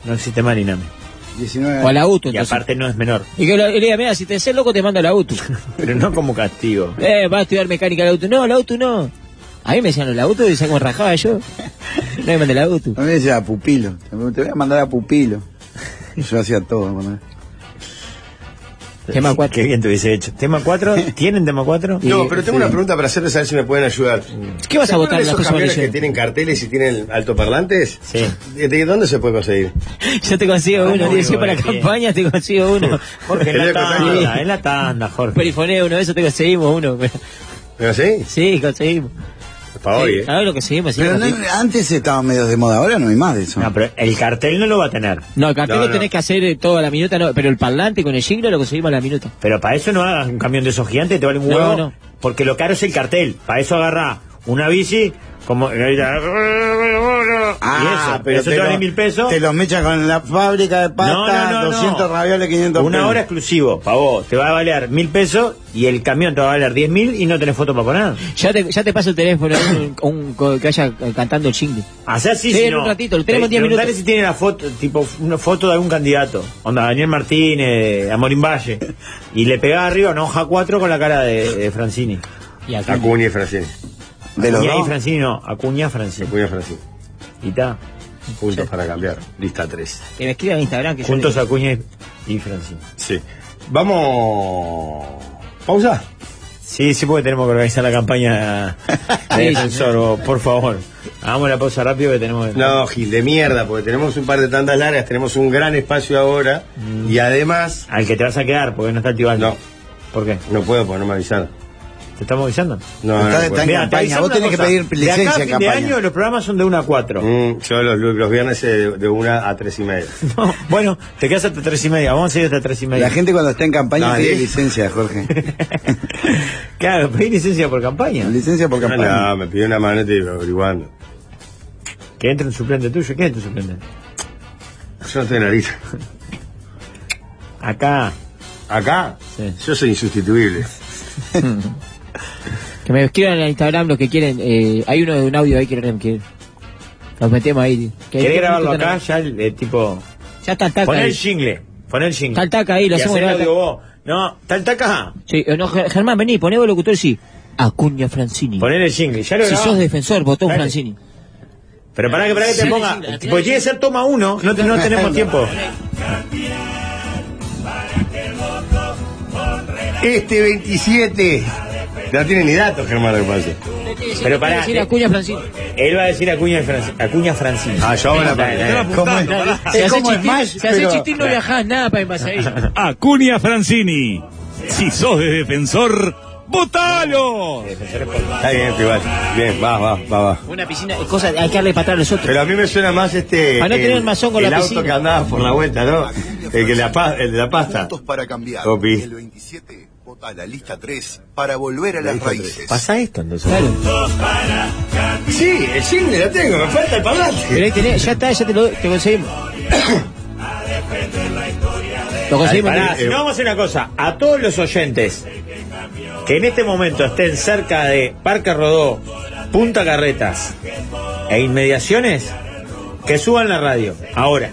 No existe más dinami.
19
O a la UTU,
Y
entonces.
aparte no es menor.
Y que lo- y le diga, mira, si te haces loco te mando a la UTU.
Pero no como castigo.
eh, vas a estudiar mecánica a la UTU. No, la UTU no. A mí me decían la UTU y se me rajaba yo. No me mandé la UTU.
A mí me decía pupilo. Te voy a mandar a pupilo. Yo hacía todo. cuando-
Tema cuatro.
Qué bien te hubiese hecho. ¿Tema 4? ¿Tienen tema 4?
No, pero tengo una pregunta para hacerles a ver si me pueden ayudar.
¿Qué vas a
¿Se
votar
acuerdan
en las
esos
próximas
camiones que
elecciones?
tienen carteles y tienen altoparlantes?
Sí.
¿De de dónde se puede conseguir?
Yo te consigo
Ah,
uno,
muy
tío. Si para la
bueno, bien.
campaña te consigo uno.
Jorge, en
Tenía
la
que
tanda,
contar.
Ah, en la tanda, Jorge.
Perifoneo uno, eso te conseguimos uno.
¿No sí?
Sí, conseguimos.
Para hoy, ¿eh?
A ver lo conseguimos. sí, Ah.
Pero no-
conseguimos.
antes estaban medios de moda, ahora no hay más de eso.
No, pero el cartel no lo va a tener.
No, el cartel
No,
lo
no.
tenés que hacer eh, toda la minuta, no, pero el parlante con el jingle lo conseguimos a la minuta.
Pero para eso no hagas un camión de esos gigantes, te vale un
No,
huevo.
no.
Porque lo caro es el cartel. Para eso agarra una bici, como. y eso, eso te,
lo-
vale mil pesos.
Ah, Te los mechas con la fábrica de pasta,
No, no, no, no.
200 ravioles, 500
Una
pesos.
hora exclusivo, para vos. Te va a valer mil pesos y el camión te va a valer diez mil y no tenés foto para poner.
Ya te, ya te paso el teléfono un, un co- que haya eh, cantando el jingle.
Hacé así,
Sí,
si
en
no.
un ratito, lo tenemos en
Pre-
10 minutos.
preguntale si tiene la foto, tipo, una foto de algún candidato. Onda, Daniel Martínez, Amorín Valle. Y le pegaba arriba una hoja 4 con la cara de, de Francini.
Y acá.
Acuña y Francini.
De los
Acuña y
dos.
Francini no, Acuña Francini.
Acuña y Francini.
Y ta.
Puntos para cambiar. Lista 3.
Que me escriban en Instagram que yo
Juntos
le-
Acuña y, y Francini.
Sí. Vamos. ¿Pausa?
Sí, sí, porque tenemos que organizar la campaña de defensor, vos, por favor. Hagamos la pausa rápido que tenemos que-
No, Gil, de mierda, porque tenemos un par de tandas largas, tenemos un gran espacio ahora
Mm.
y además.
Al que te vas a quedar, porque no está activando.
No,
¿Por qué?
no puedo porque no me avisaron.
¿Te estamos avisando?
No, no,
Está-
no puedo.
está- en campaña,
avisamos
vos
una
tenés que
cosa.
pedir licencia
de acá a
en
fin de
campaña.
año los programas son de 1 a 4.
Mm, yo los, los viernes eh, de, una a tres y media.
No, bueno, te quedas hasta tres y media. Vamos a seguir hasta tres y media.
La gente cuando está en campaña
Dale.
pide licencia, Jorge.
claro, pedí licencia por campaña.
licencia por
No,
campaña.
no, me pidió una mano y te iba averiguando.
Que entre un suplente tuyo. ¿Qué es tu suplente?
Yo no estoy en la lista.
Acá.
¿Acá?
Sí.
Yo soy insustituible.
que me escriban en Instagram los que quieren. eh, hay uno de un audio ahí que no que los metemos ahí. tío. Que-
¿Querés
que-
grabarlo
que-
acá? Ya el eh, tipo.
Ya está el taca
Poné
ahí.
el jingle. Poné el jingle.
Tal taca ahí, lo
Y
hacemos
hacelo,
grabar.
digo, vos. No, tal taca.
Sí, eh, no, Ger- Germán, vení, poné vos locutor sí. Acuña Francini.
Poné el jingle. Ya lo
Si
grabamos.
sos defensor, votó
Dale.
Francini.
Pero para que, para que te
Sí,
ponga.
sí, sí,
Porque tiene que ser toma uno. No, te- no tenemos tiempo.
Este 27. No tiene ni datos, Germán, lo que pasa.
Pero pará,
Decir
eh.
Acuña Francini.
Él va a decir Acuña, y Franci- Acuña Francini.
Ah, yo hago la
¿Cómo es?
Si
Es
haces
como
chistín,
Smash,
si haces
pero-
chistín no viajás nada para envasar
Acuña Francini. Si sos de defensor, ¡votalo!
Está bien, este igual. Bien, va, va, va, va.
Una piscina, eh, cosas, hay que darle para atrás a los otros.
Pero a mí me suena más este.
Para no tener
el-
mazón con
el
la
auto
piscina.
que andaba por la vuelta, ¿no? El, que la, pa- el de la pasta.
para cambiar.
Copi.
El 27 vota la lista 3 para volver a las raíces.
Pasa esto entonces.
Claro.
Sí, el jingle lo tengo, me falta el parlante.
Pero ahí tenés, ya está, ya te lo te conseguimos. lo
Ay,
conseguimos.
pará,
¿no?
si no, vamos a hacer una cosa, a todos los oyentes que en este momento estén cerca de Parque Rodó, Punta Carretas e inmediaciones, que suban la radio, ahora.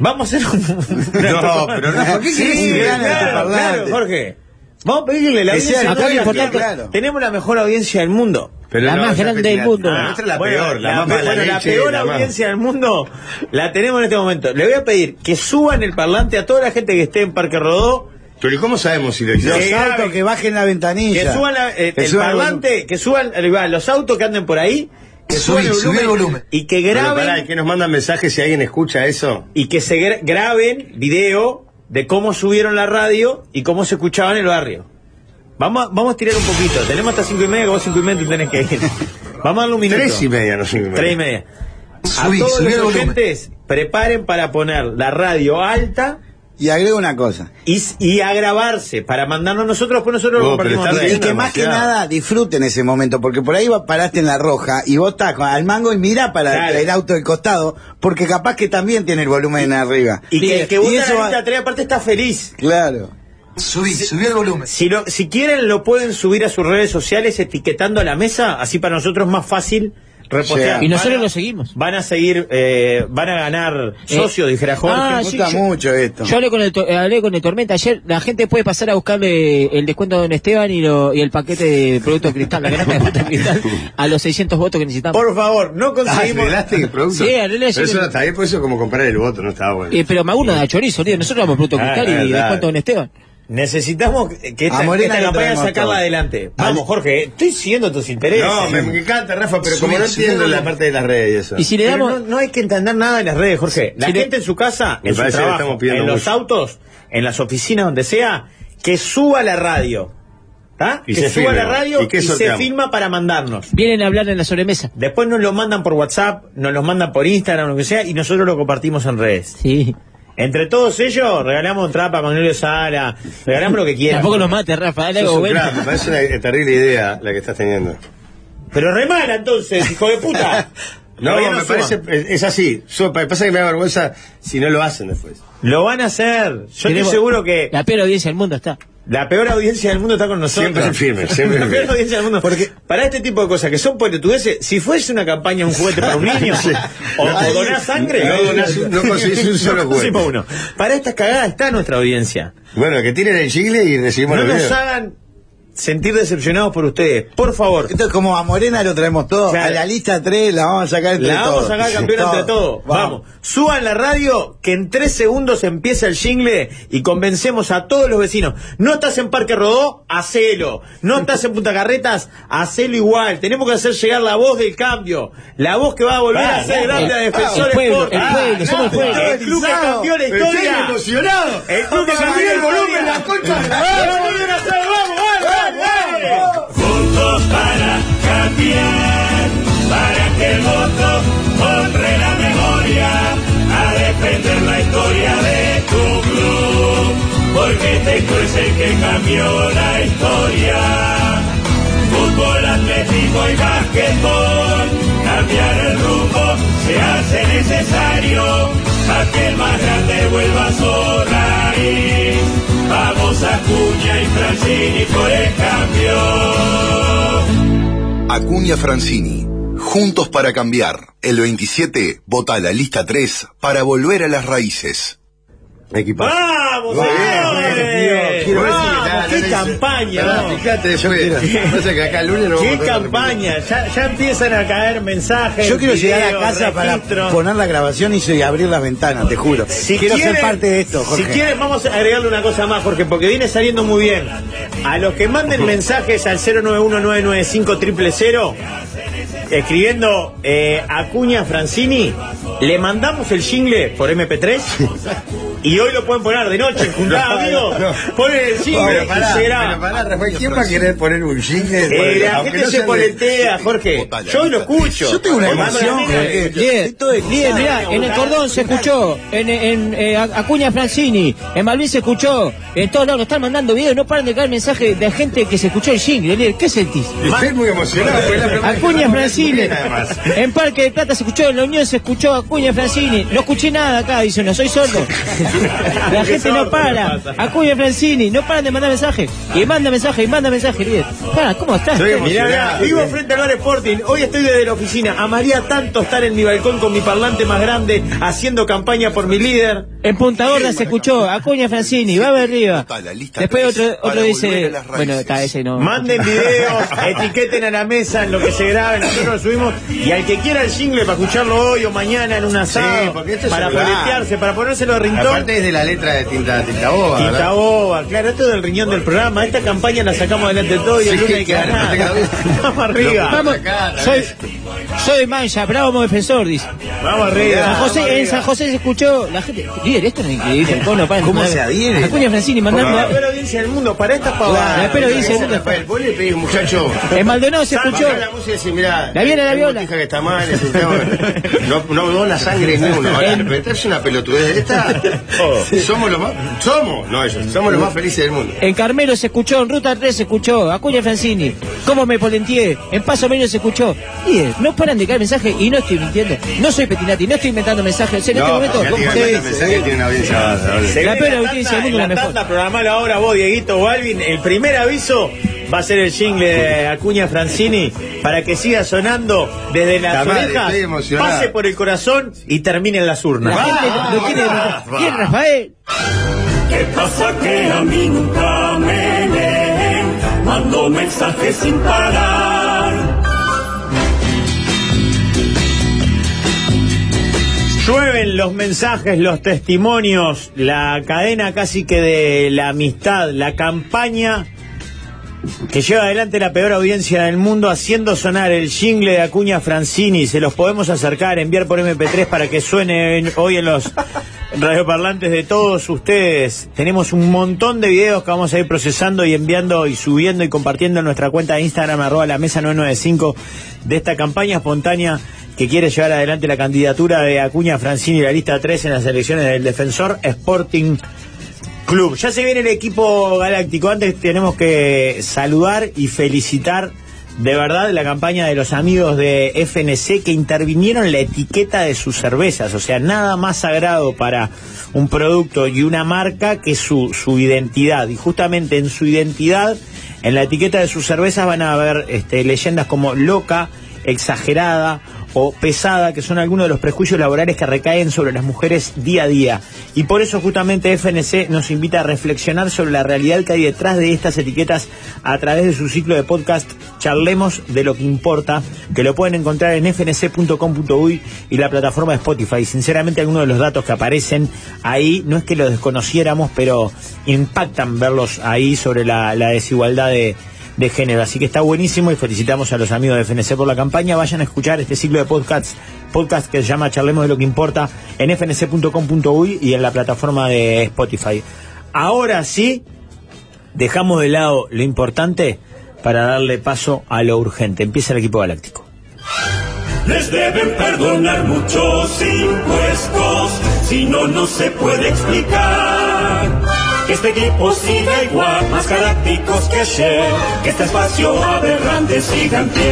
Vamos a hacer un.
No, pero no, ¿por qué
Sí,
querés ir
claro,
al
claro,
altoparlante?
Jorge. Vamos a pedirle la
Que sea
audiencia.
el
acá
Jorge,
importante.
claro.
Tenemos la mejor audiencia del mundo.
Pero La no, más ya grande del mundo.
Ah,
La nuestra es la
bueno,
peor, la más
pe-
mala
bueno, la
leche,
peor
la más.
audiencia del mundo la tenemos en este momento. Le voy a pedir que suban el parlante a toda la gente que esté en Parque Rodó.
Pero ¿y cómo sabemos si lo
Los autos que bajen la ventanilla.
Que suban la- eh,
Que
el
suban el
parlante, que suban ahí va, los autos que anden por ahí, que suban el volumen, y que
Pero
graben
pará, ¿y que nos mandan mensajes si alguien escucha eso?
y que se gra- graben video de cómo subieron la radio y cómo se escuchaba en el barrio. Vamos a, vamos a tirar un poquito. Tenemos hasta cinco y media, que vos cinco y media te tenés que ir. Vamos a darle un minuto.
Tres y media, no cinco y media.
Tres y media.
Subí,
a todos
subí el
los
volumen.
oyentes, preparen para poner la radio alta.
Y agrego una cosa.
Y, a grabarse, para mandarnos nosotros, pues nosotros lo
No, pero
compartimos.
está
nosotros.
bien, y que más que nada disfruten ese momento, porque por ahí va- paraste en la roja y vos estás con- al mango y mirá para
Claro.
el auto del costado, porque capaz que también tiene el volumen arriba.
Y que el que vota
eso
la
va-
lista tres, aparte está feliz.
Claro.
Subí, subí el volumen. Si, lo, si quieren, lo pueden subir a sus redes sociales etiquetando a la mesa, así para nosotros es más fácil repostear.
Y nosotros
lo seguimos. Van a seguir, eh, van a ganar socios, dijera Jorge.
Eh, Ah, sí, yo- Yo hablé con, el, to- eh, hablé con el Tormenta ayer. La gente puede pasar a buscarle el descuento de Don Esteban y, lo- y el paquete de productos cristal, la canasta de productos cristal, a los 600 votos que necesitamos.
Por favor, no
Ah, ¿arreglaste el producto?
Sí, arreglé
Pero eso
ayer.
no está bien, por eso es como comprar el voto, no estaba bueno.
Eh, pero Maguno da chorizo, tío. Nosotros damos productos
Ah,
cristal y
verdad.
descuento de Don Esteban.
Necesitamos que
A
esta,
Morena
esta
le
campaña
traemos
sacarla
todo.
adelante. Vamos, Jorge, estoy siguiendo tus intereses.
No, me- me encanta, Rafa, pero como
Subí,
no
subí
entiendo
el
la
volumen.
parte de las redes y eso.
Y si le damos- no, hay que entender nada en las redes, Jorge. La gente en su casa,
Me
en su
parece que
trabajo,
estamos pidiendo
en los
mucho.
autos, en las oficinas, donde sea, que suba la radio. ¿Está?
Y
que
se
suba
filma.
la radio
¿Y
y,
qué
se
sorteamos?
filma para mandarnos.
Vienen a hablar en la sobremesa.
Después nos lo mandan por WhatsApp, nos los mandan por Instagram, lo que sea, y nosotros lo compartimos en redes.
Sí.
Entre todos ellos, regalamos trapa, Magnolio Sala, regalamos lo que quieran.
Tampoco los mates, Rafa. Dale
Sos
algo
un
bueno.
¿eh?
crack, me parece una eh, terrible idea la que estás teniendo.
Pero remala entonces, hijo de puta.
No,
Todavía
me
suban.
parece, eh, es, es así. So- pa- pasa que me da vergüenza si no lo hacen después.
Lo van a hacer. Yo estoy
Tenemos-
seguro que.
La peor audiencia del mundo está.
La peor audiencia del mundo está con nosotros.
Siempre firme, siempre
La peor
firme.
audiencia del mundo. Porque para este tipo de cosas que son portugueses, si fuese una campaña, un juguete para un niño,
Sí.
o,
No,
o donás sangre, ¿eh?
no donás un- no conseguís un solo
No conseguimos
juguete.
uno. Para estas cagadas está nuestra audiencia.
Bueno, que tiren el chicle y recibimos
no
los
nos
videos.
hagan sentir decepcionados por ustedes. Por favor.
Esto es como a Morena lo traemos todo.
Claro.
A la lista 3 la vamos a sacar entre
La vamos
todos.
a sacar campeón entre todos. Vamos. Suban la radio, que en tres segundos empieza el jingle y convencemos a todos los vecinos. No estás en Parque Rodó, hacelo. No estás en Punta Carretas, hacelo igual. Tenemos que hacer llegar la voz del cambio. La voz que va a volver
Ah,
a ser
no,
grande a
el-
Defensor
el pueblo,
Sport.
el pueblo, somos el pueblo.
El club que cambió la
Estoy
historia.
emocionado.
El club que
Vamos a
cambió
subir
la
el volumen,
historia.
la concha de la-
Lo volvieron a hacer, vamos, vamos, vamos, vamos.
Juntos para cambiar, para que el voto honre la memoria, a defender la historia de tu club, porque Teco es el que cambió la historia. Fútbol, atletismo y basquetbol, cambiar el rumbo se hace necesario, para que el más grande vuelva a su raíz. Vamos a Cuña y Francini por el cambio.
Acuña Francini. Juntos para cambiar. El 27, vota la lista 3 para volver a las raíces.
¡Vamos, señores!
Quiero ver si
¡Vamos,
nada,
¡Qué
nada,
campaña!
Pará,
vamos!
Fíjate, yo quiero. Pasa que acá el lunes no
¡Qué
vamos a tener-
campaña! Ya, ya empiezan a caer mensajes.
Yo quiero llegar a
videos,
casa para
registros.
poner la grabación y se- y abrir las ventanas, te juro.
Si
quiero
quieren-
ser parte de esto, Jorge.
Si quieren, vamos a agregarle una cosa más, Jorge, porque viene saliendo muy bien. A los que manden mensajes al 091995000 escribiendo eh, Acuña Francini, le mandamos el jingle por MP3 y hoy lo pueden poner de noche, juntado, amigos. Ponen el jingle
Pero
y
pará,
se graba.
pero pará, Rafael, ¿quién va a querer poner un jingle?
Eh, la
Aunque
gente se
no sea de-
poletea, Jorge. Yo lo escucho.
Yo tengo una
Cuando
emoción,
la
eh,
nena-
Jorge.
Bien, bien, mirá, en el cordón se escuchó, en, en eh, Acuña Francini, en Malvin se escuchó, en todos lados nos están mandando videos, no paran de caer mensajes de gente que se escuchó el jingle. líder. ¿Qué sentís?
Estoy muy emocionado. porque es la primera vez que
Acuña
me
Francini.
además.
En Parque de Plata se escuchó, en la Unión se escuchó Acuña Francini. No escuché nada acá, dice uno, soy sordo. La gente no para. Acuña Francini, no paran de mandar mensajes. Y manda mensajes, y manda mensajes, líder. Para, ¿cómo estás?
eh, Mirá, mirá, vivo frente al bar Sporting. Hoy estoy desde la oficina. Amaría tanto estar en mi balcón con mi parlante más grande haciendo campaña por mi líder.
En Punta Gorda se escuchó Acuña Francini, va arriba. Después otro, otro dice, bueno, está ese no.
Manden videos, etiqueten a la mesa en lo que se grabe, nosotros lo subimos. Y al que quiera el jingle para escucharlo hoy o mañana en un asado,
porque esto es
para
celular.
poletearse, para ponérselo de rincón.
Aparte es de la letra de Tinta, tinta Boba.
Tinta
¿verdad?
boba, claro, esto es del riñón del programa. Esta campaña la sacamos adelante todo y el
Sí,
lunes hay que
claro,
ganar.
claro.
Vamos arriba.
Vamos, soy, soy Mancha, bravo defensor, dice.
Vamos arriba,
San José,
vamos
En
arriba.
San José se escuchó, la gente, líder, esto no es increíble. ¿Cómo, no paran de
¿Cómo
mandar-
se adhiere?
Acuña Francini
Por
mandando...
favor.
La peor audiencia del mundo, para estas pavadas.
La peor audiencia del mundo.
Vos le pedís, muchacho.
En Maldonado se
Salva,
escuchó.
acá la música y decís, mirá,
La viola, la
tengo
viola.
tija que está mal, es un tema- no, no dona sangre en uno. Ahora, pero esta es una pelotudez. Esta, somos los más, somos, no ellos, somos los más felices del mundo.
En Carmelo se escuchó, en Ruta 3 se escuchó, Acuña Francini, cómo me polentié, en Paso Menos se escuchó. Líder, no paran de caer mensajes y no estoy mintiendo. No soy Petinati, no estoy inventando mensajes. en este
No,
momento,
Petinati
¿cómo
inventa
se dice?
mensajes, tiene una audiencia bárbara.
Se
La
ve
peor
tanda,
audiencia del mundo,
en
la mejor.
tanda, programala ahora vos, Dieguito o Alvin. El primer aviso va a ser el jingle de Acuña Francini para que siga sonando desde las
Está mal,
orejas,
estoy emocionado.
pase por el corazón y termine en las urnas. Ah,
La gente
va,
lo quiere.
va, va.
¿Quién, Rafael?
¿Qué pasa que a mí nunca me leen? Mando mensajes sin parar.
Llueven los mensajes, los testimonios, la cadena casi que de la amistad, la campaña que lleva adelante la peor audiencia del mundo haciendo sonar el jingle de Acuña Francini. Se los podemos acercar, enviar por MP3 para que suene en- hoy en los radioparlantes de todos ustedes. Tenemos un montón de videos que vamos a ir procesando y enviando y subiendo y compartiendo en nuestra cuenta de Instagram, arroba la mesa 995, de esta campaña espontánea que quiere llevar adelante la candidatura de Acuña Francini la lista 3 en las elecciones del defensor Sporting Club. Ya se viene el equipo galáctico. Antes tenemos que saludar y felicitar de verdad la campaña de los amigos de FNC que intervinieron la etiqueta de sus cervezas. O sea, nada más sagrado para un producto y una marca que su, su identidad. Y justamente en su identidad, en la etiqueta de sus cervezas van a haber este, leyendas como loca, exagerada o pesada, que son algunos de los prejuicios laborales que recaen sobre las mujeres día a día. Y por eso justamente FNC nos invita a reflexionar sobre la realidad que hay detrás de estas etiquetas a través de su ciclo de podcast Charlemos de lo que importa, que lo pueden encontrar en fnc.com.uy y la plataforma de Spotify. Y Sinceramente, algunos de los datos que aparecen ahí, no es que los desconociéramos, pero impactan verlos ahí sobre la, la desigualdad de, de género. Así que está buenísimo y felicitamos a los amigos de FNC por la campaña. Vayan a escuchar este ciclo de podcasts, podcast que se llama Charlemos de lo que importa en fnc.com.uy y en la plataforma de Spotify. Ahora sí, dejamos de lado lo importante para darle paso a lo urgente. Empieza el equipo galáctico.
Les deben perdonar muchos impuestos, si no, no se puede explicar. Que este equipo siga igual, más galácticos que ayer, que este espacio aberrante siga en pie.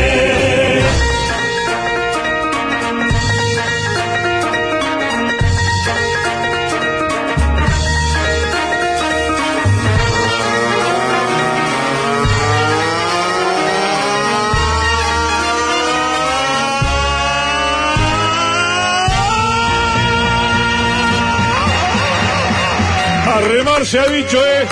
Arremar se ha dicho, eh.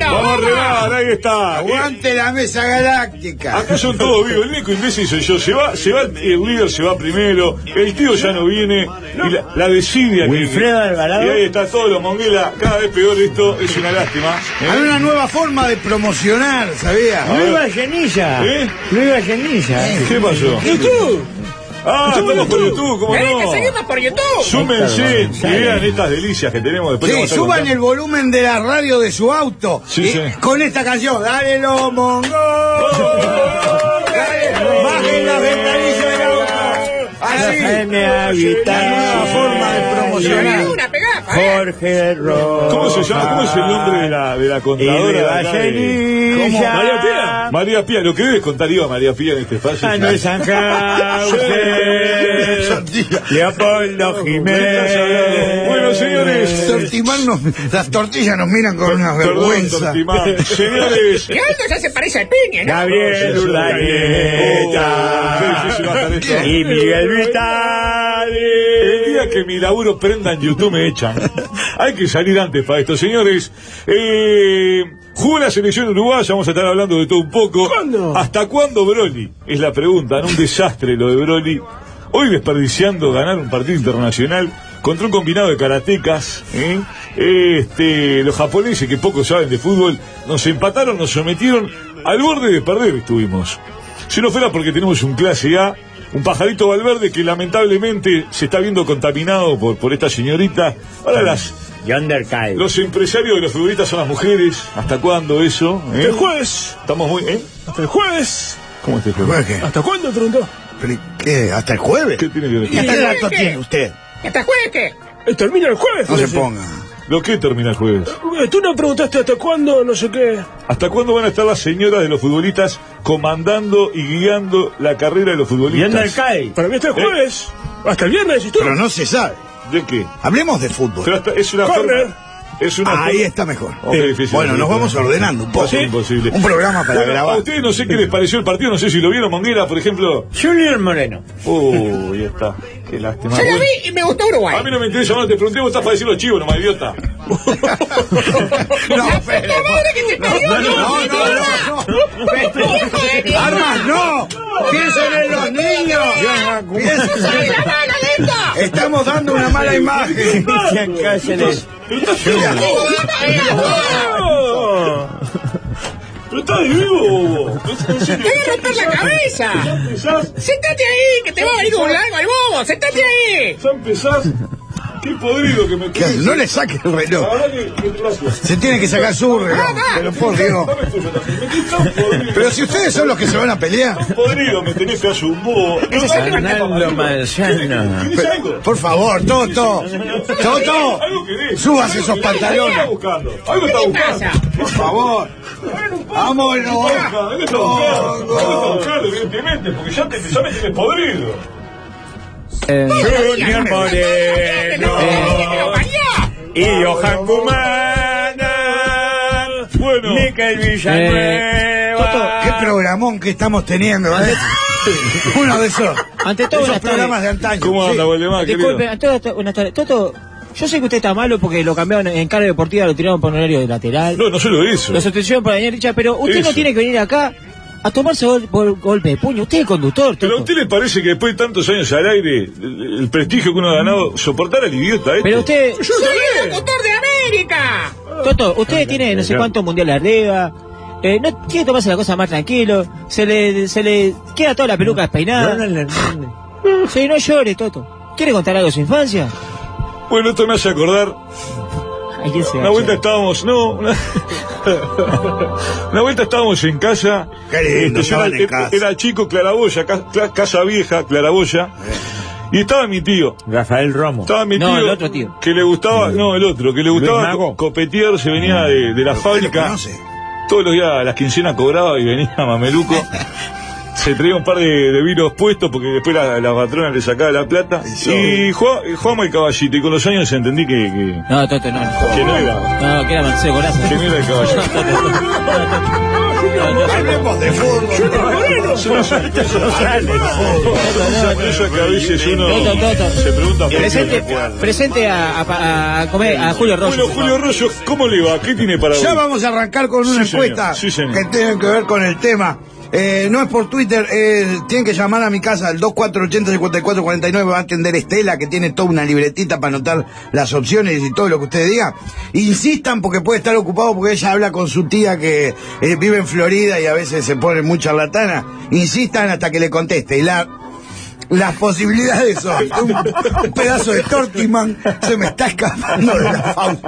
Vamos
arriba, ahí está.
Aguante la mesa galáctica.
Acá son todos vivos. El único imbécil soy yo. Se va, se va, el líder se va primero. El tío ya no viene. Y la, la desidia que-
Wilfredo Alvarado.
Y ahí está todos los monguela. Cada vez peor esto. Es una lástima. ¿eh?
Hay una nueva forma de promocionar, ¿sabía?
A ver.
Luis Vallenilla.
¿Eh?
Luis Vallenilla.
¿Qué pasó?
YouTube.
Ah, estamos por YouTube, ¿cómo no?
por YouTube.
Súmense y vean estas delicias que tenemos después.
Sí,
vamos a
suban
contar.
el volumen de la radio de su auto. Eh,
Sí,
Y
sí.
Con esta canción, dale los mongos. Dale, bajen las ventanillas del auto. Así.
Déjame habitar.
La nueva forma de promocionar.
Una
Jorge Rojas.
¿Cómo se llama? ¿Cómo
Ah.
es el nombre de la, de la contadora?
Y de
de acá de-
Vallenilla.
¿Cómo? María Pía. María Pía, lo que debes contar yo a María Pía en este espacio.
Ah, no es Sanjauser. Leopoldo Jiménez.
Bueno, señores.
Eh. Tortimán nos- las tortillas nos miran con una
Perdón,
vergüenza.
Tortimán. Señores.
Y esto ya se parece al piña,
Gabriel
Urdaneta
Y Miguel
Vitali. El día que mi laburo prenda en YouTube me echan. Hay que salir antes para esto, señores. Eh, jugó la selección uruguaya, vamos a estar hablando de todo un poco. ¿Hasta cuándo Broly? Es la pregunta, ¿no? Un desastre lo de Broly. Hoy desperdiciando ganar un partido internacional contra un combinado de karatecas. ¿eh? Este, los japoneses que poco saben de fútbol nos empataron, nos sometieron al borde de perder estuvimos. Si no fuera porque tenemos un clase A, un pajarito Valverde que lamentablemente se está viendo contaminado por, por esta señorita. Ahora las... Los empresarios de los futbolistas son las mujeres. ¿Hasta cuándo eso?
Hasta el
jueves. Estamos muy... ¿eh?
Hasta el jueves.
¿Cómo este jueves?
¿Hasta cuándo, preguntó? ¿Qué? ¿Hasta el jueves?
¿Qué tiene que ver?
¿Y hasta qué acto tiene usted? Eh,
¿Hasta jueves qué?
Termina el jueves.
No se ponga. ¿Lo que termina el jueves?
Eh, Tú no preguntaste hasta cuándo, no sé qué.
¿Hasta cuándo van a estar las señoras de los futbolistas comandando y guiando la carrera de los futbolistas?
Yendo al CAI. Para mí hasta el jueves. Hasta el viernes, ¿y tú?
Pero no se sabe.
¿De qué?
Hablemos de fútbol.
Pero hasta- es una
Corner.
forma- es una
Ahí
forma-
está mejor.
Ok, difícil.
bueno, nos vamos ordenando un poco.
Sí. Imposible.
Un programa para
Bueno,
grabar.
A ustedes no sé qué les pareció el partido, no sé si lo vieron, Monguera, por ejemplo.
Junior Moreno.
Uy, ya está. Qué lástima.
Yo lo vi y me gustó Uruguay.
A mí no me interesa, no te pregunté, vos estás para decir los chivos, nomás idiota.
¡La puta madre que te parió!
no, no,
no!
¡Armas, no! ¡Piensen en los niños! ¡Piensen en la mano, Estamos dando una mala imagen.
¡Pero estás vivo!
¡Te voy a romper la cabeza! ¡Séntate ahí, que te va a venir un largo al bobo! ¡Séntate ahí!
Ya empezás. Qué podrido que me
Que no le saque el reloj.
La verdad que- que gracias.
Se tiene que sacar su reloj. Pero por Dios. Pero si ustedes son los que se van a pelear.
Podrido, me tenés que hacer un bobo.
Fernando Manzano.
¿Querés algo?
Por favor, Toto. Toto.
¿Algo querés?
Súbase
¿Algo
esos
querés?
pantalones.
¿Algo está buscando? ¿Algo está
¿Qué te
buscando?
Por favor. Vámonos.
Algo está buscando. Algo está buscando, evidentemente, porque ya te ya me tienes podrido.
Junior Moreno. Y Johan Cumana. Bueno. Miquel
Eh,
Villanueva.
Toto, qué programón que estamos teniendo, ¿eh? Uno de esos.
Ante todo, buenas tardes.
esos programas de antaño.
¿Cómo anda, Valdemar,
Disculpe,
querido?
ante todo, to- buenas tardes. Toto, yo sé que usted está malo porque lo cambiaron en carga deportiva, lo tiraron por un horario de lateral.
No, no solo eso.
Lo sustituyeron por Daniel Richard, pero usted
Eso.
no tiene que venir acá a tomarse gol- gol- golpe de puño. Usted es el conductor.
Pero a usted le parece que después de tantos años al aire, el, el prestigio que uno ha ganado, soportar al idiota este.
Pero usted,
¡Soy el locutor de América!
Toto, usted tiene no sé cuántos mundiales arriba. Eh, no quiere tomarse la cosa más tranquilo. Se le, se le queda toda la peluca despeinada. Sí, no llore, Toto. ¿Quiere contar algo de su infancia?
Bueno, esto me hace acordar. Una vuelta estábamos, no, una, una vuelta estábamos en casa.
Qué lindo,
yo
estaban
era,
en
era-
casa.
era chico, Claraboya, ca- cla- casa vieja, Claraboya. Y estaba mi tío.
Rafael Romo.
Estaba mi
No,
tío,
el otro tío.
Que le gustaba, no, el otro, que le
Luis
gustaba
Mago.
co- copetear, se venía de, de la fábrica. Todos los días a las quincenas cobraba y venía mameluco. Se traía un par de, de vinos puestos porque después la, la patrona le sacaba la plata. Y jugá- jugábamos el caballito. Y con los años entendí que- que,
No, Toto, no.
que no era.
No, que era Marcelo Golazo.
Que no era el caballero.
Hablemos de fútbol.
Es una sorpresa que a veces uno se pregunta por
Presente,
qué.
presente a, a- a comer a Julio Rosso.
Bueno, Julio Rollo, ¿cómo le va? ¿Qué tiene para
Ya
hoy?
vamos a arrancar con una
Sí, señor.
encuesta
Sí, señor.
que tiene que ver con el tema. Eh, no es por Twitter, eh, tienen que llamar a mi casa al 2480-5449, va a atender Estela, que tiene toda una libretita para anotar las opciones y todo lo que ustedes digan. Insistan porque puede estar ocupado, porque ella habla con su tía que eh, vive en Florida y a veces se pone muy charlatana. Insistan hasta que le conteste. Y la- las posibilidades son un pedazo de Tortiman se me está escapando de la fauna.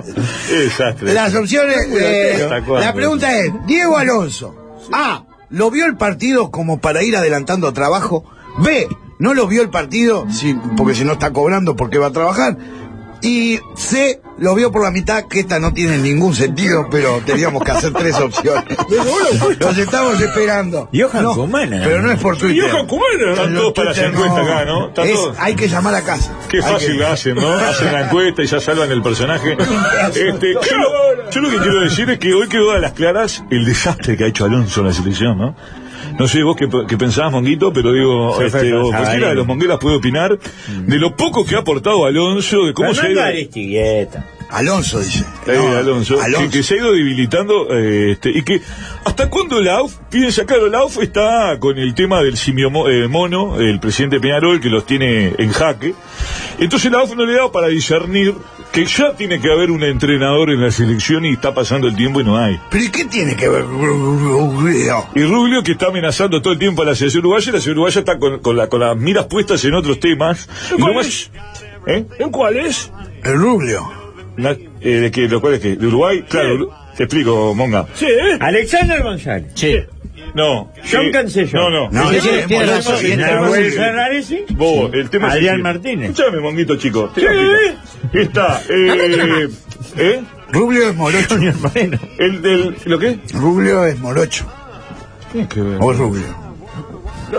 Qué desastre.
Las opciones. eh,
¿Hasta cuándo?
la pregunta es: Diego Alonso. A. ¿Lo vio el partido como para ir adelantando trabajo? B. ¿No lo vio el partido? Sí, porque si no está cobrando, ¿por qué va a trabajar? Y C lo vio por la mitad, que esta no tiene ningún sentido, pero teníamos que hacer tres opciones. Los estamos esperando.
Johan
No,
Cumana.
Pero no es por Twitter.
eh. Johan Cumana, están
Los
todos para
Twitter
hacer encuesta acá, ¿no? Están
Es-
todos.
hay que llamar a casa.
Qué
Hay
fácil ¿eh?
que-
la hacen, ¿no? Hacen la encuesta y ya salvan el personaje. Este, yo, lo- yo lo que quiero decir es que hoy quedó a las claras el desastre que ha hecho Alonso en la selección, ¿no? No sé vos qué, qué pensabas, Monguito, pero digo,
Sí,
este,
fue-
o cualquiera de los monguelas puede opinar de lo poco que ha aportado Alonso, de cómo se ha ido.
Fernando Aristigueta.
Alonso dice.
Eh, Alonso,
Alonso.
Que, que se ha ido debilitando eh, este, y que hasta cuando la AUF piensa, claro, la AUF está con el tema del simio mo- eh, mono, el presidente Peñarol, que los tiene en jaque. Entonces la AUF no le da para discernir que ya tiene que haber un entrenador en la selección y está pasando el tiempo y no hay.
¿Pero y qué tiene que ver Rubio?
Y Rubio que está amenazando todo el tiempo a la selección uruguaya y la selección uruguaya está con, con la- con las miras puestas en otros temas.
¿En
Y lo
cuál
más-
es?
¿Eh?
¿En cuál es?
El Rubio.
¿De qué? ¿Lo cual es que? ¿De Uruguay? Claro, Uru- te explico, Monga.
Sí, ¿eh? Alexander González.
Sí. No.
John
eh,
Cancellón.
No, no.
No,
El
sí,
tema-
tiene
el tema
razón,
es el
tiene
tema
razón.
es el-
Ferraresi.
Vos, el tema es el
Adrián
siguiente.
Martínez.
Escuchame, monguito, chico. te
Sí.
voy a explicar. Está, eh... ¿Eh?
Rubio es morocho.
El del... ¿Lo qué?
Rubio es morocho. O es rubio.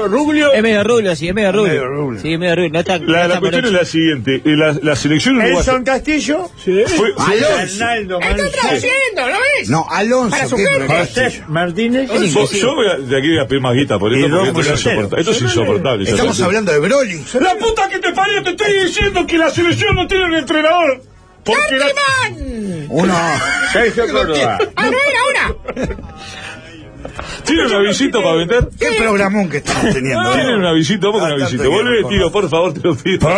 Rubio. Es medio rubio, sí, es medio rubio. Sí, es medio rubio. No está,
La, la cuestión es la siguiente. eh, La, la selección uruguaya...
Nelson Castillo. Sí.
Fue- fue-
Arnaldo Mancini.
Está traduciendo, ¿lo ves? Para su
¿qué?
gente.
José Martínez.
Yo, yo voy a- de aquí voy a pedir más guita por
Y
esto, porque
Rómulo
esto es
Cero.
insoportable. Esto es insoportable.
Estamos
Yo-
hablando de Broly.
La puta que te parió, te estoy diciendo que la selección no tiene un entrenador. Porque la-
Uno.
Sergio Córdoba.
¡Ah, no era ahora!
¿Tiene una visita para vender?
¿Qué programón que estamos teniendo?
Tienen
Ah.
una visita, vamos con una
Bastante
visita.
bien,
Volve,
por
tío, por favor, te lo pido.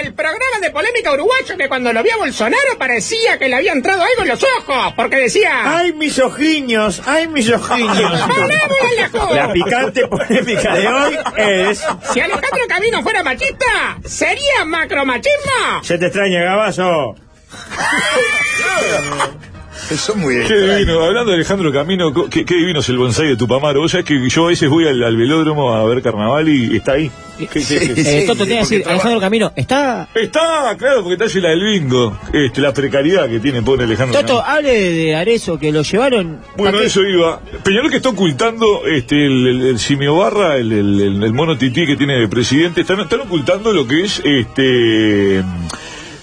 El programa de polémica uruguayo que cuando lo vio a Bolsonaro parecía que le había entrado algo en los ojos, porque decía...
¡Ay, mis ojiños! ¡Ay, mis ojiños!
¡Hablamos,
La picante polémica de hoy es.
Si Alejandro Camino fuera machista, ¿sería macromachismo?
Se te extraña, Gabazo.
Eso es muy
Qué divino, hablando de Alejandro Camino, co- qué, qué divino es el bonsai de Tupamaro. Vos sabés que yo a veces voy al, al velódromo a ver carnaval y está ahí. ¿Qué- qué- qué-
Eh, Toto, te iba a decir, Alejandro Camino, está.
Está, claro, porque te hace la del bingo. Este, la precariedad que tiene pobre Alejandro
Toto,
Camino.
hable de Arezo, que lo llevaron.
Bueno, eso iba. Peñarol que está ocultando este, el, el- el simio barra, el, el- el- el mono tití que tiene de presidente, están, están ocultando lo que es este eh,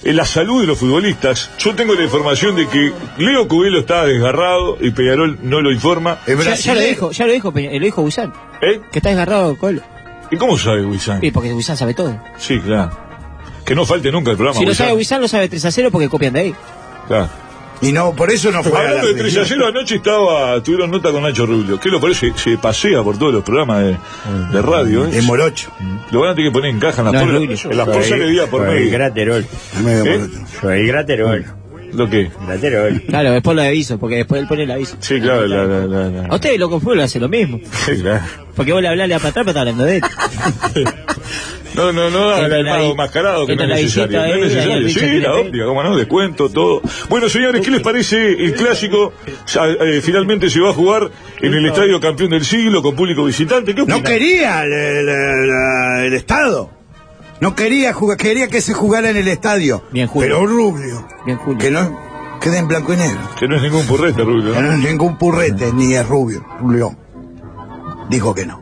la salud de los futbolistas. Yo tengo la información de que Leo Cubelo está desgarrado y Peñarol no lo informa.
Ya, ya lo dijo, ya lo dijo, Peña- lo dijo Gusán.
¿Eh?
Que está desgarrado, Colo.
¿Y cómo sabe Wissan?
Sí, porque Gusán sabe todo.
Sí, claro. Que no falte nunca el programa.
si lo
Wissan.
sabe Gusán, lo sabe 3 a 0 porque copian de ahí.
Claro.
Y no, por eso no fue a
Hablando
la
de 3 a 0, anoche estaba, tuvieron nota con Nacho Rubio. ¿Qué lo parece? Se pasea por todos los programas de, de radio. ¿eh?
Es morocho.
Lo van a tener que poner en caja en las
No, es
porras.
Rubio.
En las porras
Soy-
de día por
soy
medio.
Graterol.
¿Eh?
Soy Graterol.
¿Lo qué?
Graterol.
Claro, después lo aviso, porque después él pone el aviso.
Sí, claro, la, la, la,
A
la-
ustedes lo fútbol hace lo mismo.
Sí, claro.
Porque vos le hablás le das para atrás, pero está hablando de él.
No, no, no,
Entra
el
la
armado
vi-
mascarado que no
entra
es
la visita
necesario. No es
ahí, la
necesario.
pincha que
Sí, la
le pega.
óptica, como no, descuento, todo. Bueno, señores, ¿qué les parece el clásico? Ya, eh, finalmente se va a jugar en el Estadio Campeón del Siglo con público visitante. ¿Qué
No
opinan?
quería el, el- el- el Estado. No quería jugar, quería que se jugara en el estadio.
Bien, Julio.
Pero Rubio,
Bien, Julio.
que no quede en blanco y negro.
Que no es ningún purrete, Rubio.
Que
¿no?
no es ningún purrete, ni es Rubio. Rubio dijo que no.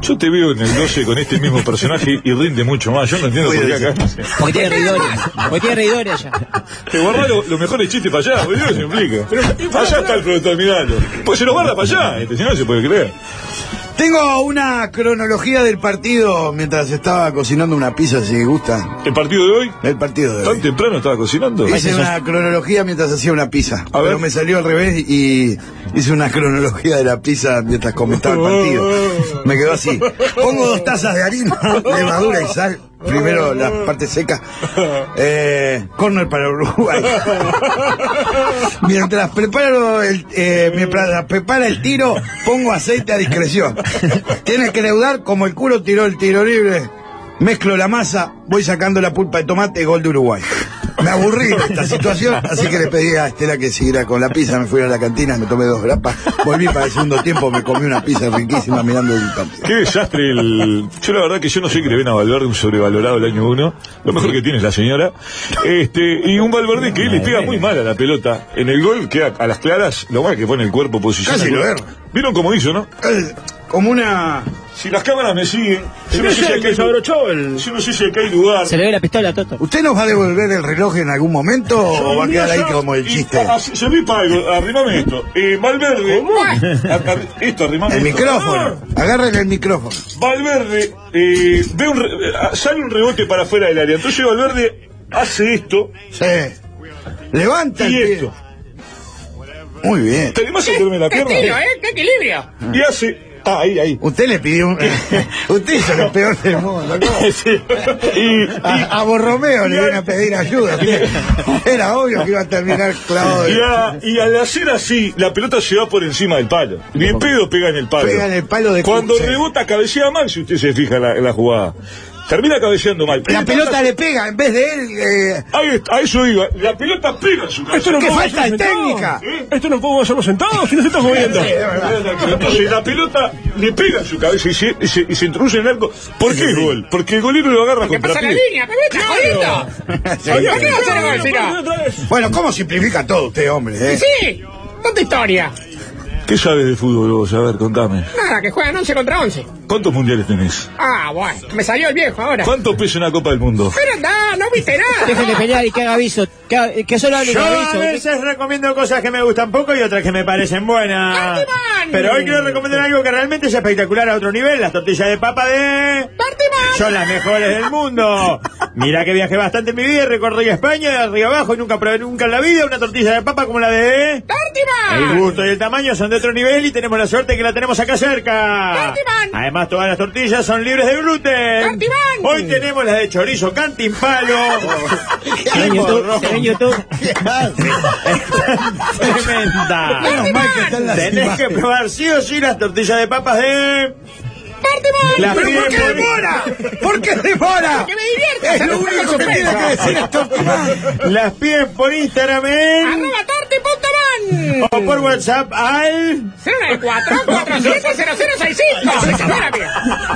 Yo te veo en el 12 con este mismo personaje y rinde mucho más. Yo no entiendo por qué acá.
Porque tiene reidores. Porque tiene reidores allá.
Te guardás lo- los mejores chistes para allá, boludo, se implica. allá está el productor, miralo. Pues se lo guarda para allá, este, si no no se puede creer.
Tengo una cronología del partido mientras estaba cocinando una pizza, si gusta.
¿El partido de hoy?
El partido de hoy.
¿Tan temprano estaba cocinando?
Hice una cronología mientras hacía una pizza.
A ver.
Pero me salió al revés y hice una cronología de la pizza mientras comentaba el partido. Me quedó así. Pongo dos tazas de harina, levadura y sal. Primero las partes secas. Eh, corner para Uruguay. Mientras preparo el, eh, mientras prepara el tiro, pongo aceite a discreción. Tiene que leudar como el culo tiró el tiro libre. Mezclo la masa, voy sacando la pulpa de tomate, gol de Uruguay. Me aburrí de esta situación, así que le pedí a Estela que siguiera con la pizza. Me fui a la cantina, me tomé dos grapas, volví para el segundo tiempo, me comí una pizza riquísima mirando el campo.
Qué desastre el. Yo la verdad que yo no sé que le ven a Valverde un sobrevalorado el año uno. Lo mejor que tiene es la señora. Este, y un Valverde que le pega muy mal a la pelota. En el gol queda a las claras, lo mal que pone el cuerpo posicionado.
Casi lo erra.
¿Vieron cómo hizo, no?
Eh, Como una.
Si las cámaras me siguen. Yo no
Ese
sé si
que
acá hay
se
lu- yo no sé si acá hay lugar.
Se le ve la pistola, Toto.
¿Usted nos va a devolver el reloj en algún momento o va a quedar ahí como el chiste?
Se me pago, arrimame esto. Eh, Valverde. Ar- ar- Esto, arrimame
El
esto.
micrófono, agarren el micrófono.
Valverde eh, ve un re- eh, sale un rebote para afuera del área. Entonces Valverde hace esto.
Levanta
y
el pie.
esto.
Muy bien.
¿Te animás a hacerme la
¡Qué
pierna?
tiro, eh! ¡Qué equilibrio!
Y hace. Ah, ahí, ahí.
Usted le pidió. un- Usted hizo lo peor del mundo. ¿no? a, a Borromeo le iban a pedir ayuda. Era obvio que iba a terminar clavado. de-
Y, a- y al hacer así, la pelota se va por encima del palo. Ni en pedo pega en el palo.
Pega en el palo de
Cuando
Kuchel.
rebota, cabecea mal, si usted se fija en la, en la jugada. Termina cabeceando mal.
La
Y
pelota
pasa-
le pega en vez de él. eh,
Ahí está, a eso iba. La pelota pega en su cabeza.
Esto no ¡Qué podemos falta hacer de sentados! técnica!
Esto no podemos hacerlo sentados si no se está
moviendo.
Entonces la pelota le pega en su cabeza y se, y se- y se introduce en el arco. ¿Por qué es gol? Porque el golero lo agarra
¿Qué
contra
pasa la línea? ¿Qué me estás jodiendo?
Sí.
¿Por qué no se lo voy a decir, no?
Bueno, ¿cómo simplifica todo usted, hombre? eh?
Sí, tanta historia.
¿Qué sabes de fútbol vos? A ver, contame.
Nada, que juegan 11 contra 11.
¿Cuántos mundiales tenés?
Ah, bueno, me salió el viejo ahora.
¿Cuánto pesa una Copa del Mundo?
Pero anda, no viste nada.
Dejen de pelear y que haga aviso. Que, haga- que solo hable y
Yo a
haga aviso.
veces recomiendo cosas que me gustan poco y otras que me parecen buenas. Pero hoy quiero recomendar algo que realmente es espectacular a otro nivel. Las tortillas de papa de... Son las mejores del mundo. Mira que viajé bastante en mi vida y recorrí España de arriba abajo y nunca probé nunca en la vida una tortilla de papa como la de...
Ah.
El gusto y el tamaño son de otro nivel y tenemos la suerte que la tenemos acá cerca. Además, todas las tortillas son libres de gluten. Hoy tenemos las de chorizo cantimpalo.
en YouTube, en YouTube.
Tremenda.
Menos mal que están las
Tenés que
imágenes.
probar sí o sí las tortillas de papas de... Las
¿Pero por
piden
qué demora? ¿Por qué demora?
Que me divierta.
Es lo único que tiene que decir esto.
Las piden por Instagram en...
Arroba torti.man.
O por WhatsApp al...
094 470065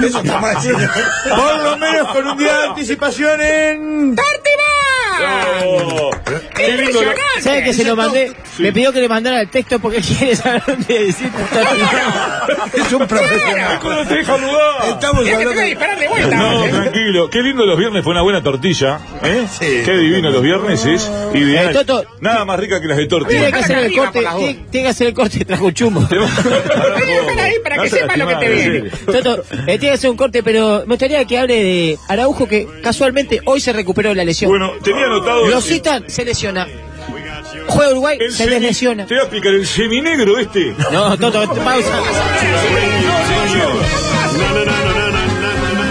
Eso está mal.
Por lo menos con un día de anticipación en...
Impresionante.
¿Sabe que se lo mandé? Me pidió que le mandara el texto porque quiere saber dónde decir
Es un profesional.
¿Cuándo te deja jugar?
Estamos
Mira que te voy a
hablando.
disparar de vuelta.
No, tranquilo. Qué lindo los viernes, fue una buena tortilla. ¿eh? Qué divino los viernes es. Ideal.
Eh, Toto.
Nada más rica que las de torta.
Tiene que hacer el
Arriba,
corte,
por la
tiene, tiene que hacer el corte trajo un chumbo.
Déjala ahí para
No
que
se
sepa lo que te
lastimaba,
viene.
sí.
Toto, eh, tiene que hacer un corte, pero me gustaría que hable de Araujo que casualmente hoy se recuperó de la lesión.
Bueno, tenía anotado.
Lo
el-
citan, se lesiona. Juega Uruguay,
el
se
semi-
deslesiona.
Te voy a explicar, el seminegro este.
No, Toto, pausa.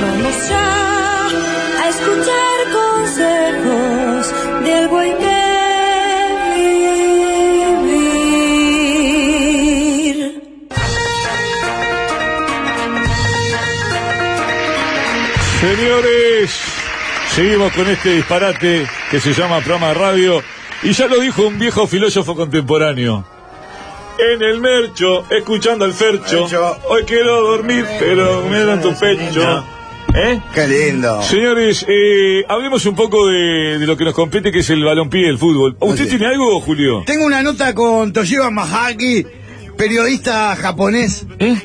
Vamos ya a escuchar consejos del buen que vivir.
Señores, seguimos con este disparate que se llama programa de radio. Y ya lo dijo un viejo filósofo contemporáneo. En el mercho, escuchando al fercho.
Fercho.
Hoy quiero dormir, pero me dan tu pecho. ¿Eh?
Qué lindo.
Señores, eh, hablemos un poco de, de lo que nos compete, que es el balompié del fútbol. ¿Usted tiene algo, Julio?
Tengo una nota con Toshiba Mahaki, periodista japonés,
¿Eh?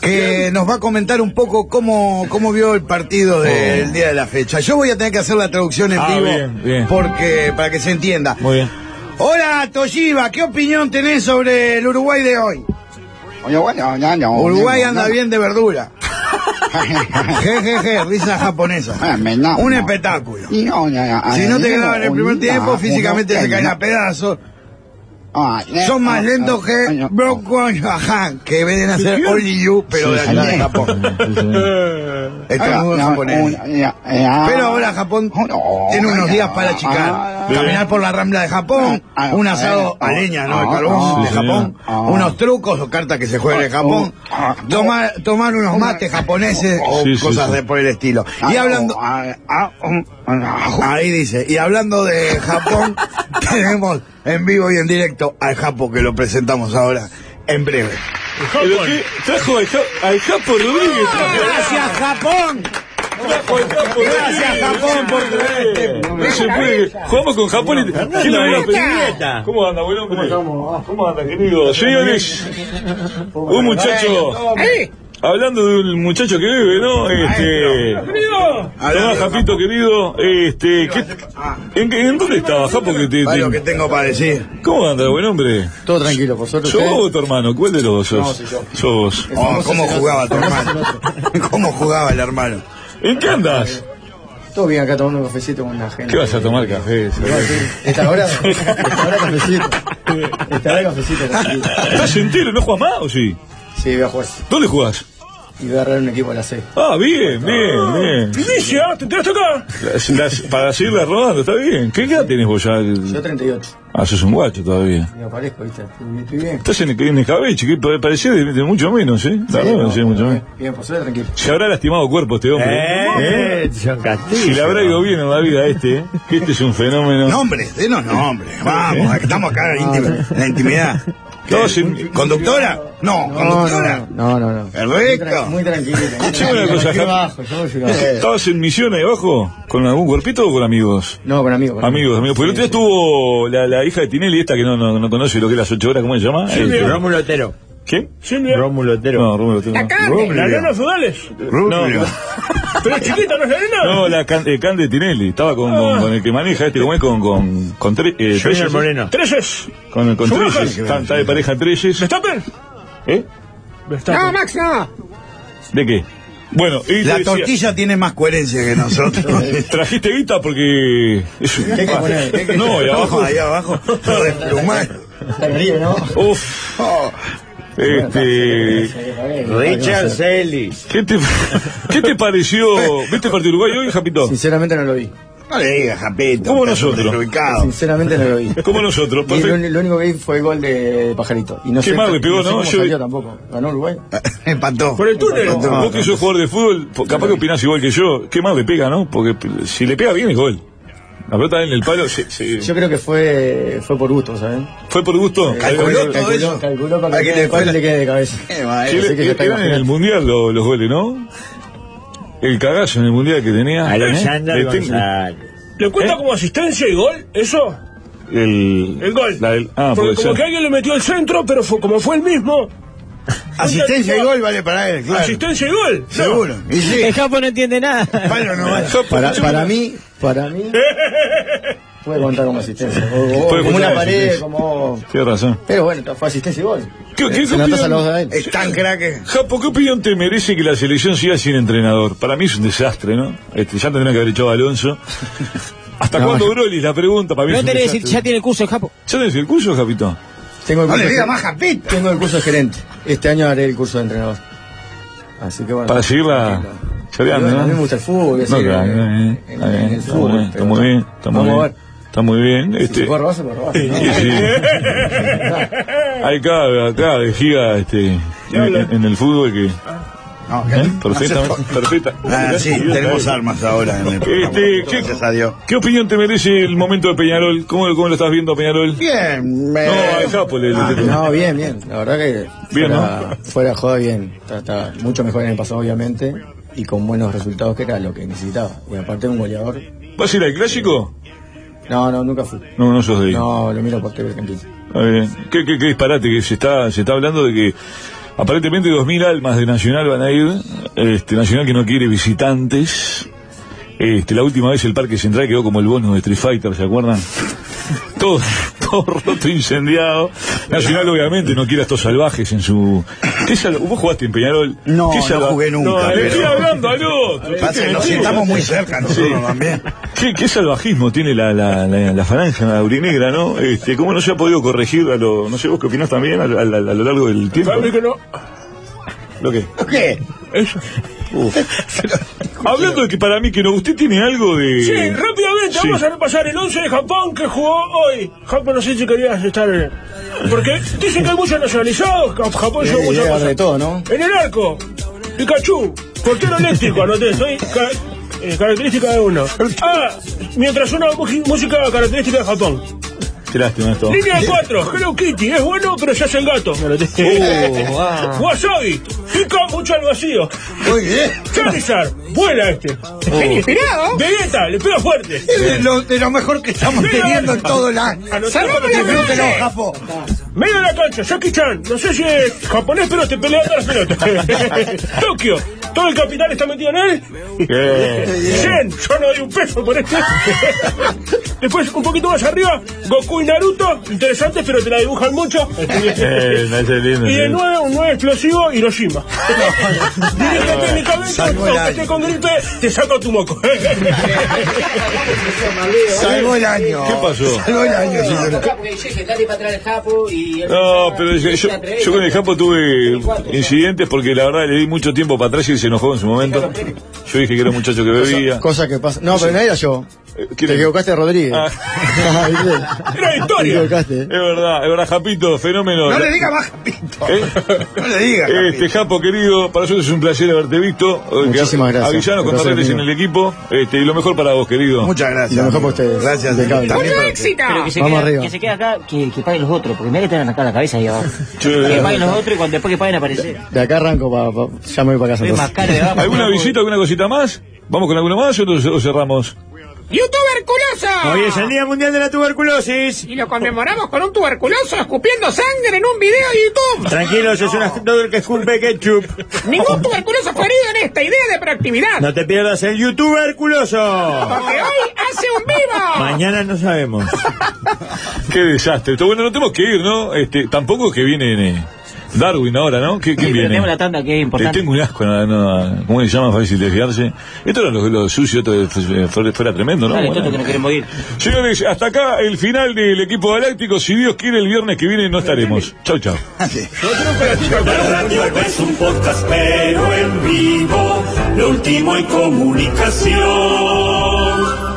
que nos va a comentar un poco cómo, cómo vio el partido del día de la fecha. Yo voy a tener que hacer la traducción en
Oh. Ah,
vivo
bien, bien.
porque para que se entienda.
Muy bien.
Hola Toshiba, ¿qué opinión tenés sobre el Uruguay de hoy? Uruguay anda bien de verdura. Jejeje, risa japonesa. Un espectáculo.
Ah,
Si no te quedaba en el primer tiempo, físicamente te caen a pedazos.
Ah,
Son más lentos que Brock Jahan, que vienen a ser Only You, pero de allá de Japón. Estos nudos japoneses. Pero ahora Japón tiene unos días para achicar. caminar por la rambla de Japón,
Ah,
un asado a leña, no, de carbón, de Japón, unos trucos o cartas que se juegan en Japón,
Ah,
tomar, tomar unos mates japoneses o
Oh, Sí, sí,
cosas
sí. Ah,
de por el estilo. Y hablando...
um,
Ahí dice, y hablando de Japón, tenemos en vivo y en directo al Japo que lo presentamos ahora en breve.
Pero qué- Trajo al Ja- al Japo Rodríguez.
Gracias, Japón.
Ah, Gracias, Japón, por traer. No se puede. Jugamos con Japón y. ¿Quién lo hubiera pensado? ¿Cómo anda, buen hombre?
Ah,
¿Cómo anda, querido? Señores, un muchacho. Hablando de un muchacho que bebe, ¿no? Este. Tomás Japito, querido. Este. ¿qué- ¿En, en dónde estabas, Japo? Que te,
Para lo que tengo para decir.
¿Cómo anda, buen hombre?
Todo tranquilo, por suerte.
¿Yo o tu hermano? ¿Cuál de los dos sos?
No, soy yo.
Sos.
Oh, ¿Cómo jugaba tu hermano? ¿Cómo jugaba el hermano?
¿En qué andas?
Todo bien acá tomando un cafecito con la gente.
¿Qué vas a tomar café?
¿Esta hora? Esta hora cafecito. Esta hora cafecito. tranquilo.
¿Estás entero? ¿No juegas más o sí?
Sí, voy a jugar.
¿Dónde jugás?
Y voy a agarrar un equipo a las 6.
Ah, bien, bien, bien.
¡Inicia! ¡Te entraste acá!
Las- las- para seguirla rodando, está bien. ¿Qué edad tenés vos ya?
Yo 38.
Ah, sos un guacho todavía.
Me aparezco, ¿viste? Estoy estoy bien.
Estás en, en escabeche, que pa- parecía de, de mucho menos, ¿eh? La verdad,
no,
sí, mucho menos.
Bien, por suerte, tranquilo.
Se habrá lastimado cuerpo este hombre.
Eh,
Si le habrá ido bien en la vida a este, ¿eh? que este es un fenómeno.
Nombres, denos nombres. Vamos, estamos acá en,
Ah,
intim- en la intimidad. ¿Conductora? No, conductora.
No, no, no.
Perfecto.
Muy tranquilo.
Escuchame una
Yo
cosa, Javi.
bajo, yo bajo.
¿Estabas en misión ahí abajo? ¿Con algún cuerpito o con amigos?
No, con amigos. con
Amigos, amigos. Porque el otro día estuvo la, la hija de Tinelli, esta que no, no, no conoce lo que es las ocho horas, ¿cómo se llama? Este,
Rómulo Otero.
¿Qué?
Rómulo Otero.
No, Rómulo Otero. no. Rómulo.
Sudales.
No,
Pero es chiquita, no es arena.
No, la can, eh, Cande Tinelli, estaba con, con, con el que maneja este, ¿cómo es? Con, con, con tre- eh,
Junior
Trelles.
Moreno.
Trelles. Con, con
Schumacher.
Trelles, está, está de pareja Trelles. ¿Verstappen? ¿Eh?
No, Max, no.
¿De qué? Bueno, y
La
te decía,
tortilla tiene más coherencia que nosotros.
Trajiste guita porque... es un-
¿Qué hay que poner? ¿Qué hay que-
No, y abajo...
No, ahí abajo, lo desplumaron.
Uf. Este...
Richard Selly.
¿Qué te, ¿Qué te pareció? ¿Viste el partido de Uruguay hoy, Japito?
Sinceramente no lo vi.
No le digas, Japito.
Como nosotros.
Sinceramente no lo vi.
Como nosotros,
Y
perfecto.
lo, lo único que vi fue el gol de Pajarito. Y no
Qué
sé,
mal le pegó,
sé
¿no?
cómo
Yo-
salió tampoco. Ganó Uruguay.
Empató.
Por el túnel.
Vos que sos jugador de fútbol, po- capaz que opinás igual que yo. ¿Qué más le pega, no? Porque p- si le pega bien es gol. La pelota en el palo se- se-
Yo creo que fue, fue por gusto, ¿saben?
fue por gusto.
Calculó, calculó, calculó para que cuál le quede de cabeza.
Eh,
Sí,
Así que
le-
ya
le
está,
pegan en el
imagínate.
mundial lo- los goles, ¿no? El cagazo en el mundial que tenía. ¿Eh?
Alexander
Le tengo-
González.
¿Eh? ¿Le
¿Eh?
cuenta como asistencia y gol? ¿Eso?
El,
El gol.
la del- ah,
Porque
puede
como
ser.
que alguien le metió el centro, pero fue, como fue el mismo.
Asistencia y gol vale para él, claro.
Asistencia y gol.
Seguro. Y sí.
El Japo no entiende nada.
Para, para mí, para mí, puede contar como asistencia. O- o
Puede
como
contar
una
como
pared,
asistencia.
como...
Tienes razón.
Pero bueno, fue asistencia y gol.
¿Qué, qué,
Se la tasa los dos a él.
Es tan crack.
Japo, ¿qué opinión te merece que la selección siga sin entrenador? Para mí es un desastre, ¿no? Este, ya tendrían que haber echado a Alonso. ¿Hasta
No,
cuándo
yo-
Broly? La pregunta para mí
No
es un
tenés que decir,
desastre.
ya tiene el curso el Japo.
¿Ya tenés el curso, Japito?
Tengo el
No le
curso-
diga más, Japito.
Tengo el curso de gerente. Este año haré el curso de entrenador. Así que bueno.
Para seguirla choreando,
Y bueno,
¿no?
A mí me gusta el fútbol. así
No,
que-
claro, eh, está bien,
el
está
fútbol,
bien, Está muy bien, está muy
Vamos a
bien. Está muy bien.
Si
Este,
puedo robar, se puede robar. ¿no?
Sí, sí. Hay cada, acá de giga este, en, en- en el fútbol que. ¿Eh? Perfectamente. Perfecta.
Ah, sí, tenemos armas ahora en el programa.
Este, ¿qué,
Gracias a Dios.
qué opinión te merece el momento de Peñarol? ¿Cómo, cómo lo estás viendo, Peñarol?
Bien,
No, al Japo le-
Ah,
le-
no, bien, bien. La verdad que
Bien,
fuera, fuera de joda bien. Está, está mucho mejor en el pasado, obviamente, y con buenos resultados que era lo que necesitaba. Y aparte un goleador.
¿Vas a ir al clásico?
No, no, nunca fui.
No, no sos de ahí.
No, lo miro por TV Argentina.
Está bien. ¿Qué, qué- qué disparate que se está, se está hablando de que aparentemente 2.000 almas de Nacional van a ir, este, Nacional que no quiere visitantes. Este, la última vez el Parque Central quedó como el bono de Street Fighter, ¿se acuerdan? todo, todo roto, incendiado. Nacional obviamente no quiere a estos salvajes en su... ¿Qué sal- ¿Vos jugaste en Peñarol?
No,
¿Qué
no
salva-
jugué nunca,
No, le
pero-
estoy hablando al otro. Este
Pasa que nos
Sí.
sentamos muy cerca nosotros
Sí.
también.
¿Qué, qué salvajismo tiene la, la, la, la falange aurinegra, ¿no? Este, ¿Cómo no se ha podido corregir a lo, no sé vos qué opinás también a, lo- a lo- a lo largo del tiempo?
Para mí que no.
¿Lo qué?
¿Qué?
Eso.
Hablando de que para mí que no, usted tiene algo de. Eh,
Sí, rápidamente
Sí.
vamos a repasar el 11 de Japón que jugó hoy. Japón, no sé si querías estar. eh, Porque dicen que hay muchos nacionalizados. Jap- Japón
Bien,
llegó muchas
llegar
cosas.
de todo, ¿no?
En el arco, Pikachu, portero eléctrico, anoté, soy ca- eh, característica de uno. Ah, mientras una mu- música característica de Japón.
Qué lástima esto.
Línea 4, Hello Kitty, es bueno, pero se hace el gato.
Oh, ah.
Wasabi, pica mucho al vacío.
Muy bien.
Charizard, vuela este.
Bien inspirado.
Vegeta, le pega fuerte.
de lo, de lo mejor que estamos teniendo en todo el año. Disfrútenlo, Japo.
Medio de la cancha, Jackie Chan. No sé si es japonés, pero te pelea todas las pelotas. Tokio, todo el capital está metido en él.
Eh,
Yen, yo no doy un peso por este. Después, un poquito más arriba, Goku y Naruto. Interesantes, pero te la dibujan mucho.
Eh, no, ese es lindo,
Y de
sí.
nuevo, un nuevo explosivo, Hiroshima. Dile que técnicamente,
Salvó el
aunque
año.
esté con gripe, te saco tu moco.
Salvo el año.
¿Qué pasó?
Salvo el año, señora.
No, pero yo, yo- yo con el campo tuve incidentes porque la verdad le di mucho tiempo para atrás y se enojó en su momento. Yo dije que era un muchacho que bebía. Eh,
Cosas que pasan. No, pero no era yo.
¿quién Ah.
Te
es?
equivocaste, Rodríguez.
Era
Te
historia. Es
equivocaste.
verdad, es verdad, Japito, fenómeno.
No le diga más, Japito. No le diga.
Este Japo querido, para nosotros es un placer haberte visto.
Muchísimas gracias.
Avisanos
Un
cuando
placer
estés en
mío.
el equipo. Este, y lo mejor para vos, querido.
Muchas gracias.
Y lo mejor para ustedes.
Gracias,
Impecable.
también para-
Pero que se,
Vamos
quede,
arriba.
que se quede acá, que, que paguen los otros, porque me que tener acá la cabeza ahí abajo.
Che.
que paguen los otros y cuando después que paguen aparecer.
De acá arranco, pa, pa- ya me voy para casa.
Es más
entonces.
caro de abajo.
¿Alguna visita, alguna cosita más? ¿Vamos con alguna más o, nos- o cerramos?
¡Youtuber culoso!
Hoy es el Día Mundial de la Tuberculosis.
Y lo conmemoramos con un tuberculoso escupiendo sangre en un video de YouTube.
Tranquilos, es un astronauta que escupe ketchup.
Ningún tuberculoso fue herido en esta idea de proactividad.
No te pierdas el youtuber culoso.
Porque hoy hace un vivo.
Mañana no sabemos.
Qué desastre. Esto, Bueno, no tenemos que ir, ¿no? Este, tampoco es que viene eh, Darwin ahora, ¿no? ¿Qué,
Sí,
quién
pero
viene?
tenemos la tanda que es
Le
importante.
tengo un asco, no, no, ¿cómo se llama? Fácil de fiarse. Esto era lo, lo sucio, esto eh, fuera, fuera tremendo, ¿no?
Dale,
Bueno.
Toto, que no queremos ir.
Señores, hasta acá el final del equipo galáctico. Si Dios quiere, el viernes que viene no estaremos. Chau, chau.
La radio es un podcast, pero en vivo, lo último en comunicación.